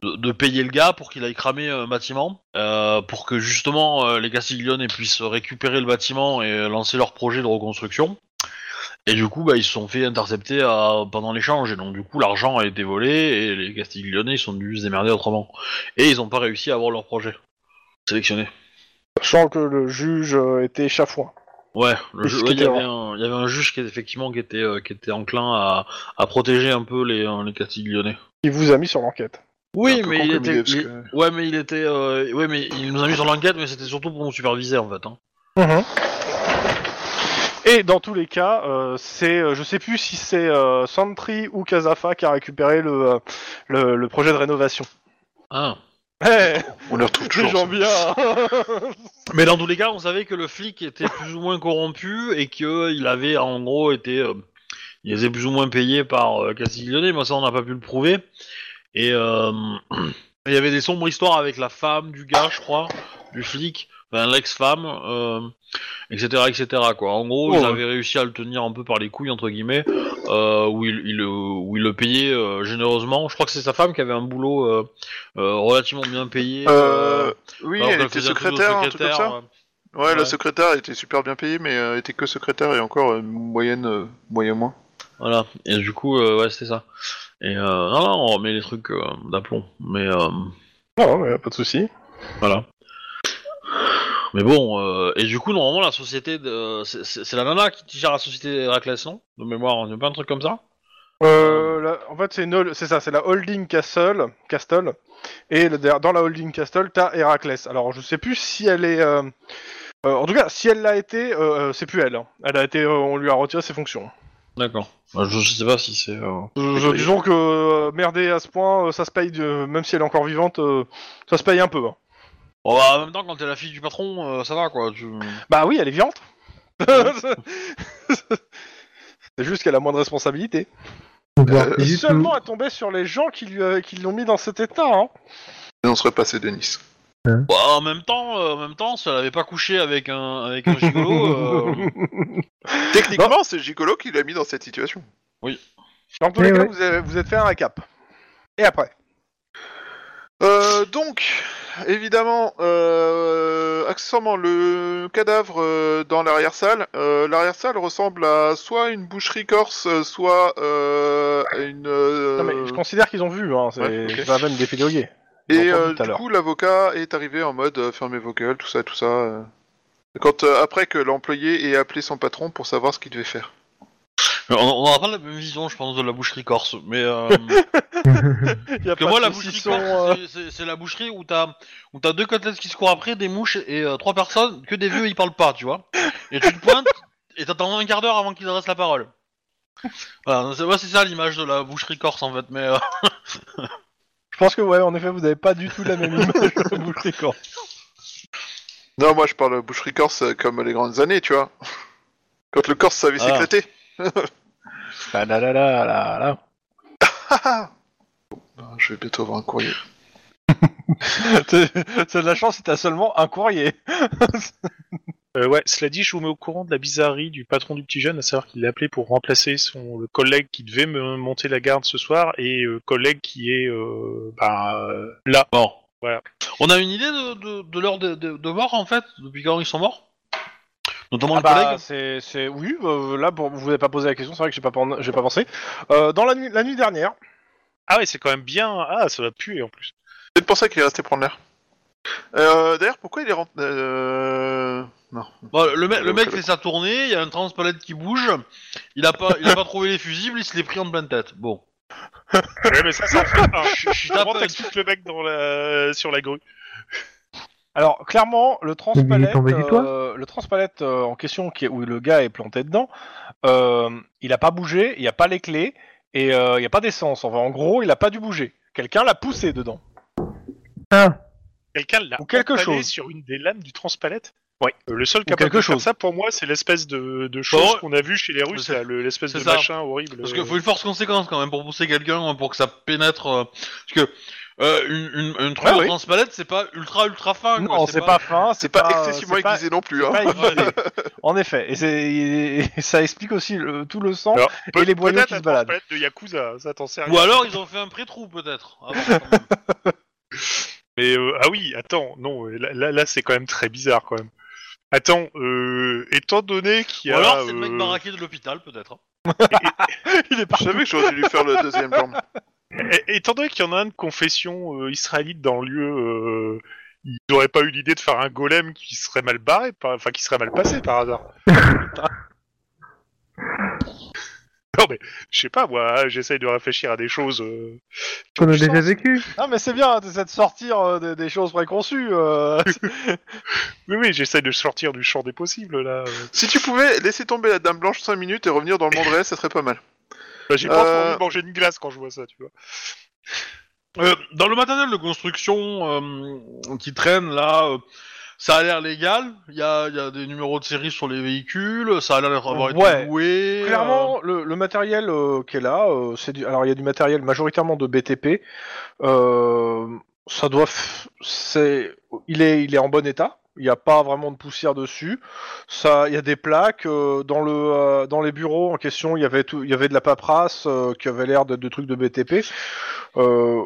Speaker 2: de, de payer le gars pour qu'il aille cramer un bâtiment, euh, pour que justement euh, les Castiglione puissent récupérer le bâtiment et euh, lancer leur projet de reconstruction. Et du coup, bah, ils se sont fait intercepter à- pendant l'échange, et donc du coup, l'argent a été volé, et les Castiglione, ils sont dû se démerder autrement. Et ils n'ont pas réussi à avoir leur projet sélectionné.
Speaker 1: Sachant que le juge euh, était chafouin.
Speaker 2: Ouais, le
Speaker 1: Parce
Speaker 2: ju-
Speaker 1: que
Speaker 2: ouais, il y,
Speaker 1: t'es
Speaker 2: avait un, il y avait un juge qui effectivement qui était, euh, qui était enclin à, à protéger un peu les, euh, les Castiglione.
Speaker 1: Il vous a mis sur l'enquête.
Speaker 2: Oui,
Speaker 4: Un peu
Speaker 2: mais
Speaker 4: con
Speaker 2: il
Speaker 4: comme
Speaker 2: était.
Speaker 4: idée, parce
Speaker 2: il-
Speaker 4: que-
Speaker 2: Ouais, mais il était. euh, Ouais, mais il nous a mis sur l'enquête, mais c'était surtout pour nous superviser en fait. hein.
Speaker 1: Et dans tous les cas, euh, c'est, euh, je sais plus si c'est euh, Santry ou Kazafa qui a récupéré le, euh, le, le projet de rénovation.
Speaker 2: Hein.
Speaker 1: Hey,
Speaker 4: On les retrouve
Speaker 1: les
Speaker 4: toujours.
Speaker 1: gens
Speaker 4: ça.
Speaker 1: bien.
Speaker 2: Mais dans tous les cas, on savait que le flic était plus ou moins corrompu et qu'il avait en gros été. euh, il était plus ou moins payé par euh, Castiglione, mais ça on n'a pas pu le prouver. Et euh, il y avait des sombres histoires avec la femme du gars, je crois, du flic, enfin l'ex-femme, euh, etc., etc. Quoi. En gros,
Speaker 1: Ouais,
Speaker 2: ils
Speaker 1: ouais.
Speaker 2: avaient réussi à le tenir un peu par les couilles entre guillemets, euh, où il, il, euh, où il le payait euh, généreusement. Je crois que c'est sa femme qui avait un boulot euh, euh, relativement bien payé.
Speaker 4: Euh, oui,
Speaker 2: alors
Speaker 4: elle
Speaker 2: qu'elle
Speaker 4: était
Speaker 2: faisait un truc de
Speaker 4: secrétaire, un truc comme
Speaker 2: secrétaire,
Speaker 4: ça.
Speaker 2: ouais.
Speaker 4: Ouais,
Speaker 2: Ouais.
Speaker 4: la secrétaire était super bien payée, mais euh, elle était que secrétaire et encore euh, moyenne, euh, moyen moins.
Speaker 2: Voilà, et du coup, euh, ouais, c'était ça. Et euh, non, non, on remet les trucs euh, d'aplomb, mais euh,
Speaker 1: Non, mais pas de souci.
Speaker 2: voilà. Mais bon, euh, et du coup, normalement, la société de. c'est- C'est c'est la nana qui gère la société Héraclès, non De mémoire, on a pas un truc comme ça
Speaker 1: Euh, là, en fait, c'est une hol- c'est ça, c'est la holding Castle, Castle, et le der- dans la holding Castle, t'as Héraclès. Alors, je sais plus si elle est, euh, euh, en tout cas, si elle l'a été, euh, euh, c'est plus elle. hein. Elle a été, euh, on lui a retiré ses fonctions.
Speaker 2: D'accord. Bah, je, je sais pas si c'est. euh,
Speaker 1: Je- je- disons que euh, merder à ce point, euh, ça se paye, de- même si elle est encore vivante, euh, ça se paye un peu. hein.
Speaker 2: Bon, bah, en même temps, quand t'es la fille du patron, euh, ça va quoi. Tu...
Speaker 1: Bah oui, elle est vivante. c'est juste qu'elle a moins de responsabilités.
Speaker 5: Voir
Speaker 4: Euh,
Speaker 5: plus vite,
Speaker 1: Seulement, elle tombait sur les gens qui lui, euh, qui l'ont mis dans cet état. Hein.
Speaker 4: Et on serait passé de Nice.
Speaker 2: Bah, en même temps, euh, en même temps, si elle avait pas couché avec un, avec un gigolo. euh,
Speaker 4: Techniquement, c'est Gicolo qui l'a mis dans cette situation.
Speaker 1: Dans tous
Speaker 5: Eh
Speaker 1: les cas,
Speaker 5: ouais.
Speaker 1: vous, avez- vous êtes fait un récap. Et après
Speaker 4: Euh, donc, évidemment, euh, accessoirement, le cadavre euh, dans l'arrière-salle, euh, l'arrière-salle ressemble à soit une boucherie corse, euh, soit euh, à une... euh,
Speaker 1: Non, mais je considère qu'ils ont vu, hein, c'est
Speaker 4: ouais, ok.
Speaker 1: c'est pas la peine de les fédérer.
Speaker 4: Et
Speaker 1: J'ai entendu
Speaker 4: euh,
Speaker 1: tout à
Speaker 4: du
Speaker 1: l'heure.
Speaker 4: coup, l'avocat est arrivé en mode euh, fermez vos gueules, tout ça, tout ça. euh. Quand euh, après que l'employé ait appelé son patron pour savoir ce qu'il devait faire.
Speaker 2: On on aura pas la même vision, je pense, de la boucherie corse, mais. euh,
Speaker 1: Y a
Speaker 2: Parce que
Speaker 1: pas
Speaker 2: moi,
Speaker 1: de
Speaker 2: la boucherie
Speaker 1: saucisson,
Speaker 2: corse,
Speaker 1: euh,
Speaker 2: c'est- c'est- c'est la boucherie où t'as où t'as deux côtelettes qui se courent après, des mouches et euh, trois personnes, que des vieux, ils parlent pas, tu vois. Et tu te pointes et t'attends un quart d'heure avant qu'ils adressent la parole. Voilà, donc c'est ouais, c'est ça l'image de la boucherie corse en fait, mais euh,
Speaker 1: Je pense que, ouais, en effet, vous n'avez pas du tout la même image de la hein. boucherie corse.
Speaker 4: Non, moi je parle boucherie corse euh, comme les grandes années, tu vois. Quand le corse savait
Speaker 2: Ah.
Speaker 4: s'éclater.
Speaker 3: Bah,
Speaker 1: Ah là là là là là.
Speaker 4: Ah, ah. Je vais bientôt avoir un courrier.
Speaker 1: T'as t'as de la chance si t'as seulement un courrier.
Speaker 3: Euh, ouais, cela dit, je vous mets au courant de la bizarrerie du patron du petit jeune, à savoir qu'il l'a appelé pour remplacer son le collègue qui devait me monter la garde ce soir et euh, collègue qui est euh, bah, euh, là.
Speaker 2: bon.
Speaker 3: Voilà.
Speaker 2: On a une idée de, de, de l'heure de, de- de mort en fait, depuis quand ils sont morts Notamment
Speaker 1: Ah
Speaker 2: le
Speaker 1: bah,
Speaker 2: collègue
Speaker 1: c'est, c'est- oui, bah, là, pour... vous n'avez pas posé la question, c'est vrai que j'ai pas, pen- j'ai pas pensé. Euh, dans la nuit, la nuit dernière,
Speaker 3: Ah ouais, c'est quand même bien. Ah, ça va puer en plus.
Speaker 4: C'est pour ça qu'il est resté prendre l'air. Euh, D'ailleurs, pourquoi il est rentré. Euh... Non.
Speaker 2: Bon, le, mec- le
Speaker 4: Le
Speaker 2: mec
Speaker 4: collègue.
Speaker 2: fait sa tournée, il y a un transpalette qui bouge, il a pas, il a pas trouvé les fusibles, il se les pris en pleine tête. Bon.
Speaker 3: Ouais, mais ça, ça en fait un.
Speaker 2: Je- je
Speaker 3: Comment
Speaker 2: tape-
Speaker 3: t'expliques le mec dans la... euh, sur la grue
Speaker 1: Alors clairement,
Speaker 5: il
Speaker 1: le
Speaker 5: est
Speaker 1: transpalette,
Speaker 5: tombé du toit
Speaker 1: euh, le transpalette euh, en question qui est- où le gars est planté dedans, euh, il a pas bougé, il n'y a pas les clés et euh, il n'y a pas d'essence. Enfin, en gros, il a pas dû bouger. Quelqu'un l'a poussé dedans.
Speaker 5: Ah,
Speaker 3: Quelqu'un l'a
Speaker 1: Ou quelque
Speaker 3: empalé
Speaker 1: chose.
Speaker 3: sur une des lames du transpalette Ouais. le seul capable
Speaker 1: quelque
Speaker 3: de faire
Speaker 1: chose.
Speaker 3: ça pour moi, c'est l'espèce de, de chose
Speaker 2: Bon,
Speaker 3: qu'on a vu chez les Russes,
Speaker 2: c'est-
Speaker 3: là, le- l'espèce
Speaker 2: c'est
Speaker 3: de
Speaker 2: ça.
Speaker 3: machin horrible. euh,
Speaker 2: Parce qu'il faut une force conséquence quand même pour pousser quelqu'un, hein, pour que ça pénètre. euh, Parce que euh, une, une, une truc
Speaker 1: Ouais,
Speaker 2: en
Speaker 1: Ah oui.
Speaker 2: transpalette, c'est pas ultra ultra fin. quoi,
Speaker 1: non, Ah, c'est pas, fin,
Speaker 4: C'est pas, excessivement
Speaker 1: Ah, c'est pas-
Speaker 4: aiguisé non plus.
Speaker 1: c'est
Speaker 4: Hein.
Speaker 1: pas aiguisé.
Speaker 2: Ouais.
Speaker 1: en effet, et, c'est- et ça explique aussi le- tout le sang.
Speaker 3: Alors, peut-
Speaker 1: les boyaux
Speaker 3: peut-être
Speaker 1: qui se
Speaker 3: la
Speaker 1: baladent.
Speaker 3: transpalette de Yakuza, ça t'en sert
Speaker 2: Ou alors ils ont fait un pré-trou peut-être. avant, quand même.
Speaker 3: Mais euh, ah oui, attends, non, euh, là, là, là, c'est quand même très bizarre quand même. Attends, euh, étant donné qu'il y
Speaker 2: Ou
Speaker 3: a.
Speaker 1: Ah,
Speaker 2: alors c'est le
Speaker 3: euh,
Speaker 2: mec baraqué de l'hôpital peut-être. hein.
Speaker 1: Il est
Speaker 4: Je
Speaker 1: parti.
Speaker 4: savais que j'aurais dû lui faire le deuxième jambe.
Speaker 3: é- Étant donné qu'il y en a un de confession euh, israélite dans le lieu, euh, ils n'auraient pas eu l'idée de faire un golem qui serait mal barré, par- enfin qui serait mal passé par hasard. non mais, je sais pas, moi, hein, j'essaye de réfléchir à des choses. euh, qui ont
Speaker 5: qu'on a
Speaker 3: du
Speaker 5: déjà
Speaker 3: sens.
Speaker 5: vécu.
Speaker 1: Non, mais c'est bien, t'essaies de sortir euh, des, des choses préconçues. euh.
Speaker 3: Oui, oui, j'essaye de sortir du champ des possibles là. euh.
Speaker 4: Si tu pouvais laisser tomber la dame blanche 5 minutes et revenir dans le monde réel, ça serait pas mal.
Speaker 3: Bah, j'ai pas
Speaker 4: Euh.
Speaker 3: envie de manger une glace quand je vois ça, tu vois.
Speaker 2: Euh, dans le matériel de construction euh, qui traîne là, euh, ça a l'air légal. Il y a, il y a des numéros de série sur les véhicules. Ça a l'air d'avoir
Speaker 1: Ouais.
Speaker 2: été loué. euh,
Speaker 1: Clairement, le, le matériel euh, qui est là, euh, c'est du... alors il y a du matériel majoritairement de BTP. euh, ça doit, f- c'est, il est, il est en bon état. Il n'y a pas vraiment de poussière dessus. Ça, il y a des plaques euh, dans le, euh, dans les bureaux en question. Il y avait tout, il y avait de la paperasse euh, qui avait l'air d'être de trucs de BTP. Euh,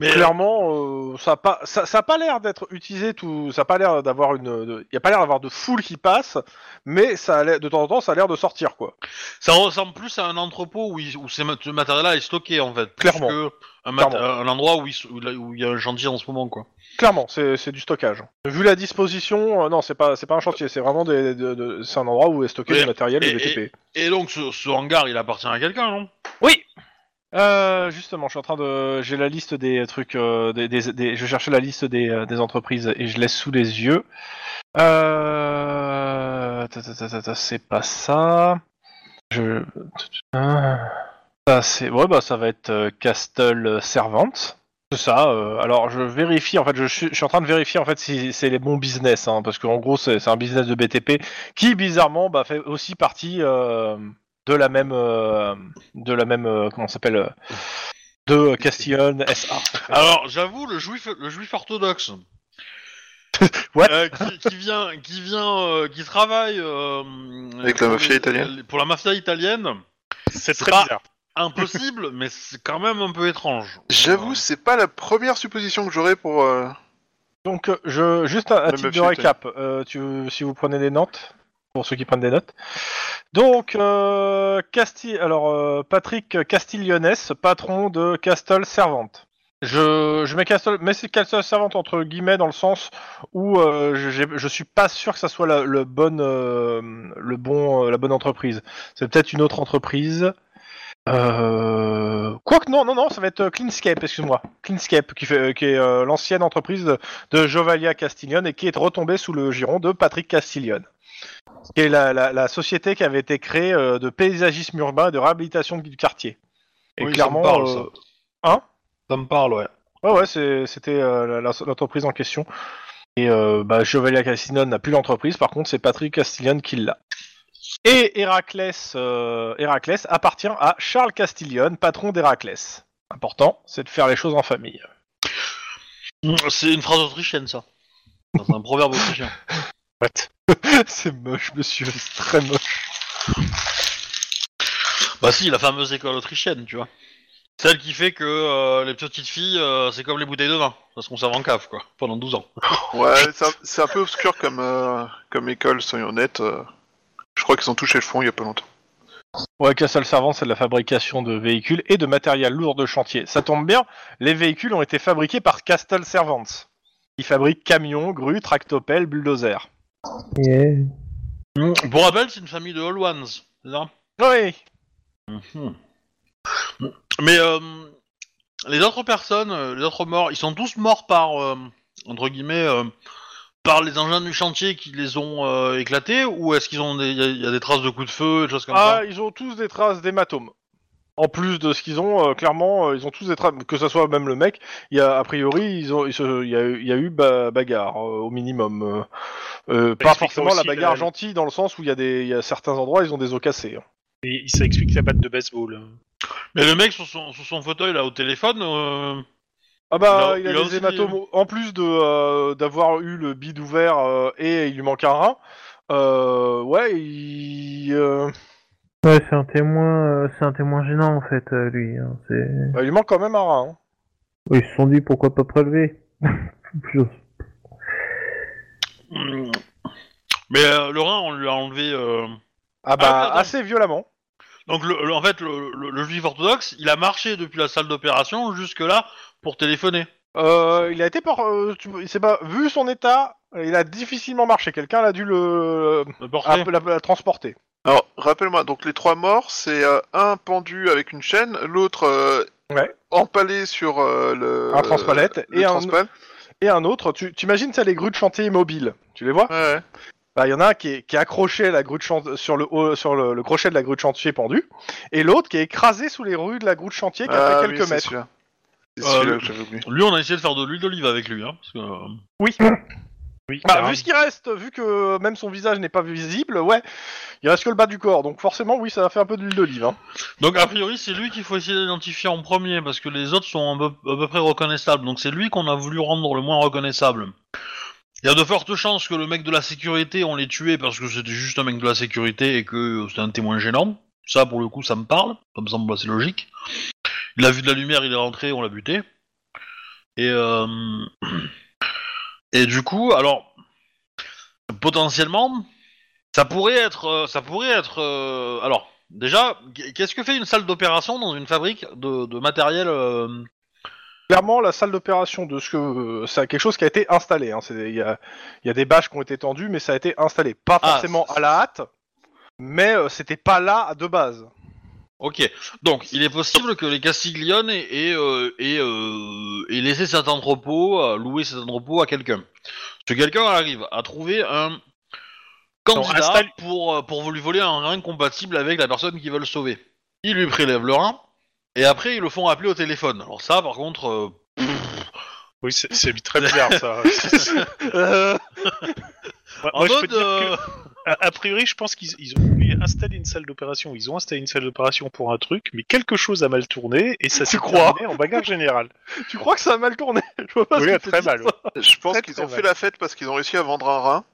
Speaker 2: mais
Speaker 1: Clairement, euh, ça n'a pas, ça, ça a pas l'air d'être utilisé tout, ça a pas l'air d'avoir une, de- il y a pas l'air d'avoir de foule qui passe, mais ça a l'air- de temps en temps ça a l'air de sortir quoi.
Speaker 2: Ça ressemble plus à un entrepôt où, ils- où ces mat- ce matériel-là est stocké en fait. plus
Speaker 1: Clairement.
Speaker 2: que un, mat-
Speaker 1: Clairement.
Speaker 2: un endroit où il s- où là- où il y a un chantier en ce moment quoi.
Speaker 1: Clairement, c'est c'est du stockage. Vu la disposition, euh, non, c'est pas c'est pas un chantier, c'est vraiment des, de- de- c'est un endroit où est stocké
Speaker 2: Et-
Speaker 1: le matériel
Speaker 2: et-
Speaker 1: le BTP.
Speaker 2: Et donc ce, ce hangar il appartient à quelqu'un non
Speaker 1: Euh, justement, je suis en train de, j'ai la liste des trucs, euh, des, des- des- je cherchais la liste des, euh, des entreprises et je laisse sous les yeux. Euh, ta, ta, ta, ta, ta, c'est pas ça. Je, Ah. ça c'est, ouais bah ça va être euh, Castle Servante. C'est ça. euh, alors je vérifie en fait, je, suis- je suis en train de vérifier en fait si c'est les bons business, hein, parce qu'en gros c'est c'est un business de BTP qui bizarrement bah, fait aussi partie euh, de la même, euh, de la même, euh, comment ça s'appelle, euh, de euh, Castillon SA.
Speaker 2: Alors j'avoue le juif le juif orthodoxe.
Speaker 1: What
Speaker 2: Euh, qui, qui vient qui vient euh, qui travaille euh,
Speaker 4: Avec la
Speaker 2: pour
Speaker 4: mafia
Speaker 2: les-
Speaker 4: italienne.
Speaker 2: pour la mafia italienne.
Speaker 3: C'est
Speaker 2: C'est
Speaker 3: très
Speaker 2: pas-
Speaker 3: bizarre.
Speaker 2: Impossible mais c'est quand même un peu étrange.
Speaker 4: J'avoue,
Speaker 2: Euh,
Speaker 4: c'est pas la première supposition que j'aurais pour. euh,
Speaker 1: Donc, euh, je, juste un, un
Speaker 4: La
Speaker 1: titre de
Speaker 4: mafia
Speaker 1: récap, euh, tu- si vous prenez des notes, pour ceux qui prennent des notes. Donc, euh, Casti- alors, euh, Patrick Castigliones, patron de Castle Servante. Je, je mets Castle, mais c'est Castle Servante entre guillemets dans le sens où euh, je- j'ai- je suis pas sûr que ça soit la, le bonne, euh, le bon, euh, la bonne entreprise. C'est peut-être une autre entreprise. Euh... Quoique non, non, non, ça va être euh, Cleanscape, excuse-moi. Cleanscape, qui, fait, euh, qui est euh, l'ancienne entreprise de, de Jovalia Castiglione et qui est retombée sous le giron de Patrick Castiglione. qui est la, la- la société qui avait été créée euh, de paysagisme urbain et de réhabilitation de quartier. Et
Speaker 2: Oui,
Speaker 1: clairement,
Speaker 2: ça me parle,
Speaker 1: euh, hein
Speaker 2: ça me parle, ouais.
Speaker 1: ouais, ouais, c'est- c'était euh, la- la- l'entreprise en question. Et euh, bah, Chevalier Castiglione n'a plus l'entreprise, par contre, c'est Patrick Castiglione qui l'a. Et Héraclès, euh, Héraclès appartient à Charles Castiglione, patron d'Héraclès. Important, c'est de faire les choses en famille.
Speaker 2: C'est une phrase autrichienne, ça. C'est un proverbe autrichien.
Speaker 1: c'est moche, monsieur, c'est très moche.
Speaker 2: Bah si, la fameuse école autrichienne, tu vois. Celle qui fait que euh, les petites filles, euh, c'est comme les bouteilles de vin. Ça se conserve en cave, quoi, pendant 12 ans.
Speaker 4: Ouais, c'est un, c'est un peu obscur comme, euh, comme école, soyons honnêtes. euh. Je crois qu'ils ont touché le fond il y a pas longtemps.
Speaker 1: Ouais, qu'un seul servant, c'est de la fabrication de véhicules et de matériel lourd de chantier. Ça tombe bien, les véhicules ont été fabriqués par Castle Servants. Ils fabriquent camions, grues, tractopelles, bulldozers.
Speaker 5: Yeah.
Speaker 2: Pour rappel, c'est une famille de All Ones, c'est ça
Speaker 1: Oui,
Speaker 2: Mhm. Mais euh, les autres personnes, euh, les autres morts, ils sont tous morts par, euh, entre guillemets, euh, par les engins du chantier qui les ont euh, éclatés ou est-ce qu'ils ont des, y a- y a des traces de coups de feu, des choses comme
Speaker 1: Ah,
Speaker 2: ça
Speaker 1: ils ont tous des traces d'hématomes. En plus de ce qu'ils ont, euh, clairement, euh, ils ont tous des traces. Que ce soit même le mec, il y a a priori, ils ont, ils se- il y, a eu- il y a eu ba- bagarre euh, au minimum. euh, euh, pas
Speaker 3: explique
Speaker 1: forcément la
Speaker 3: aussi
Speaker 1: bagarre
Speaker 3: la-
Speaker 1: gentille dans le sens où il y a des, il y a certains endroits, ils ont des os cassés.
Speaker 3: Et ça explique la batte de baseball. hein.
Speaker 2: Mais le mec sur son, sur son fauteuil là au téléphone, euh,
Speaker 1: Ah bah,
Speaker 2: Non,
Speaker 1: il a,
Speaker 2: il a
Speaker 1: des
Speaker 2: aussi-
Speaker 1: hématomes en plus de euh, d'avoir eu le bide ouvert euh, et il lui manque un rein. Euh, ouais, il, euh,
Speaker 5: Ouais, c'est un témoin, euh, c'est un témoin gênant en fait, euh, lui. hein, c'est- Oh,
Speaker 1: bah, il lui manque quand même un rein. hein.
Speaker 5: Ils se sont dit pourquoi pas prélever. Putain.
Speaker 2: mm, mais euh, le rein on lui a enlevé. euh,
Speaker 1: Ah bah,
Speaker 2: pardon.
Speaker 1: assez violemment.
Speaker 2: Donc le, le- en fait le, le- le juif orthodoxe, il a marché depuis la salle d'opération jusque là pour téléphoner.
Speaker 1: Euh, il a été par, euh, tu- il s'est pas vu son état, il a difficilement marché. Quelqu'un l'a dû le
Speaker 2: Le porter.
Speaker 1: app- la, la transporter.
Speaker 4: Alors, rappelle-moi, donc les trois morts, c'est euh, un pendu avec une chaîne, l'autre euh,
Speaker 1: Ouais.
Speaker 4: empalé sur euh, le.
Speaker 1: Un transpalette
Speaker 4: le
Speaker 1: et un-
Speaker 4: transpal.
Speaker 1: Et un autre, tu t'imagines ça les grues de chantier immobiles, tu les vois
Speaker 4: Ouais, ouais.
Speaker 1: Bah il y en a un qui est, qui est accroché à la grue de chan- sur le haut- sur le, le crochet de la grue de chantier pendu, et l'autre qui est écrasé sous les rues de la grue de chantier qui a
Speaker 4: Ah
Speaker 1: fait
Speaker 4: oui,
Speaker 1: quelques
Speaker 4: c'est
Speaker 1: mètres.
Speaker 4: celui-là. C'est
Speaker 2: Euh,
Speaker 4: celui-là
Speaker 2: le-
Speaker 4: que j'avais oublié.
Speaker 2: Lui on a essayé de faire de l'huile d'olive avec lui hein. Parce que, euh,
Speaker 3: Oui,
Speaker 1: Bah,
Speaker 3: t'as
Speaker 1: vu ce qui reste, vu que même son visage n'est pas visible, ouais, il reste que le bas du corps, donc forcément, oui, ça a fait un peu d'huile d'olive. Hein.
Speaker 2: Donc a priori c'est lui qu'il faut essayer d'identifier en premier parce que les autres sont à peu, à peu près reconnaissables. Donc c'est lui qu'on a voulu rendre le moins reconnaissable. Il y a de fortes chances que le mec de la sécurité on l'ait tué parce que c'était juste un mec de la sécurité et que euh, c'était un témoin gênant. Ça pour le coup ça me parle, ça me semble assez logique. Il a vu de la lumière, il est rentré, on l'a buté. Et euh, et du coup alors potentiellement ça pourrait être, euh, ça pourrait être. euh, alors, déjà, qu'est-ce que fait une salle d'opération dans une fabrique de, de matériel euh,
Speaker 1: Clairement, la salle d'opération de ce que euh, c'est quelque chose qui a été installé. hein, c'est- Il y, a, il y a des bâches qui ont été tendues, mais ça a été installé. Pas
Speaker 2: Ah,
Speaker 1: forcément
Speaker 2: c'est-
Speaker 1: à la hâte, mais euh, c'était pas là de base.
Speaker 2: Ok, donc il est possible que les Castiglione aient, aient, euh, aient, euh, aient laissé cet entrepôt, euh, loué cet entrepôt à quelqu'un. Ce quelqu'un arrive à trouver un candidat
Speaker 3: installe-
Speaker 2: pour, euh, pour lui voler un rein compatible avec la personne qu'ils veulent sauver. Ils lui prélèvent le rein, et après ils le font appeler au téléphone. Alors ça, par contre, euh,
Speaker 3: Oui, c'est- c'est très bizarre ça. Moi,
Speaker 2: en
Speaker 3: moi, je peux
Speaker 2: mode...
Speaker 3: te dire que-
Speaker 2: euh,
Speaker 3: A, a priori, je pense qu'ils ils ont voulu installer une salle d'opération. Ils ont installé une salle d'opération pour un truc, mais quelque chose a mal tourné et ça s'est
Speaker 1: crois
Speaker 3: terminé en bagarre générale.
Speaker 1: tu crois que ça a mal tourné Je vois pas ce
Speaker 3: Oui,
Speaker 1: que tu
Speaker 3: très
Speaker 1: dis.
Speaker 3: mal. ouais.
Speaker 4: Je pense
Speaker 3: Très,
Speaker 4: qu'ils
Speaker 3: très
Speaker 4: ont fait
Speaker 3: mal.
Speaker 4: la fête parce qu'ils ont réussi à vendre un rein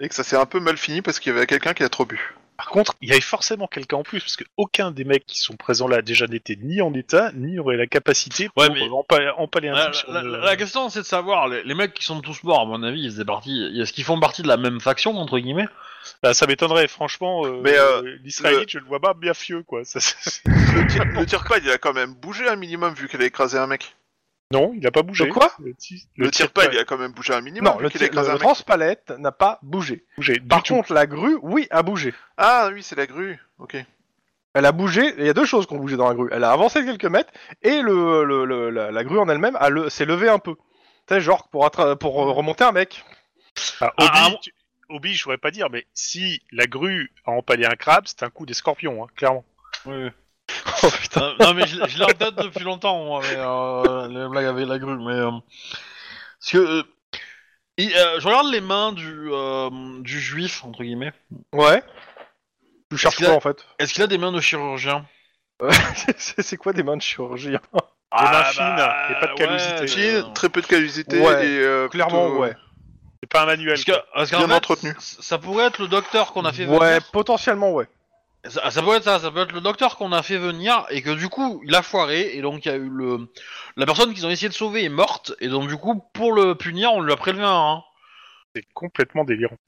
Speaker 4: et que ça s'est un peu mal fini parce qu'il y avait quelqu'un qui a trop bu.
Speaker 3: Par contre, il y avait forcément quelqu'un en plus parce que aucun des mecs qui sont présents là déjà n'était ni en état ni aurait la capacité pour
Speaker 2: Ouais, mais-
Speaker 3: euh, empa- empaler un
Speaker 2: La,
Speaker 3: truc sur
Speaker 2: la-
Speaker 3: le-
Speaker 2: la- la question c'est de savoir, les, les mecs qui sont tous morts, à mon avis, ils faisaient partie, est-ce qu'ils font partie de la même faction, entre guillemets
Speaker 3: Bah, ça m'étonnerait, franchement. euh,
Speaker 4: Mais, euh,
Speaker 3: l'israélite, je le vois pas bien fieux, quoi. Ça, c'est-
Speaker 4: Le, tir- le tirpad, il a quand même bougé un minimum vu qu'il a écrasé un mec.
Speaker 3: non, il a pas bougé.
Speaker 1: Le quoi
Speaker 3: Le, ti-
Speaker 4: Le,
Speaker 3: le tir
Speaker 4: tirpad,
Speaker 3: pas
Speaker 4: il a quand même bougé un minimum
Speaker 1: Non,
Speaker 4: vu
Speaker 1: le,
Speaker 4: qu'il a
Speaker 1: ti-
Speaker 4: écrasé
Speaker 1: le
Speaker 4: un mec.
Speaker 1: transpalette n'a pas bougé.
Speaker 3: bougé. Du
Speaker 1: Par
Speaker 3: tout.
Speaker 1: contre, la grue, oui, a bougé.
Speaker 4: Ah oui, c'est la grue. Ok.
Speaker 1: Elle a bougé, il y a deux choses qui ont bougé dans la grue. Elle a avancé de quelques mètres et le, le- le- la, la grue en elle-même a le- s'est levée un peu. Tu sais, genre pour, attra- pour euh, remonter un mec.
Speaker 3: Ah,
Speaker 2: Ah,
Speaker 3: Obi,
Speaker 2: ah,
Speaker 3: tu- Obi, je pourrais pas dire, mais si la grue a empalé un crabe, c'est un coup des scorpions, hein, clairement.
Speaker 1: Oh putain.
Speaker 2: Euh, non, mais je, je l'ai en tête depuis longtemps, moi, mais, euh, les blagues avec la grue. Mais, euh, parce que. euh, il- euh, je regarde les mains du, euh, du juif, entre guillemets.
Speaker 1: Ouais. Tu cherches
Speaker 2: qu'il
Speaker 1: quoi
Speaker 2: a-
Speaker 1: en fait
Speaker 2: Est-ce qu'il a des mains de chirurgien
Speaker 1: C'est c'est quoi des mains de chirurgien
Speaker 3: mains fines et pas de
Speaker 2: Ah, bah, ouais,
Speaker 3: callosité.
Speaker 4: Fine,
Speaker 2: euh,
Speaker 4: très peu de callosité
Speaker 1: Ouais,
Speaker 4: et euh,
Speaker 1: Clairement,
Speaker 4: plutôt,
Speaker 1: ouais.
Speaker 3: C'est pas un manuel.
Speaker 2: Parce que, parce qu'en
Speaker 4: Bien
Speaker 2: fait,
Speaker 4: entretenu.
Speaker 2: c- Ça pourrait être le docteur qu'on a fait venir.
Speaker 1: Ouais, potentiellement, ouais.
Speaker 2: Ça, ça peut être ça, ça peut être le docteur qu'on a fait venir et que du coup il a foiré et donc il y a eu le la personne qu'ils ont essayé de sauver est morte et donc du coup pour le punir on lui a prélevé un. rein.
Speaker 3: C'est complètement délirant.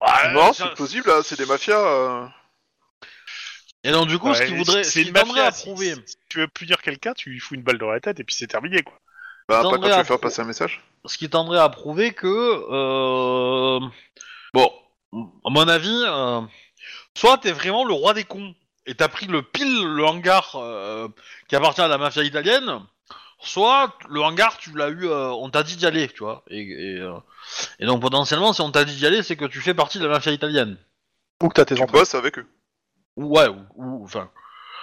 Speaker 3: Ah,
Speaker 2: Ouais,
Speaker 4: Non,
Speaker 2: ça-
Speaker 4: c'est plausible, hein, c'est des mafias. euh.
Speaker 2: Et donc du coup ce
Speaker 3: Ouais,
Speaker 2: qu'il voudrait, ce
Speaker 3: c'est
Speaker 2: qu'il
Speaker 3: une mafia,
Speaker 2: tendrait à
Speaker 3: si-
Speaker 2: prouver.
Speaker 3: Si tu veux punir quelqu'un, tu lui fous une balle dans la tête et puis c'est terminé, quoi.
Speaker 4: Bah, pas quand
Speaker 2: Tendrait
Speaker 4: tu
Speaker 2: à
Speaker 4: veux faire
Speaker 2: pro-
Speaker 4: passer un message.
Speaker 2: ce qui tendrait à prouver que, euh, bon, à mon avis, euh, soit t'es vraiment le roi des cons et t'as pris le pile le hangar euh, qui appartient à la mafia italienne, soit le hangar tu l'as eu, euh, on t'a dit d'y aller, tu vois, et, et, euh, et donc potentiellement si on t'a dit d'y aller, c'est que tu fais partie de la mafia italienne.
Speaker 1: Ou que t'as tes
Speaker 4: Tu
Speaker 1: entrailles.
Speaker 4: bosses avec eux.
Speaker 2: Ou- Ouais, ou- ou enfin.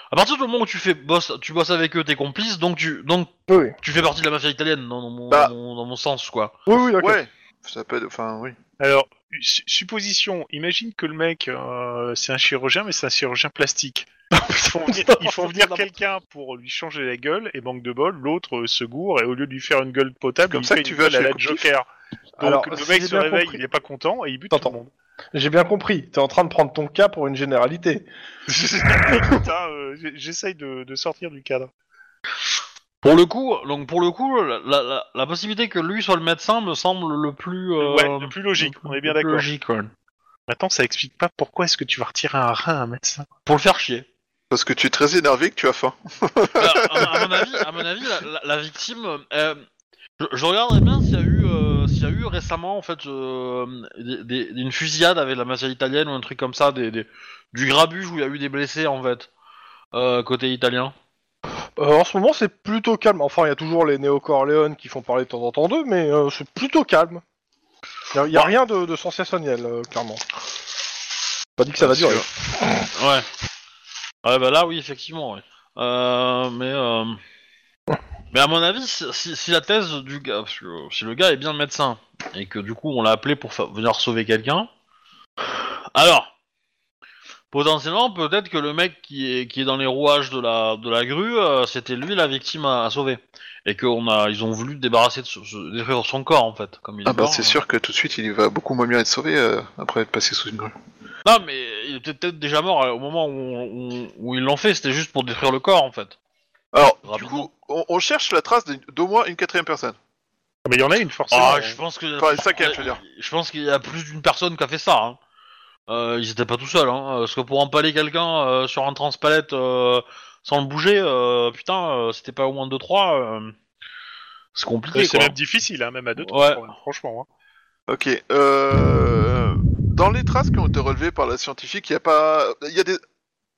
Speaker 2: À partir du moment où tu fais boss, tu bosses avec eux, t'es complice, donc tu donc
Speaker 1: Oui,
Speaker 2: tu fais partie de la mafia italienne dans, dans mon,
Speaker 4: Bah.
Speaker 2: dans mon- dans mon sens quoi.
Speaker 1: oui, oui, d'accord.
Speaker 4: Ouais, ça peut être. Enfin, oui.
Speaker 3: Alors, su- supposition, imagine que le mec, euh, c'est un chirurgien, mais c'est un chirurgien plastique. Ils font venir, ils font venir quelqu'un pour lui changer la gueule, et manque de bol, l'autre euh, se gourde, et au lieu de lui faire une gueule potable,
Speaker 4: Comme
Speaker 3: il
Speaker 4: ça
Speaker 3: fait
Speaker 4: que tu
Speaker 3: une
Speaker 4: vas
Speaker 3: gueule à
Speaker 4: chez
Speaker 3: la
Speaker 4: le coptif.
Speaker 3: Joker. Donc
Speaker 1: Alors,
Speaker 3: le
Speaker 1: si
Speaker 3: mec
Speaker 1: j'ai
Speaker 3: se
Speaker 1: bien
Speaker 3: réveille,
Speaker 1: compris-
Speaker 3: il est pas content, et il bute tout le
Speaker 1: T'entends.
Speaker 3: monde.
Speaker 1: J'ai bien compris. T'es en train de prendre ton cas pour une généralité.
Speaker 3: Putain, euh, j- j'essaye de, de sortir du cadre.
Speaker 2: Pour le coup, donc pour le coup, la, la- la- la possibilité que lui soit le médecin me semble le plus euh,
Speaker 3: ouais, le plus logique, on est bien
Speaker 2: le plus
Speaker 3: d'accord.
Speaker 2: logique, ouais.
Speaker 3: Maintenant, ça explique pas pourquoi est-ce que tu vas retirer un rein à un médecin.
Speaker 2: Pour le faire chier.
Speaker 4: Parce que tu es très énervé que tu as faim.
Speaker 2: Alors, Euh, à, à mon avis, à mon avis, la, la- la victime, euh, je, je regarderais bien s'il y a eu, euh, s'il y a eu récemment en fait euh, des- des- une fusillade avec la mafia italienne ou un truc comme ça, des, des- du grabuge où il y a eu des blessés en fait euh, côté italien.
Speaker 1: Euh, en ce moment, c'est plutôt calme. Enfin, il y a toujours les néo-corléones qui font parler de temps en temps d'eux, mais euh, c'est plutôt calme. Il n'y a, rien de, de sensationnel, euh, clairement. Pas dit que ça va
Speaker 4: Parce
Speaker 1: durer.
Speaker 2: Ouais. Ouais, bah là, oui, effectivement, ouais. Euh, mais, euh, mais à mon avis, si, si- si la thèse du gars, parce que, euh, si le gars est bien médecin, et que du coup on l'a appelé pour fa- venir sauver quelqu'un, alors, potentiellement, peut-être que le mec qui est, qui est dans les rouages de la, de la grue, euh, c'était lui la victime à, à sauver. Et qu'on a, ils ont voulu débarrasser de ce- ce- détruire son corps, en fait. Comme il
Speaker 4: Ah
Speaker 2: est
Speaker 4: bah
Speaker 2: mort,
Speaker 4: c'est
Speaker 2: euh.
Speaker 4: sûr que tout de suite il va beaucoup moins bien être sauvé euh, après être passé sous une grue.
Speaker 2: Non, mais il était peut-être déjà mort euh, au moment où, on- où- où ils l'ont fait, c'était juste pour détruire le corps, en fait.
Speaker 4: Alors du
Speaker 2: Rapidement.
Speaker 4: coup on, on cherche la trace d'une- d'au moins une quatrième personne.
Speaker 3: Mais il y en a une, forcément.
Speaker 2: Ah, je pense que.
Speaker 4: Enfin, une cinquième, je veux dire.
Speaker 2: Je pense qu'il y a plus d'une personne qui a fait ça. hein. Euh, ils étaient pas tout seuls. Hein. Parce que pour empaler quelqu'un euh, sur un transpalette euh, sans le bouger, euh, putain, euh, c'était pas au moins 2-3. euh, c'est compliqué.
Speaker 3: Euh, C'est
Speaker 2: quoi.
Speaker 3: même difficile, hein, même à deux,
Speaker 2: Ouais.
Speaker 3: trois, franchement. hein.
Speaker 4: Ok. Euh, dans les traces qui ont été relevées par la scientifique, il y a pas, il y a des,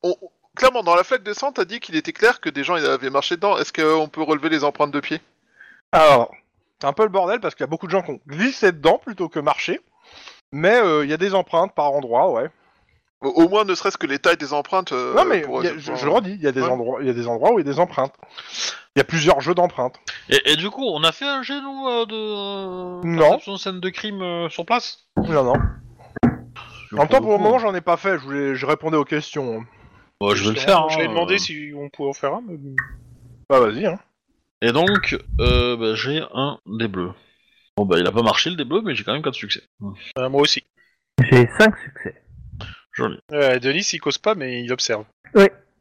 Speaker 4: on- clairement dans la flaque de sang, t'as dit qu'il était clair que des gens avaient marché dedans. Est-ce qu'on peut relever les empreintes de pied
Speaker 1: Alors, c'est un peu le bordel parce qu'il y a beaucoup de gens qui ont glissé dedans plutôt que marché. Mais euh, il y a des empreintes par endroit, ouais.
Speaker 4: au, au moins ne serait-ce que les tailles des empreintes. euh,
Speaker 1: non, mais
Speaker 4: pour-
Speaker 1: il y a-
Speaker 4: pour-
Speaker 1: je, je le redis, il y, a des
Speaker 4: Ouais.
Speaker 1: endroits- il y a des endroits où il y a des empreintes. Il y a plusieurs jeux d'empreintes.
Speaker 2: Et, et du coup, on a fait un jet, nous, euh, de.
Speaker 1: Non.
Speaker 2: perception de scène de crime euh, sur place
Speaker 1: Non, non. En même temps, pour le moment, j'en ai pas fait. Je, voulais, je répondais aux questions. hein.
Speaker 2: Bah, je vais le faire.
Speaker 3: Justement, Je
Speaker 2: hein,
Speaker 3: l'ai demandé
Speaker 2: euh.
Speaker 3: si on pouvait en faire un, mais
Speaker 1: Bah, vas-y, hein.
Speaker 2: Et donc, euh, bah, j'ai un des bleus. Bon, bah, il a pas marché le des bleus, mais j'ai quand même 4 succès. Hmm.
Speaker 3: Euh, moi aussi.
Speaker 5: J'ai 5 succès.
Speaker 2: Joli.
Speaker 3: Euh, Denis, il cause pas, mais il observe.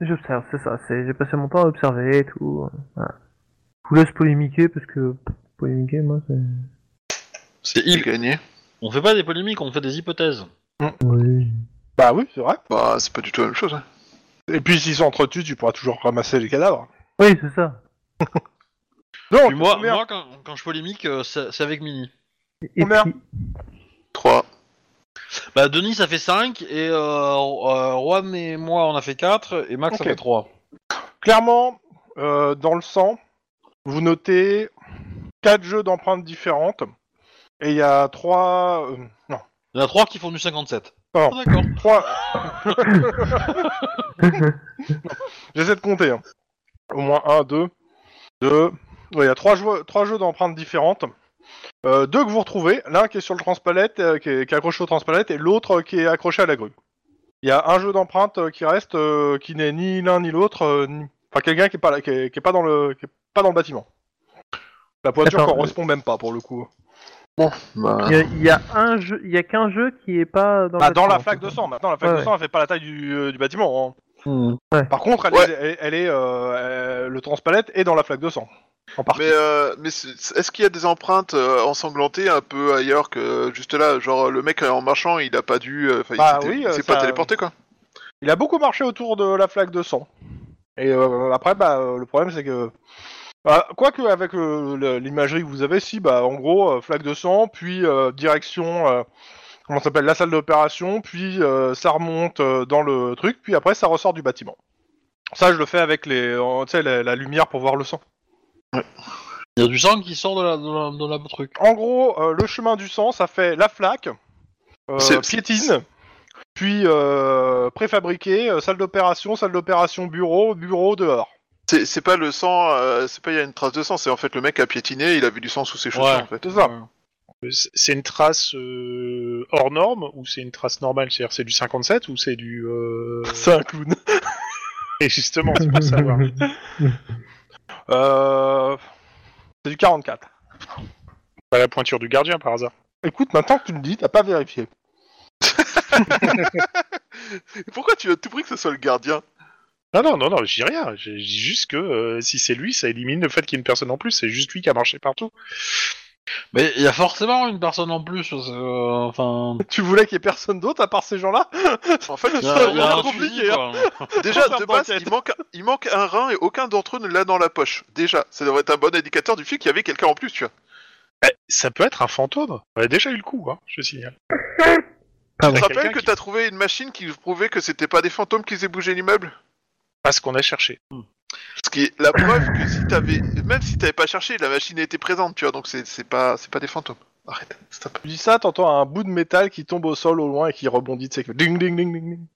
Speaker 5: J'observe, c'est ça. c'est- J'ai passé mon temps à observer et tout. euh, Voilà. Je vous laisse polémiquer parce que pff, polémiquer, moi, c'est.
Speaker 2: C'est
Speaker 4: J'ai
Speaker 2: il.
Speaker 4: gagné.
Speaker 2: On fait pas des polémiques, on fait des hypothèses.
Speaker 5: Oui.
Speaker 1: Bah oui, c'est vrai.
Speaker 4: Bah c'est pas du tout la même chose. hein.
Speaker 1: Et puis s'ils s'entretuent, tu pourras toujours ramasser les cadavres.
Speaker 5: Oui, c'est ça.
Speaker 1: Donc,
Speaker 2: Puis moi,
Speaker 1: combien-
Speaker 2: moi quand, quand je polémique, euh, c'est c'est avec Mini.
Speaker 5: Et
Speaker 1: Combien
Speaker 5: puis,
Speaker 4: Trois.
Speaker 2: Bah, Denis, ça fait 5, et euh, euh, Juan et moi, on a fait 4, et Max,
Speaker 1: Ok.
Speaker 2: ça fait 3.
Speaker 1: clairement, euh, dans le sang, vous notez quatre jeux d'empreintes différentes. Et il y a trois... euh, non,
Speaker 2: Il y en a trois qui font du 57.
Speaker 1: Oh.
Speaker 2: Ah, d'accord.
Speaker 1: Trois. J'essaie de compter. hein. Au moins un, deux, deux. Ouais, Il y a trois jeux, trois jeux d'empreintes différentes. Euh, deux que vous retrouvez, l'un qui est sur le transpalette, euh, qui, est, qui est accroché au transpalette, et l'autre euh, qui est accroché à la grue. Il y a un jeu d'empreintes euh, qui reste, euh, qui n'est ni l'un ni l'autre, euh, ni... enfin quelqu'un qui est pas là, qui est, qui est pas dans le, qui est pas dans le bâtiment. La voiture
Speaker 5: Attends,
Speaker 1: correspond même pas pour le coup.
Speaker 5: Il y a- il y a un jeu, il y a qu'un jeu qui est pas dans.
Speaker 1: Bah,
Speaker 5: le
Speaker 1: dans la
Speaker 5: bâtiment,
Speaker 1: flaque
Speaker 5: en
Speaker 1: de
Speaker 5: fait.
Speaker 1: sang. Maintenant, la flaque
Speaker 5: Ouais,
Speaker 1: de sang, elle fait pas la taille du, euh, du bâtiment. hein. Par contre, elle,
Speaker 4: Ouais.
Speaker 1: est, elle, elle est, euh, euh, le transpalette est dans la flaque de sang. En partie.
Speaker 4: Mais, euh, mais c'est- c'est- est-ce qu'il y a des empreintes euh, ensanglantées un peu ailleurs que juste là Genre le mec euh, en marchant, il a pas dû. euh, 'fin, il
Speaker 1: Bah
Speaker 4: s'était-
Speaker 1: oui,
Speaker 4: il
Speaker 1: euh,
Speaker 4: s'est
Speaker 1: ça-
Speaker 4: pas téléporté quoi.
Speaker 1: Il a beaucoup marché autour de la flaque de sang. Et euh, après, bah, euh, le problème, c'est que. Bah, Quoique, avec euh, le- l'imagerie que vous avez, si, bah, en gros, euh, flaque de sang, puis euh, direction. euh, comment ça s'appelle La salle d'opération, puis euh, ça remonte euh, dans le truc, puis après, ça ressort du bâtiment. Ça, je le fais avec les, en- tu sais, la- la lumière pour voir le sang.
Speaker 2: Il y a du sang qui sort de la, de la, de la truc.
Speaker 1: En gros, euh, le chemin du sang, ça fait la flaque, euh,
Speaker 4: C'est-
Speaker 1: piétine, puis euh, préfabriqué, euh, salle d'opération, salle d'opération, bureau, bureau dehors.
Speaker 4: C'est c'est pas le sang, euh, c'est pas il y a une trace de sang, c'est en fait le mec a piétiné, il a vu du sang sous ses chaussures
Speaker 2: Ouais.
Speaker 4: en fait.
Speaker 1: C'est ça.
Speaker 3: Euh, c'est- C'est une trace euh, hors norme ou c'est une trace normale C'est-à-dire c'est du 57 ou c'est du... euh,
Speaker 1: C'est un clown.
Speaker 3: Et justement, c'est pour savoir.
Speaker 1: Euh, c'est du 44.
Speaker 3: Pas la pointure du gardien par hasard.
Speaker 1: Écoute, maintenant que tu le dis, t'as pas vérifié.
Speaker 4: Et pourquoi tu veux à tout prix que ce soit le gardien
Speaker 3: Non, non, non, non, je dis rien. Je je dis juste que euh, si c'est lui, ça élimine le fait qu'il y ait une personne en plus. C'est juste lui qui a marché partout.
Speaker 2: Mais il y a forcément une personne en plus. euh, Enfin.
Speaker 1: Tu voulais qu'il y ait personne d'autre à part ces gens-là
Speaker 4: En fait, le
Speaker 2: il y a- il y a
Speaker 4: sang,
Speaker 2: un suivi,
Speaker 1: compliqué, hein.
Speaker 2: quoi.
Speaker 4: hein. déjà de
Speaker 1: Faire
Speaker 4: base,
Speaker 1: d'enquête.
Speaker 4: il manque, il manque un rein et aucun d'entre eux ne l'a dans la poche. Déjà, ça devrait être un bon indicateur du fait qu'il y avait quelqu'un en plus, tu vois.
Speaker 3: Eh, ça peut être un fantôme. On a déjà eu le coup, hein, je signale.
Speaker 4: Tu
Speaker 5: Ah ouais.
Speaker 4: te rappelles
Speaker 3: Quelqu'un
Speaker 4: que
Speaker 3: qui-
Speaker 4: t'as trouvé une machine qui prouvait que c'était pas des fantômes qui faisaient bouger l'immeuble
Speaker 3: Pas ce qu'on a cherché.
Speaker 1: Hmm.
Speaker 4: Ce qui est la preuve que si t'avais, même si t'avais pas cherché, la machine était présente, tu vois. Donc c'est c'est pas, c'est pas des fantômes. Arrête, stop.
Speaker 1: Tu dis ça, t'entends un bout de métal qui tombe au sol au loin et qui rebondit, tu sais que ding ding ding ding ding.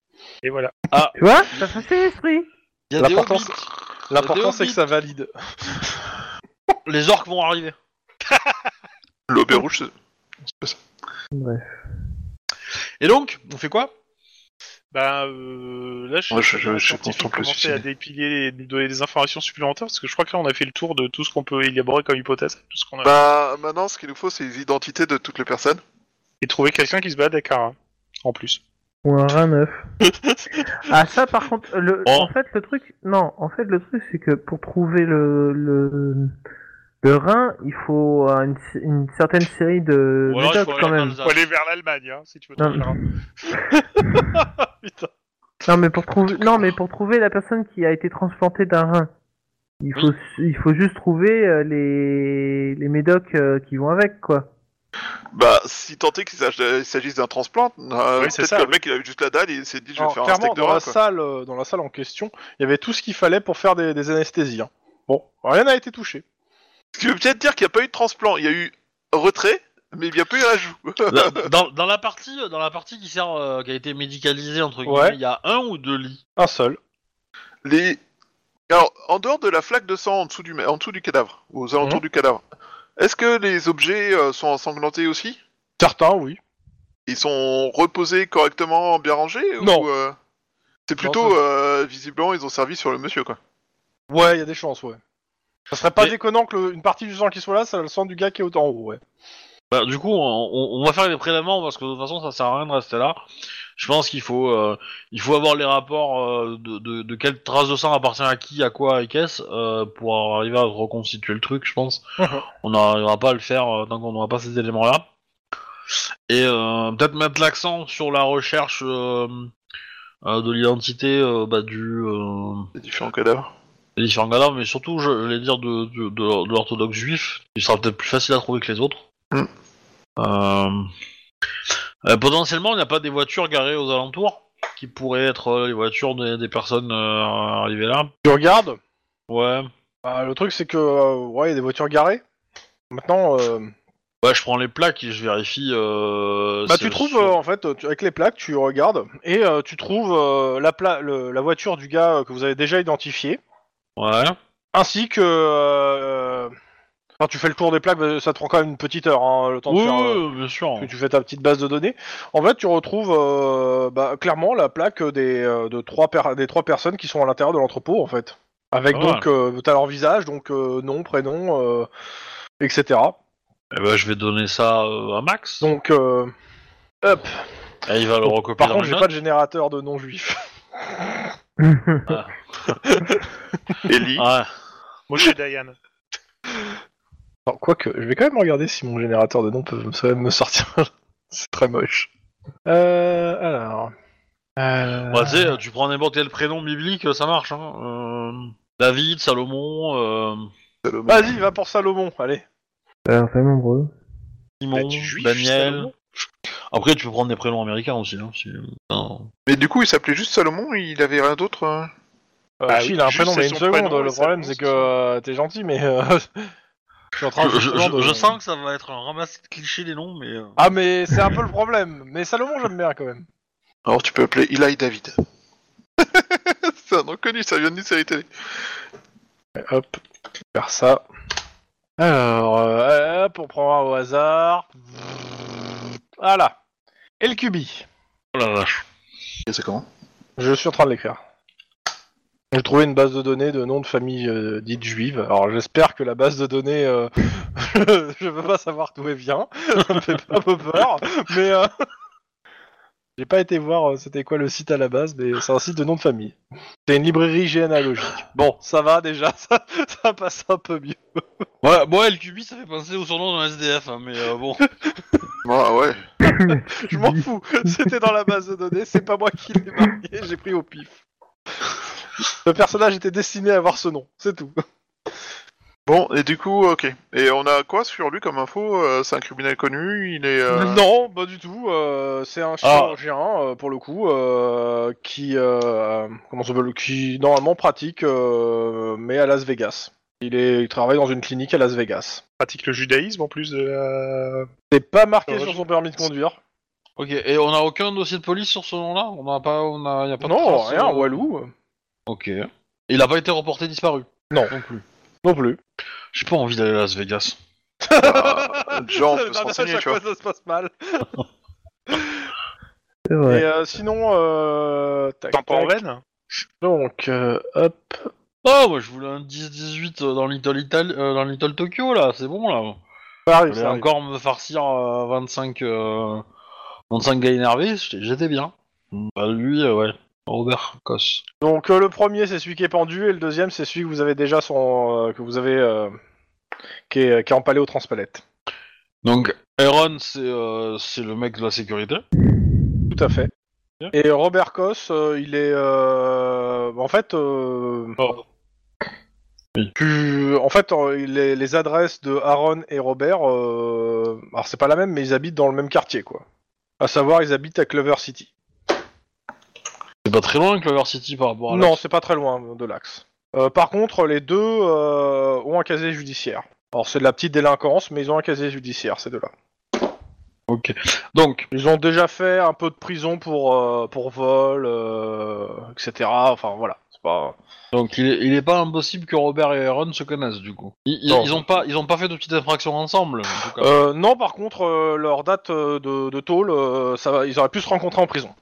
Speaker 3: Et voilà.
Speaker 5: Tu vois, ça fait ses esprits.
Speaker 2: Il y a des
Speaker 1: L'important,
Speaker 2: hobbits.
Speaker 1: L'important,
Speaker 2: Des
Speaker 1: c'est que
Speaker 2: hobbits.
Speaker 1: ça valide.
Speaker 2: Les orques vont arriver.
Speaker 4: L'aubé rouge. c'est-
Speaker 2: Et donc, on fait quoi
Speaker 3: Bah, euh, là, je,
Speaker 4: Ouais, je- je- je
Speaker 3: suis en train de
Speaker 4: contemple le
Speaker 3: commencer
Speaker 4: suicide.
Speaker 3: à dépiler et nous donner des informations supplémentaires parce que je crois que là, on a fait le tour de tout ce qu'on peut élaborer comme hypothèse. Tout ce qu'on a...
Speaker 4: Bah maintenant, ce qu'il nous faut, c'est les identités de toutes les personnes.
Speaker 3: Et trouver quelqu'un qui se bat avec un rat, en plus.
Speaker 5: Ou un rein neuf. ah ça par contre, le,
Speaker 2: Oh.
Speaker 5: en fait le truc, non, en fait le truc c'est que pour trouver le le, le rein, il faut euh, une, une certaine série de
Speaker 2: Ou alors, il faut
Speaker 5: méthodes quand
Speaker 2: aller en
Speaker 5: même.
Speaker 2: Alsace.
Speaker 3: Faut aller vers l'Allemagne, hein, si tu veux
Speaker 5: Non.
Speaker 3: trouver le rat.
Speaker 5: Non mais pour trouver, non mais pour trouver la personne qui a été transplantée d'un rein, il faut il faut juste trouver euh, les les médocs euh, qui vont avec quoi.
Speaker 4: Bah si tant est qu'il s'ag- il s'agisse d'un transplant, euh,
Speaker 3: Oui, c'est
Speaker 4: peut-être
Speaker 3: ça,
Speaker 4: que le
Speaker 3: oui.
Speaker 4: mec il a eu juste la dalle et il s'est dit je vais
Speaker 1: Alors,
Speaker 4: faire un
Speaker 1: clairement,
Speaker 4: steak de
Speaker 1: dans, la
Speaker 4: rat. quoi.
Speaker 1: salle, euh, dans la salle en question, il y avait tout ce qu'il fallait pour faire des, des anesthésies. hein. Bon, rien n'a été touché.
Speaker 4: Ce qui veut peut-être dire qu'il n'y a pas eu de transplant. Il y a eu retrait, mais il n'y a pas eu ajout.
Speaker 2: Là, dans, dans la partie, dans la partie qui sert, euh, qui a été médicalisée entre guillemets, il
Speaker 1: Ouais.
Speaker 2: y a un ou deux lits.
Speaker 1: Un seul.
Speaker 4: Les... Alors, en dehors de la flaque de sang en dessous du, en dessous du cadavre,
Speaker 1: Mhm.
Speaker 4: aux alentours du cadavre, est-ce que les objets euh, sont ensanglantés aussi
Speaker 1: Certains, oui.
Speaker 4: Ils sont reposés correctement, bien rangés ou,
Speaker 1: Non.
Speaker 4: euh, C'est plutôt,
Speaker 1: Non,
Speaker 4: euh, visiblement, ils ont servi sur le monsieur, quoi.
Speaker 1: Ouais, il y a des chances, ouais. Ça serait pas
Speaker 2: Mais-
Speaker 1: déconnant que le- une partie du sang qui soit là, c'est le sang du gars qui est au en haut, ouais.
Speaker 2: Bah, du coup, on, on- on va faire les prélèvements parce que de toute façon, ça sert à rien de rester là. Je pense qu'il faut, euh, il faut avoir les rapports euh, de, de, de quelle trace de sang appartient à qui, à quoi et qu'est-ce euh, pour arriver à reconstituer le truc. Je pense. on n'arrivera pas à le faire euh, tant qu'on n'aura pas ces éléments-là. Et euh, peut-être mettre l'accent sur la recherche euh, euh, de l'identité euh, bah, du euh,
Speaker 4: Les différents cadavres.
Speaker 2: des différents cadavres, mais surtout, je voulais dire, de, de, de l'or- de l'orthodoxe juif, il sera peut-être plus facile à trouver que les autres.
Speaker 4: Mm.
Speaker 2: Euh, euh, potentiellement, il n'y a pas des voitures garées aux alentours qui pourraient être euh, les voitures des, des personnes euh, arrivées là.
Speaker 1: Tu regardes,
Speaker 2: Ouais.
Speaker 1: bah, le truc c'est que, euh, ouais, il y a des voitures garées. Maintenant, euh,
Speaker 2: Ouais, je prends les plaques et je vérifie. euh,
Speaker 1: Bah
Speaker 2: si
Speaker 1: tu
Speaker 2: elles
Speaker 1: trouves
Speaker 2: sont-
Speaker 1: euh, en fait euh, tu- avec les plaques tu regardes et euh, tu trouves euh, la, pla- le- la voiture du gars euh, que vous avez déjà identifié euh,
Speaker 2: Ouais.
Speaker 1: ainsi que euh, enfin, tu fais le tour des plaques bah, ça te prend quand même une petite heure hein, le temps de
Speaker 2: Oui,
Speaker 1: faire euh,
Speaker 2: oui, bien sûr.
Speaker 1: que tu fais ta petite base de données en fait tu retrouves euh, bah, clairement la plaque des euh, de trois per- des trois personnes qui sont à l'intérieur de l'entrepôt en fait avec
Speaker 2: Ah,
Speaker 1: donc euh, t'as leur visage donc euh, nom prénom euh, etc
Speaker 2: Eh ben, je vais donner ça euh, à Max.
Speaker 1: donc euh, hop
Speaker 2: Et il va le
Speaker 1: Donc,
Speaker 2: recopier
Speaker 1: par
Speaker 2: dans
Speaker 1: contre
Speaker 2: les
Speaker 1: j'ai pas
Speaker 2: notes.
Speaker 1: de générateur de non juifs
Speaker 4: Ellie.
Speaker 2: Ah,
Speaker 3: Moi, je suis Diane.
Speaker 1: Alors, quoique, je vais quand même regarder si mon générateur de nom peut ça va me sortir. C'est très moche. Euh, alors. Euh,
Speaker 2: bah, tu sais, tu prends n'importe quel prénom biblique, ça marche. Hein. Euh, David, Salomon, euh,
Speaker 4: Salomon.
Speaker 1: Vas-y, va pour Salomon, allez.
Speaker 5: Alors, très Euh, nombreux.
Speaker 2: Simon,
Speaker 3: Bah, tu juif,
Speaker 2: Daniel.
Speaker 3: Salomon.
Speaker 2: Après, tu peux prendre des prénoms américains aussi. Hein, si- Non.
Speaker 4: Mais du coup, il s'appelait juste Salomon, il avait rien d'autre. hein.
Speaker 2: Ah
Speaker 1: Euh,
Speaker 3: Bah
Speaker 1: si,
Speaker 3: oui,
Speaker 1: il a un
Speaker 3: juste
Speaker 1: prénom, mais
Speaker 3: son
Speaker 1: une seconde.
Speaker 3: prénom et
Speaker 1: le
Speaker 3: sa
Speaker 1: problème,
Speaker 3: réponse.
Speaker 1: c'est que euh, t'es gentil, mais. euh, je suis en train
Speaker 2: je, je-
Speaker 1: justement,
Speaker 2: je sens que ça va être un ramassé de clichés les noms, mais. euh,
Speaker 1: Ah, mais c'est un peu le problème. Mais Salomon, j'aime bien quand même.
Speaker 4: Alors tu peux appeler Eli David. C'est un nom connu, ça vient d'une série télé.
Speaker 1: Hop, faire ça. Alors, euh, hop, on prend un au hasard. Voilà. Et le cubi.
Speaker 2: Oh la vache.
Speaker 4: Et c'est comment
Speaker 1: Je suis en train de l'écrire. J'ai trouvé une base de données de noms de famille euh, dites juives. Alors j'espère que la base de données, euh, je veux pas savoir d'où elle vient. Ça me fait pas un peu peur, mais euh, j'ai pas été voir euh, c'était quoi le site à la base, mais c'est un site de noms de famille. C'est une librairie généalogique. Bon, ça va déjà, ça, ça passe un peu mieux.
Speaker 2: Ouais, bon, LQB, ça fait penser au surnom d'un SDF, hein, mais euh, bon.
Speaker 4: Ah ouais.
Speaker 1: Je m'en fous. C'était dans la base de données, c'est pas moi qui l'ai marqué, j'ai pris au pif. Le personnage était destiné à avoir ce nom, c'est tout.
Speaker 4: Bon, et du coup, ok. Et on a quoi sur lui comme info Euh, C'est un criminel connu, il est... euh,
Speaker 1: Non, pas du tout. euh, c'est un chirurgien euh, pour le coup euh, qui euh, comment ça s'appelle qui normalement pratique euh, mais à Las Vegas. Il est il travaille dans une clinique à Las Vegas.
Speaker 3: Pratique le judaïsme en plus de la.
Speaker 1: C'est pas marqué
Speaker 3: Chirurgien.
Speaker 1: sur son permis de conduire.
Speaker 2: Ok, et on a aucun dossier de police sur ce nom-là On a pas, on a, y a pas de
Speaker 1: Non,
Speaker 2: trace,
Speaker 1: rien,
Speaker 2: euh,
Speaker 1: Walou.
Speaker 2: Ok. Il a pas été reporté disparu
Speaker 1: Non.
Speaker 2: Non plus.
Speaker 1: Non plus.
Speaker 2: J'ai pas envie d'aller à Las Vegas.
Speaker 4: bah, déjà, on peut se
Speaker 1: Pardon, à
Speaker 4: renseigner,
Speaker 1: chaque
Speaker 4: tu vois.
Speaker 1: fois, ça se passe mal.
Speaker 5: C'est vrai.
Speaker 1: Et euh, sinon, euh, tac,
Speaker 3: T'en pas en
Speaker 1: tac.
Speaker 3: veine
Speaker 1: Donc, euh, hop.
Speaker 2: Oh, moi je voulais un 10-18 euh, dans Little, Ital- euh, dans Little Tokyo, là, c'est bon, là. Je
Speaker 1: Ça arrive,
Speaker 2: voulais
Speaker 1: ça arrive.
Speaker 2: encore me farcir euh, 25, euh, 25 gars énervés, j'étais j'étais bien. Bah, lui, euh, ouais. Robert Cos.
Speaker 1: Donc euh, le premier c'est celui qui est pendu et le deuxième c'est celui que vous avez déjà son euh, que vous avez euh, qui, est, qui est empalé aux transpalettes.
Speaker 2: Donc, Aaron, c'est euh, c'est le mec de la sécurité.
Speaker 1: Tout à fait. Et Robert Koss, euh, il est euh, en fait euh, tu en fait euh, les, les adresses de Aaron et Robert euh, alors c'est pas la même mais ils habitent dans le même quartier quoi. À savoir ils habitent à Clover City.
Speaker 2: C'est pas très loin, Clover City, par rapport à la
Speaker 1: Non, c'est pas très loin de l'axe. Euh, par contre, les deux euh, ont un casier judiciaire. Alors c'est de la petite délinquance, mais ils ont un casier judiciaire, ces deux-là.
Speaker 2: Ok. Donc,
Speaker 1: Ils ont déjà fait un peu de prison pour, euh, pour vol, euh, etc. Enfin voilà, c'est pas.
Speaker 2: donc il, est, il est pas impossible que Robert et Aaron se connaissent du coup. Ils, ils-
Speaker 1: Non.
Speaker 2: ils ont pas, ils ont pas fait de petites infractions ensemble. En tout cas.
Speaker 1: Euh, non, par contre, euh, leur date euh, de, de tôle, euh, ça, va- ils auraient pu se rencontrer en prison.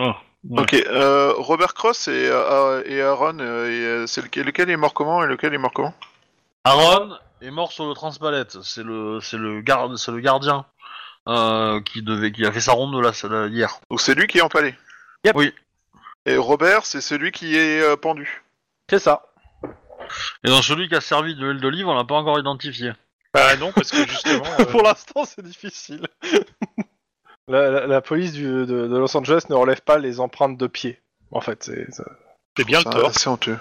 Speaker 2: Ouais.
Speaker 4: Ok, euh, Robert Cross et, euh, et Aaron, euh, et, euh, c'est lequel, lequel est mort comment et lequel est mort comment
Speaker 2: Aaron est mort sur le transpalette. C'est le, c'est le garde, c'est le gardien euh, qui devait, qui a fait sa ronde de la, la- hier.
Speaker 4: Donc c'est lui qui est empalé.
Speaker 1: Yep.
Speaker 2: Oui.
Speaker 4: Et Robert, c'est celui qui est euh, pendu.
Speaker 1: C'est ça.
Speaker 2: Et dans celui qui a servi de l'huile d'olive, on l'a pas encore identifié.
Speaker 3: Bah non, parce que justement. euh,
Speaker 1: pour l'instant, c'est difficile. la, la- la police du- de, de Los Angeles ne relève pas les empreintes de pied. En fait, c'est. ça-
Speaker 3: C'est bien le
Speaker 4: Ça,
Speaker 3: tort.
Speaker 4: Ah, C'est honteux.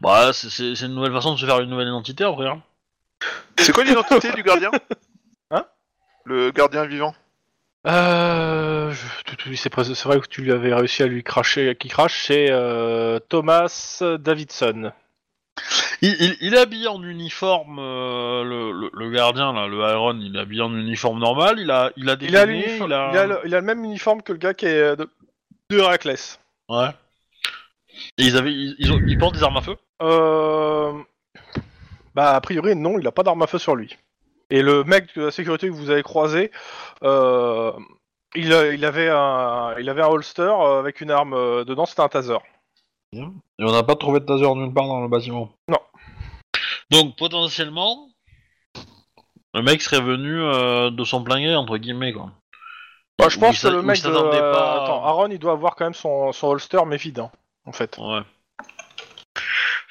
Speaker 2: Bah, c'est- c'est c'est une nouvelle façon de se faire une nouvelle identité après. hein.
Speaker 4: C'est quoi l'identité du gardien
Speaker 1: Hein
Speaker 4: Le gardien vivant.
Speaker 1: Euh, je- tout- tout- c'est pres- c'est vrai que tu lui avais réussi à lui cracher, qui crache, c'est euh, Thomas Davidson.
Speaker 2: Il, il- il est habillé en uniforme, euh, le, le- le gardien, là, le Iron, il est habillé en uniforme normal, il a, il a des
Speaker 1: Il a,
Speaker 2: guenilles,
Speaker 1: l'uniforme-
Speaker 2: il a-
Speaker 1: il a le, il a le même uniforme que le gars qui est euh, de, de Héraclès.
Speaker 2: Ouais. Et ils, avaient, ils, ils ont- ils portent des armes à feu
Speaker 1: Euh... Bah, a priori, non, il a pas d'arme à feu sur lui. Et le mec de la sécurité que vous avez croisé, euh, il, a- il avait un, il avait un holster euh, avec une arme euh, dedans, c'était un taser.
Speaker 2: Et on n'a pas trouvé de taser nulle part dans le bâtiment.
Speaker 1: Non.
Speaker 2: Donc potentiellement, le mec serait venu euh, de son plein gré, entre guillemets, quoi.
Speaker 1: Bah, je
Speaker 2: Ou
Speaker 1: pense
Speaker 2: il
Speaker 1: que
Speaker 2: s'a-
Speaker 1: le
Speaker 2: ou il
Speaker 1: mec de...
Speaker 2: s'attendait
Speaker 1: euh,
Speaker 2: pas-
Speaker 1: Attends, Aaron, il doit avoir quand même son, son holster, mais vide, hein, en fait.
Speaker 2: Ouais.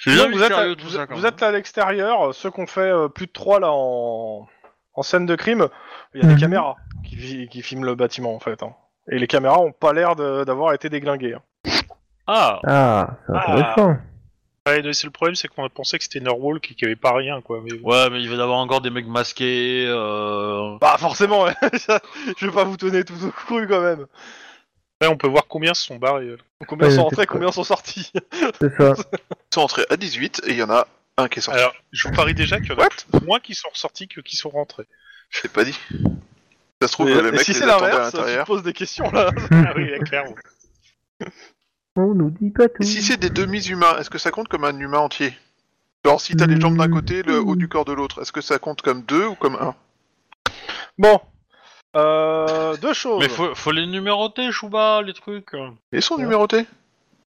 Speaker 2: C'est bien
Speaker 1: Donc, vous êtes, à,
Speaker 2: mystérieux tout
Speaker 1: vous-
Speaker 2: ça, quand
Speaker 1: vous
Speaker 2: même.
Speaker 1: êtes à l'extérieur, euh, ceux qu'on fait euh, plus de 3 là en, en scène de crime, il y a
Speaker 5: Mhm.
Speaker 1: des caméras qui, vi- qui filment le bâtiment en fait. hein. Et les caméras ont pas l'air de- d'avoir été déglinguées. hein.
Speaker 2: Ah
Speaker 5: Ah, c'est
Speaker 3: Ah.
Speaker 5: intéressant.
Speaker 3: Ouais, mais c'est le problème, c'est qu'on pensait que c'était Norwalk et qu'il n'y avait pas rien, quoi. Mais...
Speaker 2: Ouais, mais il va y avoir encore des mecs masqués. Euh...
Speaker 1: Bah forcément, ça- je vais pas vous donner tout au cru quand même.
Speaker 3: Ouais, on peut voir combien se sont barrés.
Speaker 1: Combien
Speaker 5: Ouais,
Speaker 1: sont
Speaker 5: c'est
Speaker 1: entrés,
Speaker 5: quoi.
Speaker 1: combien sont sortis
Speaker 5: C'est ça.
Speaker 4: Ils sont entrés à 18 et il y en a un qui est sorti.
Speaker 3: Alors, je vous parie déjà qu'il y en a moins qui sont ressortis que qui sont rentrés.
Speaker 4: C'est pas dit. Ça se trouve,
Speaker 1: Euh. Et-
Speaker 4: le
Speaker 1: et
Speaker 4: mec
Speaker 1: si
Speaker 4: les
Speaker 1: c'est
Speaker 4: attendait à
Speaker 1: l'inverse, tu te
Speaker 4: l'intérieur.
Speaker 1: poses des questions là.
Speaker 3: Ah oui, clair.
Speaker 5: On nous dit pas tout.
Speaker 4: Et si c'est des demi-humains, est-ce que ça compte comme un humain entier Genre, si t'as les jambes d'un côté, le haut du corps de l'autre, est-ce que ça compte comme deux ou comme un
Speaker 1: Bon, Euh, deux choses.
Speaker 2: Mais faut, faut les numéroter, Chouba, les trucs. euh,
Speaker 4: Ils sont numérotés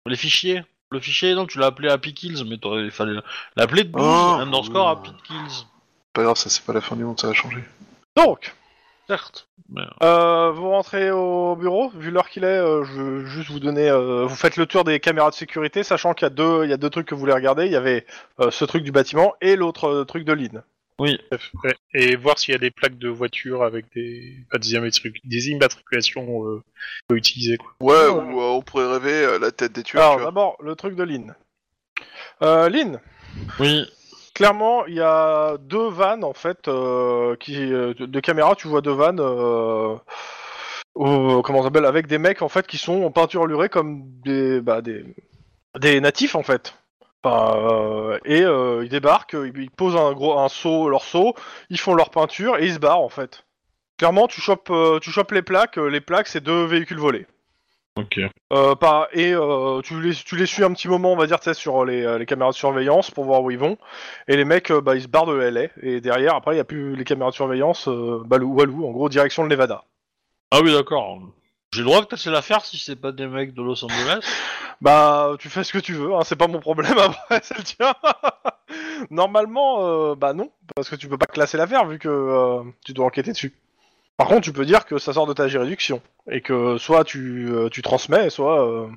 Speaker 2: Les fichiers. Le fichier, non, tu l'as appelé Happy Kills, mais t'aurais- il fallait l'appeler 12
Speaker 4: Oh.
Speaker 2: underscore Happy Kills.
Speaker 4: Pas grave, ça c'est pas la fin du monde, ça va changer.
Speaker 1: Donc,
Speaker 2: Certes. Mais...
Speaker 1: euh, vous rentrez au bureau. Vu l'heure qu'il est, euh, je veux juste vous donner. euh, vous faites le tour des caméras de sécurité, sachant qu'il y a deux, il y a deux trucs que vous voulez regarder. Il y avait euh, ce truc du bâtiment et l'autre euh, truc de l'île.
Speaker 2: Oui.
Speaker 3: Ouais, Et voir s'il y a des plaques de voitures avec des, pas des, immatric- des immatriculations euh, à utiliser. Quoi.
Speaker 4: Ouais,
Speaker 1: Oh.
Speaker 4: ou euh, on pourrait rêver euh, la tête des tueurs.
Speaker 1: Alors
Speaker 4: tu vois.
Speaker 1: d'abord le truc de Lynn. Euh, Lynn,
Speaker 2: Oui.
Speaker 1: clairement il y a deux vannes en fait euh, qui euh, de de caméra tu vois deux vannes euh, au- comment ça s'appelle avec des mecs en fait qui sont en peinture lurée comme des bah, des des natifs en fait. Enfin, euh, et euh, ils débarquent, ils, ils posent un gros un seau, leur seau, ils font leur peinture et ils se barrent en fait. Clairement tu chopes euh, tu chopes les plaques, euh, les plaques c'est deux véhicules volés.
Speaker 2: Ok.
Speaker 1: Euh, pas, et euh, tu, les, tu les suis un petit moment, on va dire, tu sais, sur les, euh, les caméras de surveillance pour voir où ils vont. Et les mecs, euh, bah, ils se barrent de LA. Et derrière, après, il n'y a plus les caméras de surveillance, euh, Balou, Walou, en gros, direction le Nevada.
Speaker 2: Ah oui, d'accord. J'ai le droit de casser l'affaire si c'est pas des mecs de Los Angeles.
Speaker 1: Bah, tu fais ce que tu veux, hein, c'est pas mon problème après, c'est le tien. Normalement, euh, bah non, parce que tu peux pas classer l'affaire vu que euh, tu dois enquêter dessus. Par contre, tu peux dire que ça sort de ta juridiction. Et que soit tu, euh, tu transmets, soit, euh,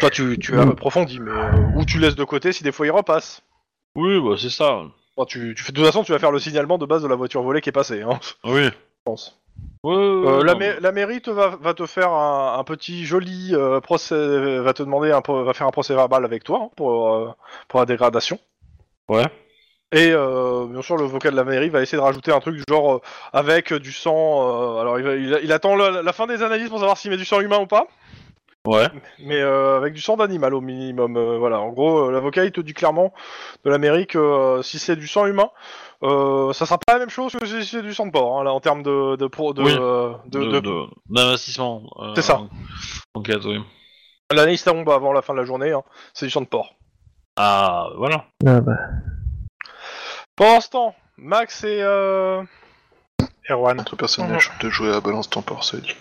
Speaker 1: soit tu, tu approfondis, mais, euh, ou tu laisses de côté si des fois ils repassent.
Speaker 2: oui, bah c'est ça.
Speaker 1: Bon, tu, tu fais, de toute façon, tu vas faire le signalement de base de la voiture volée qui est passée, hein, je
Speaker 2: Oui.
Speaker 1: pense.
Speaker 2: Ouais, ouais,
Speaker 1: Euh,
Speaker 2: ouais,
Speaker 1: la,
Speaker 2: non,
Speaker 1: mai- la mairie te va, va te faire un, un petit joli euh, procès, va te demander un, pro- va faire un procès verbal avec toi hein, pour, euh, pour la dégradation.
Speaker 2: Ouais.
Speaker 1: Et euh, bien sûr, le vocal de la mairie va essayer de rajouter un truc du genre euh, avec du sang. euh, alors, il, va- il- il attend la, la fin des analyses pour savoir s'il met du sang humain ou pas,
Speaker 2: Ouais.
Speaker 1: mais euh, avec du sang d'animal au minimum. euh, voilà, en gros, euh, l'avocat il te dit clairement de la mairie que euh, si c'est du sang humain, euh, ça sera pas la même chose que si c'est du sang de porc, hein, là, en termes de, de, pro- de,
Speaker 2: Oui.
Speaker 1: euh, de- de-
Speaker 2: de- d'investissement. euh,
Speaker 1: C'est ça.
Speaker 2: Ok, oui.
Speaker 1: L'analyse tombe avant la fin de la journée, hein, c'est du sang de porc.
Speaker 2: Ah, voilà.
Speaker 5: Ah bah.
Speaker 1: Pendant ce temps, Max et... euh,
Speaker 3: Erwan.
Speaker 4: Notre personnage de jouer à la balance temporelle. ça dit.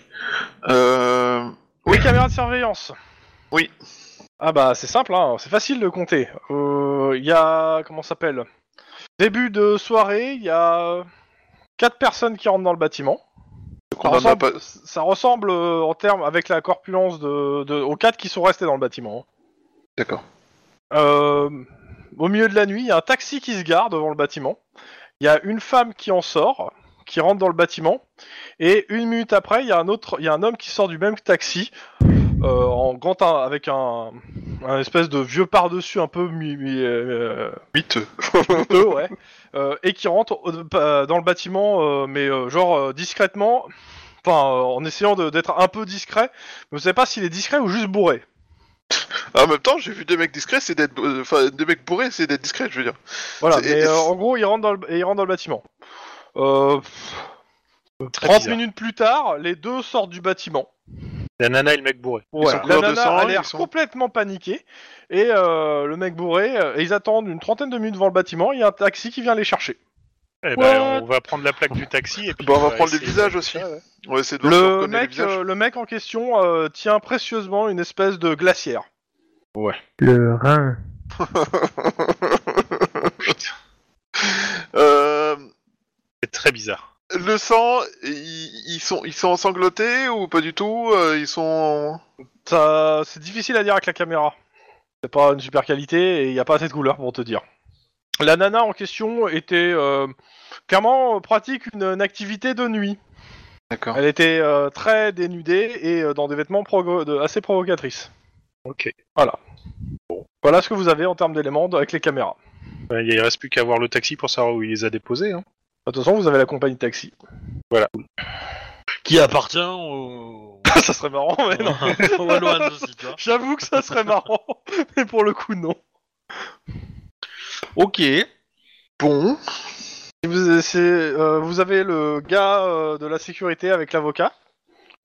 Speaker 4: Euh.
Speaker 1: Les caméras de surveillance.
Speaker 4: Oui.
Speaker 1: Ah bah c'est simple, hein, c'est facile de compter. Euh, Il y a... comment ça s'appelle Début de soirée, il y a... 4 personnes qui rentrent dans le bâtiment. Ça
Speaker 4: qu'on va
Speaker 1: ressemble,
Speaker 4: pas-
Speaker 1: ça ressemble, euh, en termes avec la corpulence de, de- aux 4 qui sont restés dans le bâtiment. hein.
Speaker 4: D'accord.
Speaker 1: Euh, au milieu de la nuit, il y a un taxi qui se gare devant le bâtiment. Il y a une femme qui en sort, qui rentre dans le bâtiment. Et une minute après, il y a un autre, il y a un homme qui sort du même taxi, euh, en grand teint, avec un, un espèce de vieux par-dessus un peu mi- mi- euh,
Speaker 4: Miteux.
Speaker 1: eux, ouais. Euh, et qui rentre au- euh, dans le bâtiment, euh, mais euh, genre euh, discrètement, enfin euh, en essayant de- d'être un peu discret. Mais vous savez pas s'il est discret ou juste bourré.
Speaker 4: En même temps, j'ai vu des mecs discrets, c'est d'être. euh, Enfin, des mecs bourrés, c'est d'être discret, je veux dire.
Speaker 1: Voilà,
Speaker 4: C'est-
Speaker 1: mais euh, en gros, il rentre dans le, et il rentre dans le bâtiment. Euh, pff, 30
Speaker 3: bizarre.
Speaker 1: minutes plus tard, les deux sortent du bâtiment.
Speaker 3: La nana et le mec bourré.
Speaker 4: sont
Speaker 1: Voilà. La
Speaker 4: couverts de
Speaker 1: nana
Speaker 4: sang,
Speaker 1: a
Speaker 4: ils
Speaker 1: l'air
Speaker 4: sont-
Speaker 1: complètement paniquée, et euh, le mec bourré, euh, et ils attendent une trentaine de minutes devant le bâtiment, il y a un taxi qui vient les chercher.
Speaker 3: Eh ben,
Speaker 1: What
Speaker 3: on va prendre la plaque du taxi et puis.
Speaker 4: Bon, on va prendre les
Speaker 3: essayer de-
Speaker 4: visages aussi. On va essayer de voir si on
Speaker 1: Le
Speaker 4: reconnaît les
Speaker 1: mec,
Speaker 4: visages.
Speaker 1: euh, le mec en question euh, tient précieusement une espèce de glacière.
Speaker 5: Le rein.
Speaker 4: Euh,
Speaker 3: C'est très bizarre.
Speaker 4: le sang, ils, ils sont, ils sont ensanglotés ou pas du tout euh, Ils sont.
Speaker 1: Ça- C'est difficile à dire avec la caméra. C'est pas une super qualité et il n'y a pas assez de couleurs pour te dire. La nana en question était euh, clairement euh, pratique une, une activité de nuit.
Speaker 4: D'accord.
Speaker 1: Elle était euh, très dénudée et euh, dans des vêtements progo- de- assez provocatrices.
Speaker 3: Ok.
Speaker 1: Voilà ce que vous avez en termes d'éléments de- avec les caméras.
Speaker 3: Ben, Il reste plus qu'à voir le taxi pour savoir où il les a déposés. Hein.
Speaker 1: De toute façon, vous avez la compagnie de taxi.
Speaker 2: Qui appartient au.
Speaker 1: ça serait marrant,
Speaker 2: Ah,
Speaker 1: mais non.
Speaker 2: au One aussi, tu vois.
Speaker 1: J'avoue que ça serait marrant, mais pour le coup, non.
Speaker 2: Ok.
Speaker 4: Bon.
Speaker 1: Si Vous, c'est, euh, vous avez le gars euh, de la sécurité avec l'avocat.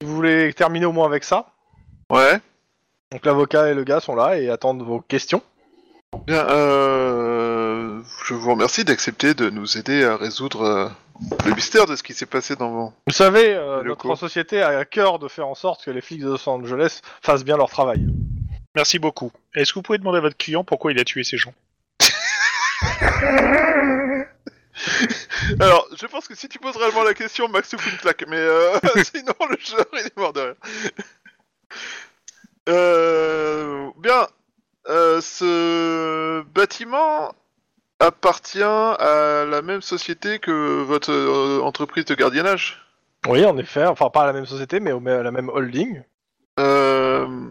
Speaker 1: Si vous voulez terminer au moins avec ça.
Speaker 4: Ouais.
Speaker 1: Donc l'avocat et le gars sont là et attendent vos questions.
Speaker 4: Bien, euh, je vous remercie d'accepter de nous aider à résoudre euh, le mystère de ce qui s'est passé dans mon...
Speaker 1: Vous savez, euh,
Speaker 4: Les
Speaker 1: notre
Speaker 4: locaux.
Speaker 1: société a à cœur de faire en sorte que les flics de Los Angeles fassent bien leur travail.
Speaker 3: Merci beaucoup. Est-ce que vous pouvez demander à votre client pourquoi il a tué ces gens
Speaker 4: Alors, je pense que si tu poses réellement la question, Max te fout une claque, mais euh, sinon le joueur il est mort de rire. Euh, bien, euh, ce bâtiment appartient à la même société que votre euh, entreprise de gardiennage.
Speaker 1: Oui, en effet. Enfin, pas à la même société, mais au- mais à la même holding.
Speaker 4: Euh,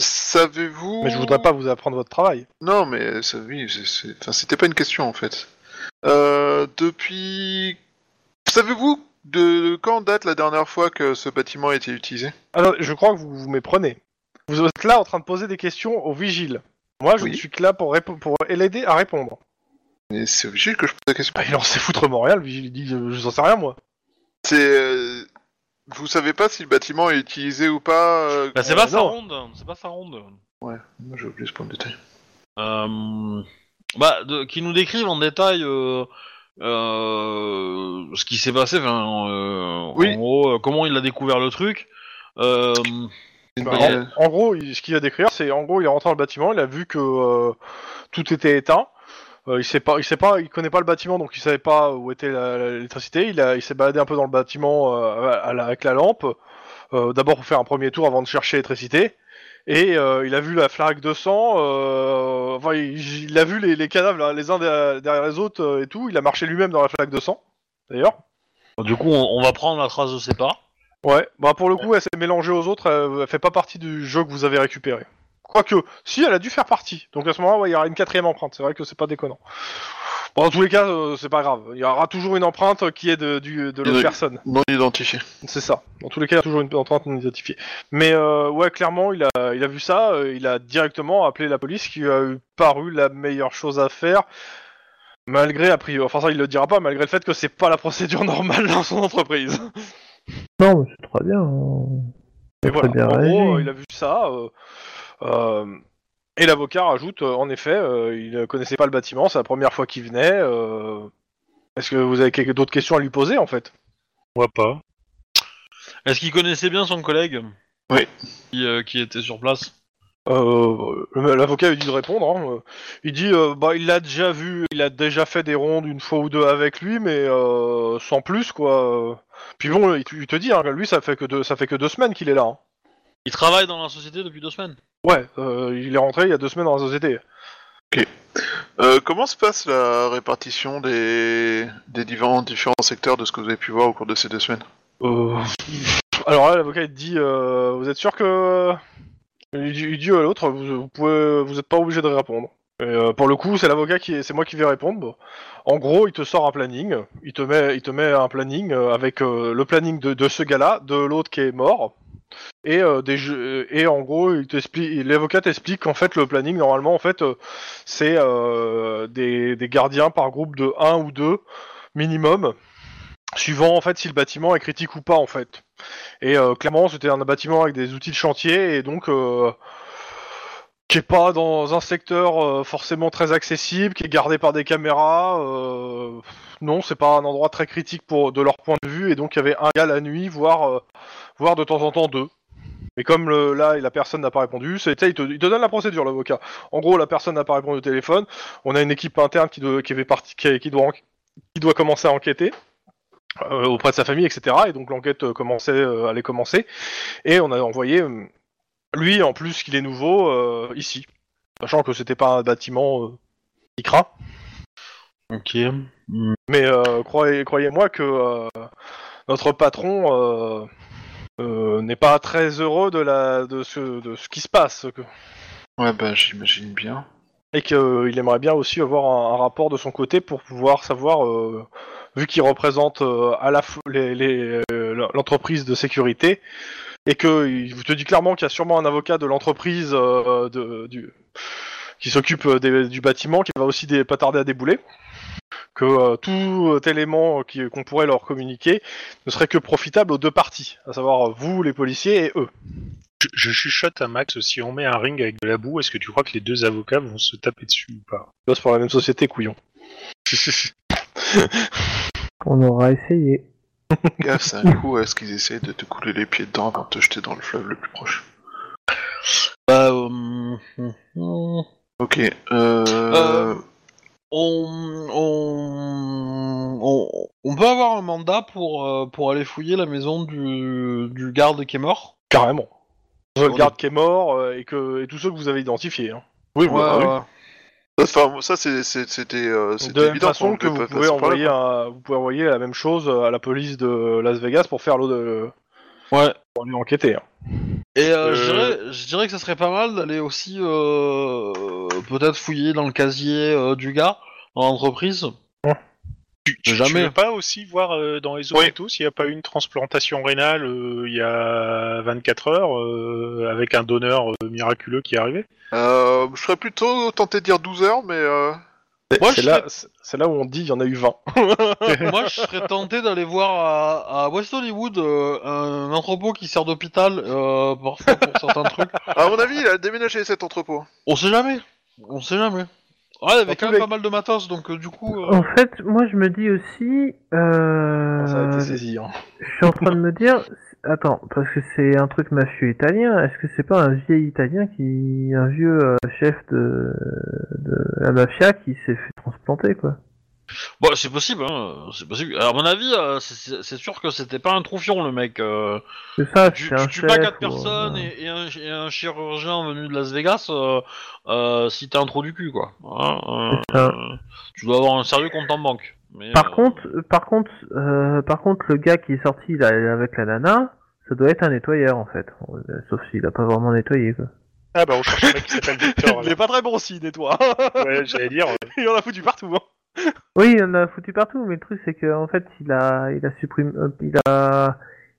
Speaker 4: Savez-vous...
Speaker 1: Mais je voudrais pas vous apprendre votre travail.
Speaker 4: Non, mais euh, ça, oui, c'est- c'est- enfin, c'était pas une question en fait. Euh, depuis, savez-vous de quand date la dernière fois que ce bâtiment a été utilisé
Speaker 1: Alors, Ah je crois que vous vous méprenez. Vous êtes là en train de poser des questions aux vigiles. Moi, je
Speaker 4: Oui.
Speaker 1: ne suis que là pour, répo- pour l'aider à répondre.
Speaker 4: Mais c'est obligé que je pose la question.
Speaker 1: Bah, il en sait foutre Montréal, le vigile, il dit, je, je n'en sais rien, moi.
Speaker 4: C'est, euh, vous savez pas si le bâtiment est utilisé ou pas euh,
Speaker 2: Bah, c'est
Speaker 1: Euh,
Speaker 2: pas sa
Speaker 1: non.
Speaker 2: ronde. C'est pas sa ronde.
Speaker 4: Moi, J'ai oublié ce point de détail.
Speaker 2: Euh, bah, de- qui nous décrivent en détail euh, euh, ce qui s'est passé, enfin, euh,
Speaker 4: Oui.
Speaker 2: en gros, euh, comment il a découvert le truc. Euh,
Speaker 4: C'est une
Speaker 1: Bah,
Speaker 4: bonne idée.
Speaker 1: en, en gros, il- ce qu'il va décrire, c'est en gros, il est rentré dans le bâtiment, il a vu que euh, tout était éteint. Euh, il sait pas, il sait pas, il connaît pas le bâtiment, donc il savait pas où était la- la- l'électricité. Il, a- il s'est baladé un peu dans le bâtiment euh, à la- avec la lampe, euh, d'abord pour faire un premier tour avant de chercher l'électricité. Et euh, il a vu la flaque de sang. euh, enfin, il, il a vu les, les cadavres là, les uns derrière derrière les autres euh, et tout. Il a marché lui-même dans la flaque de sang. D'ailleurs.
Speaker 2: du coup, on, on va prendre la trace de ses pas.
Speaker 1: Ouais, bah pour le coup, elle s'est mélangée aux autres, elle, elle fait pas partie du jeu que vous avez récupéré. Quoique, si, elle a dû faire partie. Donc à ce moment-là, ouais, il y aura une quatrième empreinte, c'est vrai que c'est pas déconnant. Bon, dans tous les cas, euh, c'est pas grave. Il y aura toujours une empreinte qui est de, du- de l'autre
Speaker 4: Oui.
Speaker 1: personne.
Speaker 4: Non identifié.
Speaker 1: C'est ça. Dans tous les cas, il y a toujours une empreinte non identifiée. Mais euh, ouais, clairement, il a, il a vu ça, euh, il a directement appelé la police, qui lui a eu paru la meilleure chose à faire. Malgré, a priori, enfin ça il le dira pas, malgré le fait que c'est pas la procédure normale dans son entreprise.
Speaker 5: Non, mais c'est très bien. hein.
Speaker 1: Et
Speaker 5: C'est très
Speaker 1: voilà,
Speaker 5: bien
Speaker 1: en
Speaker 5: réagi.
Speaker 1: gros, euh, il a vu ça. euh, euh, et l'avocat rajoute, euh, en effet, euh, il ne connaissait pas le bâtiment, c'est la première fois qu'il venait. euh, Est-ce que vous avez quelques- d'autres questions à lui poser, en fait
Speaker 3: Moi pas.
Speaker 2: Est-ce qu'il connaissait bien son collègue
Speaker 4: Oui.
Speaker 2: Qui, euh, qui était sur place
Speaker 1: Euh, le- L'avocat lui dit de répondre. hein, euh, Il dit, euh, bah, il l'a déjà vu, il a déjà fait des rondes une fois ou deux avec lui, mais euh, sans plus, quoi. euh. Puis bon, il te, il te dit, hein, lui, ça fait que deux, ça fait que deux semaines qu'il est là. hein.
Speaker 2: Il travaille dans la société depuis deux semaines.
Speaker 1: Ouais, euh, il est rentré il y a deux semaines dans la société.
Speaker 4: Euh, comment se passe la répartition des des divans- différents secteurs de ce que vous avez pu voir au cours de ces deux semaines
Speaker 1: Euh, Alors là, l'avocat il te dit euh, Vous êtes sûr que. Il dit, il dit à l'autre vous, vous pouvez, vous êtes pas obligé de répondre. Et, euh, pour le coup, c'est l'avocat qui, est- c'est moi qui vais répondre. En gros, il te sort un planning. Il te met, il te met un planning euh, avec euh, le planning de, de ce gars-là, de l'autre qui est mort, et euh, des jeux- et en gros il t'explique l'avocat t'explique qu'en fait le planning normalement en fait euh, c'est euh, des, des gardiens par groupe de 1 ou 2 minimum suivant en fait si le bâtiment est critique ou pas en fait et euh, clairement c'était un bâtiment avec des outils de chantier et donc euh, qui est pas dans un secteur euh, forcément très accessible qui est gardé par des caméras euh, non c'est pas un endroit très critique pour de leur point de vue et donc il y avait un gars la nuit voire euh, voire de temps en temps deux mais comme le- là la personne n'a pas répondu, c'est, tu sais, il, te, il te donne la procédure l'avocat. En gros, la personne n'a pas répondu au téléphone. On a une équipe interne qui doit, qui fait partie, qui, qui doit, enqu- qui doit commencer à enquêter euh, auprès de sa famille, etc. Et donc l'enquête euh, commençait, euh, allait commencer. Et on a envoyé euh, lui en plus qu'il est nouveau euh, ici, sachant que c'était pas un bâtiment euh, qui craint.
Speaker 2: Ok.
Speaker 1: Mais euh, croyez- croyez-moi que euh, notre patron euh, euh, n'est pas très heureux de, la, de, ce, de ce qui se passe. que-
Speaker 2: Ouais, bah j'imagine bien.
Speaker 1: et qu'il aimerait bien aussi avoir un, un rapport de son côté pour pouvoir savoir, euh, vu qu'il représente euh, à la fois les- les, euh, l'entreprise de sécurité, et qu'il te dit clairement qu'il y a sûrement un avocat de l'entreprise euh, de- du- qui s'occupe euh, des- du bâtiment qui va aussi dé- pas tarder à débouler, que euh, tout élément euh, qui- qu'on pourrait leur communiquer ne serait que profitable aux deux parties, à savoir euh, vous, les policiers, et eux.
Speaker 3: Je, je chuchote à Max si on met un ring avec de la boue, est-ce que tu crois que les deux avocats vont se taper dessus ou pas
Speaker 1: Bosse pour la même société, couillon.
Speaker 5: On aura essayé.
Speaker 4: Gaffe, c'est un coup à ce qu'ils essayent de te couler les pieds dedans avant de te jeter dans le fleuve le plus proche.
Speaker 2: Bah, euh, hum, hum.
Speaker 4: Ok, euh...
Speaker 2: Euh, on, on, on, on peut avoir un mandat pour, euh, pour aller fouiller la maison du, du garde qui est mort
Speaker 1: Carrément. Le
Speaker 2: On
Speaker 1: garde qui est mort euh, et, que, et tous ceux que vous avez identifiés. hein.
Speaker 4: Oui,
Speaker 2: Ouais,
Speaker 4: bah, oui.
Speaker 2: ouais.
Speaker 4: Enfin, ça, c'est- c'est- c'était euh,
Speaker 1: Donc,
Speaker 4: c'était
Speaker 1: de la même
Speaker 4: évident.
Speaker 1: façon
Speaker 4: qu'on
Speaker 1: que vous
Speaker 4: devait
Speaker 1: pouvez,
Speaker 4: passer par là,
Speaker 1: envoyer un- vous pouvez envoyer la même chose euh, à la police de Las Vegas pour faire l'eau de.
Speaker 2: Ouais.
Speaker 1: Pour lui enquêter. hein.
Speaker 2: Et euh,
Speaker 3: Euh,
Speaker 2: Je, dirais, je dirais que ça serait pas mal d'aller aussi euh, peut-être fouiller dans le casier euh, du gars, dans l'entreprise.
Speaker 3: Tu,
Speaker 2: Jamais.
Speaker 3: tu veux pas aussi voir euh, dans les hôpitaux s'il n'y a pas eu une transplantation rénale euh, il y a 24 heures euh, avec un donneur euh, miraculeux qui est arrivé
Speaker 4: quoi. Euh, je serais plutôt tenté de dire 12 heures, mais... Euh...
Speaker 2: Moi,
Speaker 1: C'est
Speaker 2: je
Speaker 1: là, c'est- c'est là où on dit il y en a eu 20.
Speaker 2: Moi, je serais tenté d'aller voir à, à West Hollywood euh, un entrepôt qui sert d'hôpital euh, parfois pour certains trucs.
Speaker 4: À mon avis, il a déménagé cet entrepôt.
Speaker 2: On sait jamais. On sait jamais. Ouais, il y avait
Speaker 1: En
Speaker 2: quand
Speaker 1: tous
Speaker 2: même
Speaker 1: les-
Speaker 2: pas mal de matos, donc euh, du coup. euh,
Speaker 5: En fait, moi je me dis aussi, euh,
Speaker 1: Ah, Ça a été saisi. hein.
Speaker 5: je suis en train de me dire, attends, parce que c'est un truc mafieux italien, est-ce que c'est pas un vieil italien qui, un vieux euh, chef de, de la mafia qui s'est fait transplanter quoi
Speaker 2: Bon, Bah, c'est possible, hein, c'est possible. Alors, à mon avis, euh, c'est- c'est c'est sûr que c'était pas un troufion, le mec. euh.
Speaker 5: C'est ça,
Speaker 2: tu
Speaker 5: Ah, c'est un
Speaker 2: tu tues pas
Speaker 5: chef
Speaker 2: quatre
Speaker 5: ou,
Speaker 2: personnes
Speaker 5: euh,
Speaker 2: et, et un, et un chirurgien venu de Las Vegas euh, euh, si t'es un trou du cul, quoi. Hein,
Speaker 5: C'est ça.
Speaker 2: euh, tu dois avoir un sérieux compte en banque. Mais,
Speaker 5: Par
Speaker 2: euh,
Speaker 5: contre, euh, par contre, euh, par contre, le gars qui est sorti là, avec la nana, ça doit être un nettoyeur en fait. Euh, Sauf s'il a pas vraiment nettoyé quoi.
Speaker 3: Ah bah on cherche un mec qui s'appelle Victor.
Speaker 1: Il est pas très bon signe, et toi.
Speaker 3: Ouais, j'allais dire. euh,
Speaker 1: il en a foutu partout. hein.
Speaker 5: Oui, il en a foutu partout, mais le truc c'est que en fait, il a, il a supprimé, euh, il a,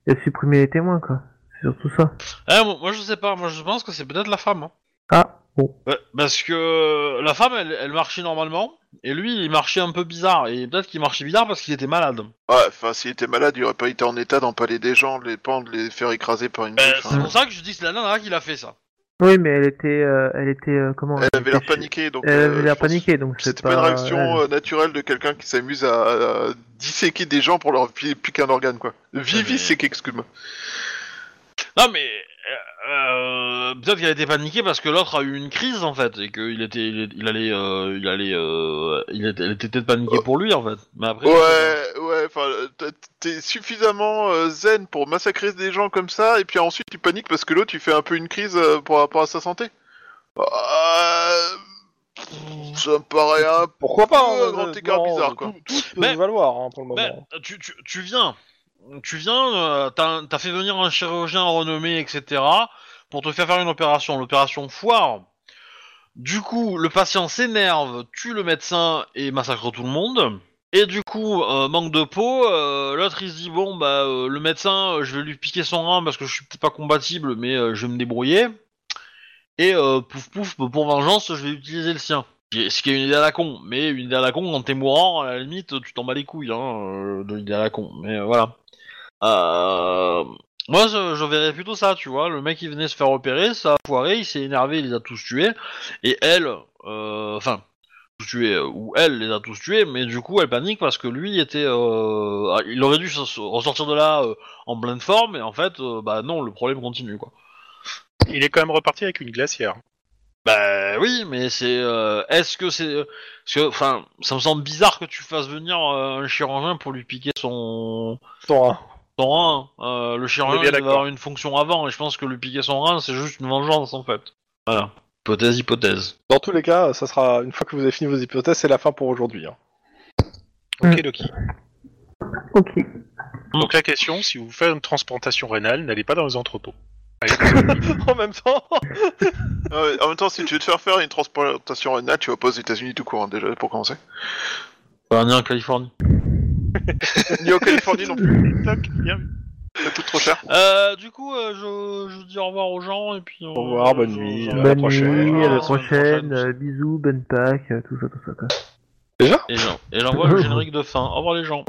Speaker 5: il a supprimé les témoins quoi. C'est surtout ça.
Speaker 2: eh, moi, moi, je sais pas, moi, je pense que c'est peut-être la femme. hein.
Speaker 5: Ah bon.
Speaker 2: Ouais, Parce que la femme, elle, elle marchait normalement, et lui, il marchait un peu bizarre. Et peut-être qu'il marchait bizarre parce qu'il était malade.
Speaker 4: Ouais, enfin, s'il était malade, il aurait pas été en état d'empaler des gens, de les pendre, de les faire écraser par une
Speaker 5: Bah,
Speaker 4: hein.
Speaker 2: Ben,
Speaker 4: bûche.
Speaker 2: c'est pour ça que je dis que c'est la nana qui l'a fait ça.
Speaker 5: Oui, mais elle était, euh, elle était euh, comment
Speaker 4: Elle avait l'air
Speaker 5: était-
Speaker 4: paniquée, donc...
Speaker 5: Elle
Speaker 4: euh,
Speaker 5: avait
Speaker 4: je
Speaker 5: l'air
Speaker 4: pense
Speaker 5: paniquée, donc
Speaker 4: que
Speaker 5: c'est
Speaker 4: C'était pas une réaction
Speaker 5: elle.
Speaker 4: euh, naturelle de quelqu'un qui s'amuse à, à disséquer des gens pour leur pi- piquer un organe, quoi. Vivisséquer, excuse-moi.
Speaker 2: Non, mais euh, euh, peut-être qu'elle était paniquée parce que l'autre a eu une crise en fait et qu'il était, il, est- il allait, euh, il allait, euh, il était, elle était peut-être paniquée pour lui en fait. Mais après,
Speaker 4: Ouais, ouais, enfin, t'as- t'es suffisamment euh, zen pour massacrer des gens comme ça, et puis ensuite tu paniques parce que l'autre, tu fais un peu une crise euh, par rapport à sa santé. Euh, Ça me paraît un
Speaker 1: Pourquoi pas hein,
Speaker 4: Un grand
Speaker 1: euh,
Speaker 4: écart
Speaker 1: non,
Speaker 4: bizarre, quoi.
Speaker 1: Tout, tout peut
Speaker 2: Mais-
Speaker 1: se valoir hein, pour le
Speaker 2: Ben,
Speaker 1: moment.
Speaker 2: tu, tu, tu viens, tu viens, euh, t'as t'as fait venir un chirurgien renommé, etc., pour te faire faire une opération, l'opération foire. Du coup, le patient s'énerve, tue le médecin et massacre tout le monde. Et du coup, euh, manque de peau, euh, l'autre il se dit bon bah euh, le médecin, euh, je vais lui piquer son rein parce que je suis peut-être pas compatible, mais euh, je vais me débrouiller. Et euh, pouf pouf, pour vengeance, je vais utiliser le sien. Ce qui est une idée à la con, mais une idée à la con quand t'es mourant, à la limite, tu t'en bats les couilles hein, euh, de l'idée à la con. Mais euh, voilà. Euh, Moi, je, je verrais plutôt ça, tu vois. Le mec, il venait se faire opérer, ça a foiré, il s'est énervé, il les a tous tués. Et elle, euh, enfin, tous tués, euh, ou elle les a tous tués, mais du coup elle panique parce que lui était, euh, ah, il aurait dû se- se ressortir de là euh, en pleine forme, et en fait, euh, bah non, le problème continue quoi.
Speaker 3: Il est quand même reparti avec une glacière.
Speaker 2: Bah oui, mais c'est, euh, est-ce que c'est, parce que, enfin, ça me semble bizarre que tu fasses venir euh, un chirurgien pour lui piquer son, son rein. Euh, le
Speaker 3: On
Speaker 2: chirurgien
Speaker 3: est bien
Speaker 2: il doit
Speaker 3: d'accord.
Speaker 2: avoir une fonction avant, et je pense que lui piquer son rein, c'est juste une vengeance en fait. Voilà. Hypothèse, hypothèse.
Speaker 1: Dans tous les cas, ça sera une fois que vous avez fini vos hypothèses, c'est la fin pour aujourd'hui. hein.
Speaker 3: Ok, Doki.
Speaker 5: Ok.
Speaker 3: Donc la question, si vous faites une transplantation rénale, n'allez pas dans les entrepôts.
Speaker 1: en même temps,
Speaker 4: Euh, en même temps, si tu veux te faire faire une transplantation rénale, tu vas pas aux États-Unis tout court, hein, déjà, pour commencer.
Speaker 2: Enfin, on est en Californie.
Speaker 4: Ni en Californie non plus,
Speaker 3: Toc, bien vu.
Speaker 4: ça coûte trop cher.
Speaker 2: Euh, du coup, euh, je, je dis au revoir aux gens et puis. euh,
Speaker 1: Au revoir, bonne
Speaker 2: je-
Speaker 1: nuit,
Speaker 2: je-
Speaker 1: à la
Speaker 5: bonne
Speaker 1: prochaine.
Speaker 5: nuit, à la
Speaker 2: Ah, semaine
Speaker 5: prochaine,
Speaker 2: prochaine.
Speaker 5: euh, bisous, bonne Pâques, euh, tout ça, tout ça. quoi.
Speaker 2: Et j'en- et j'envoie le générique de fin. Au revoir les gens.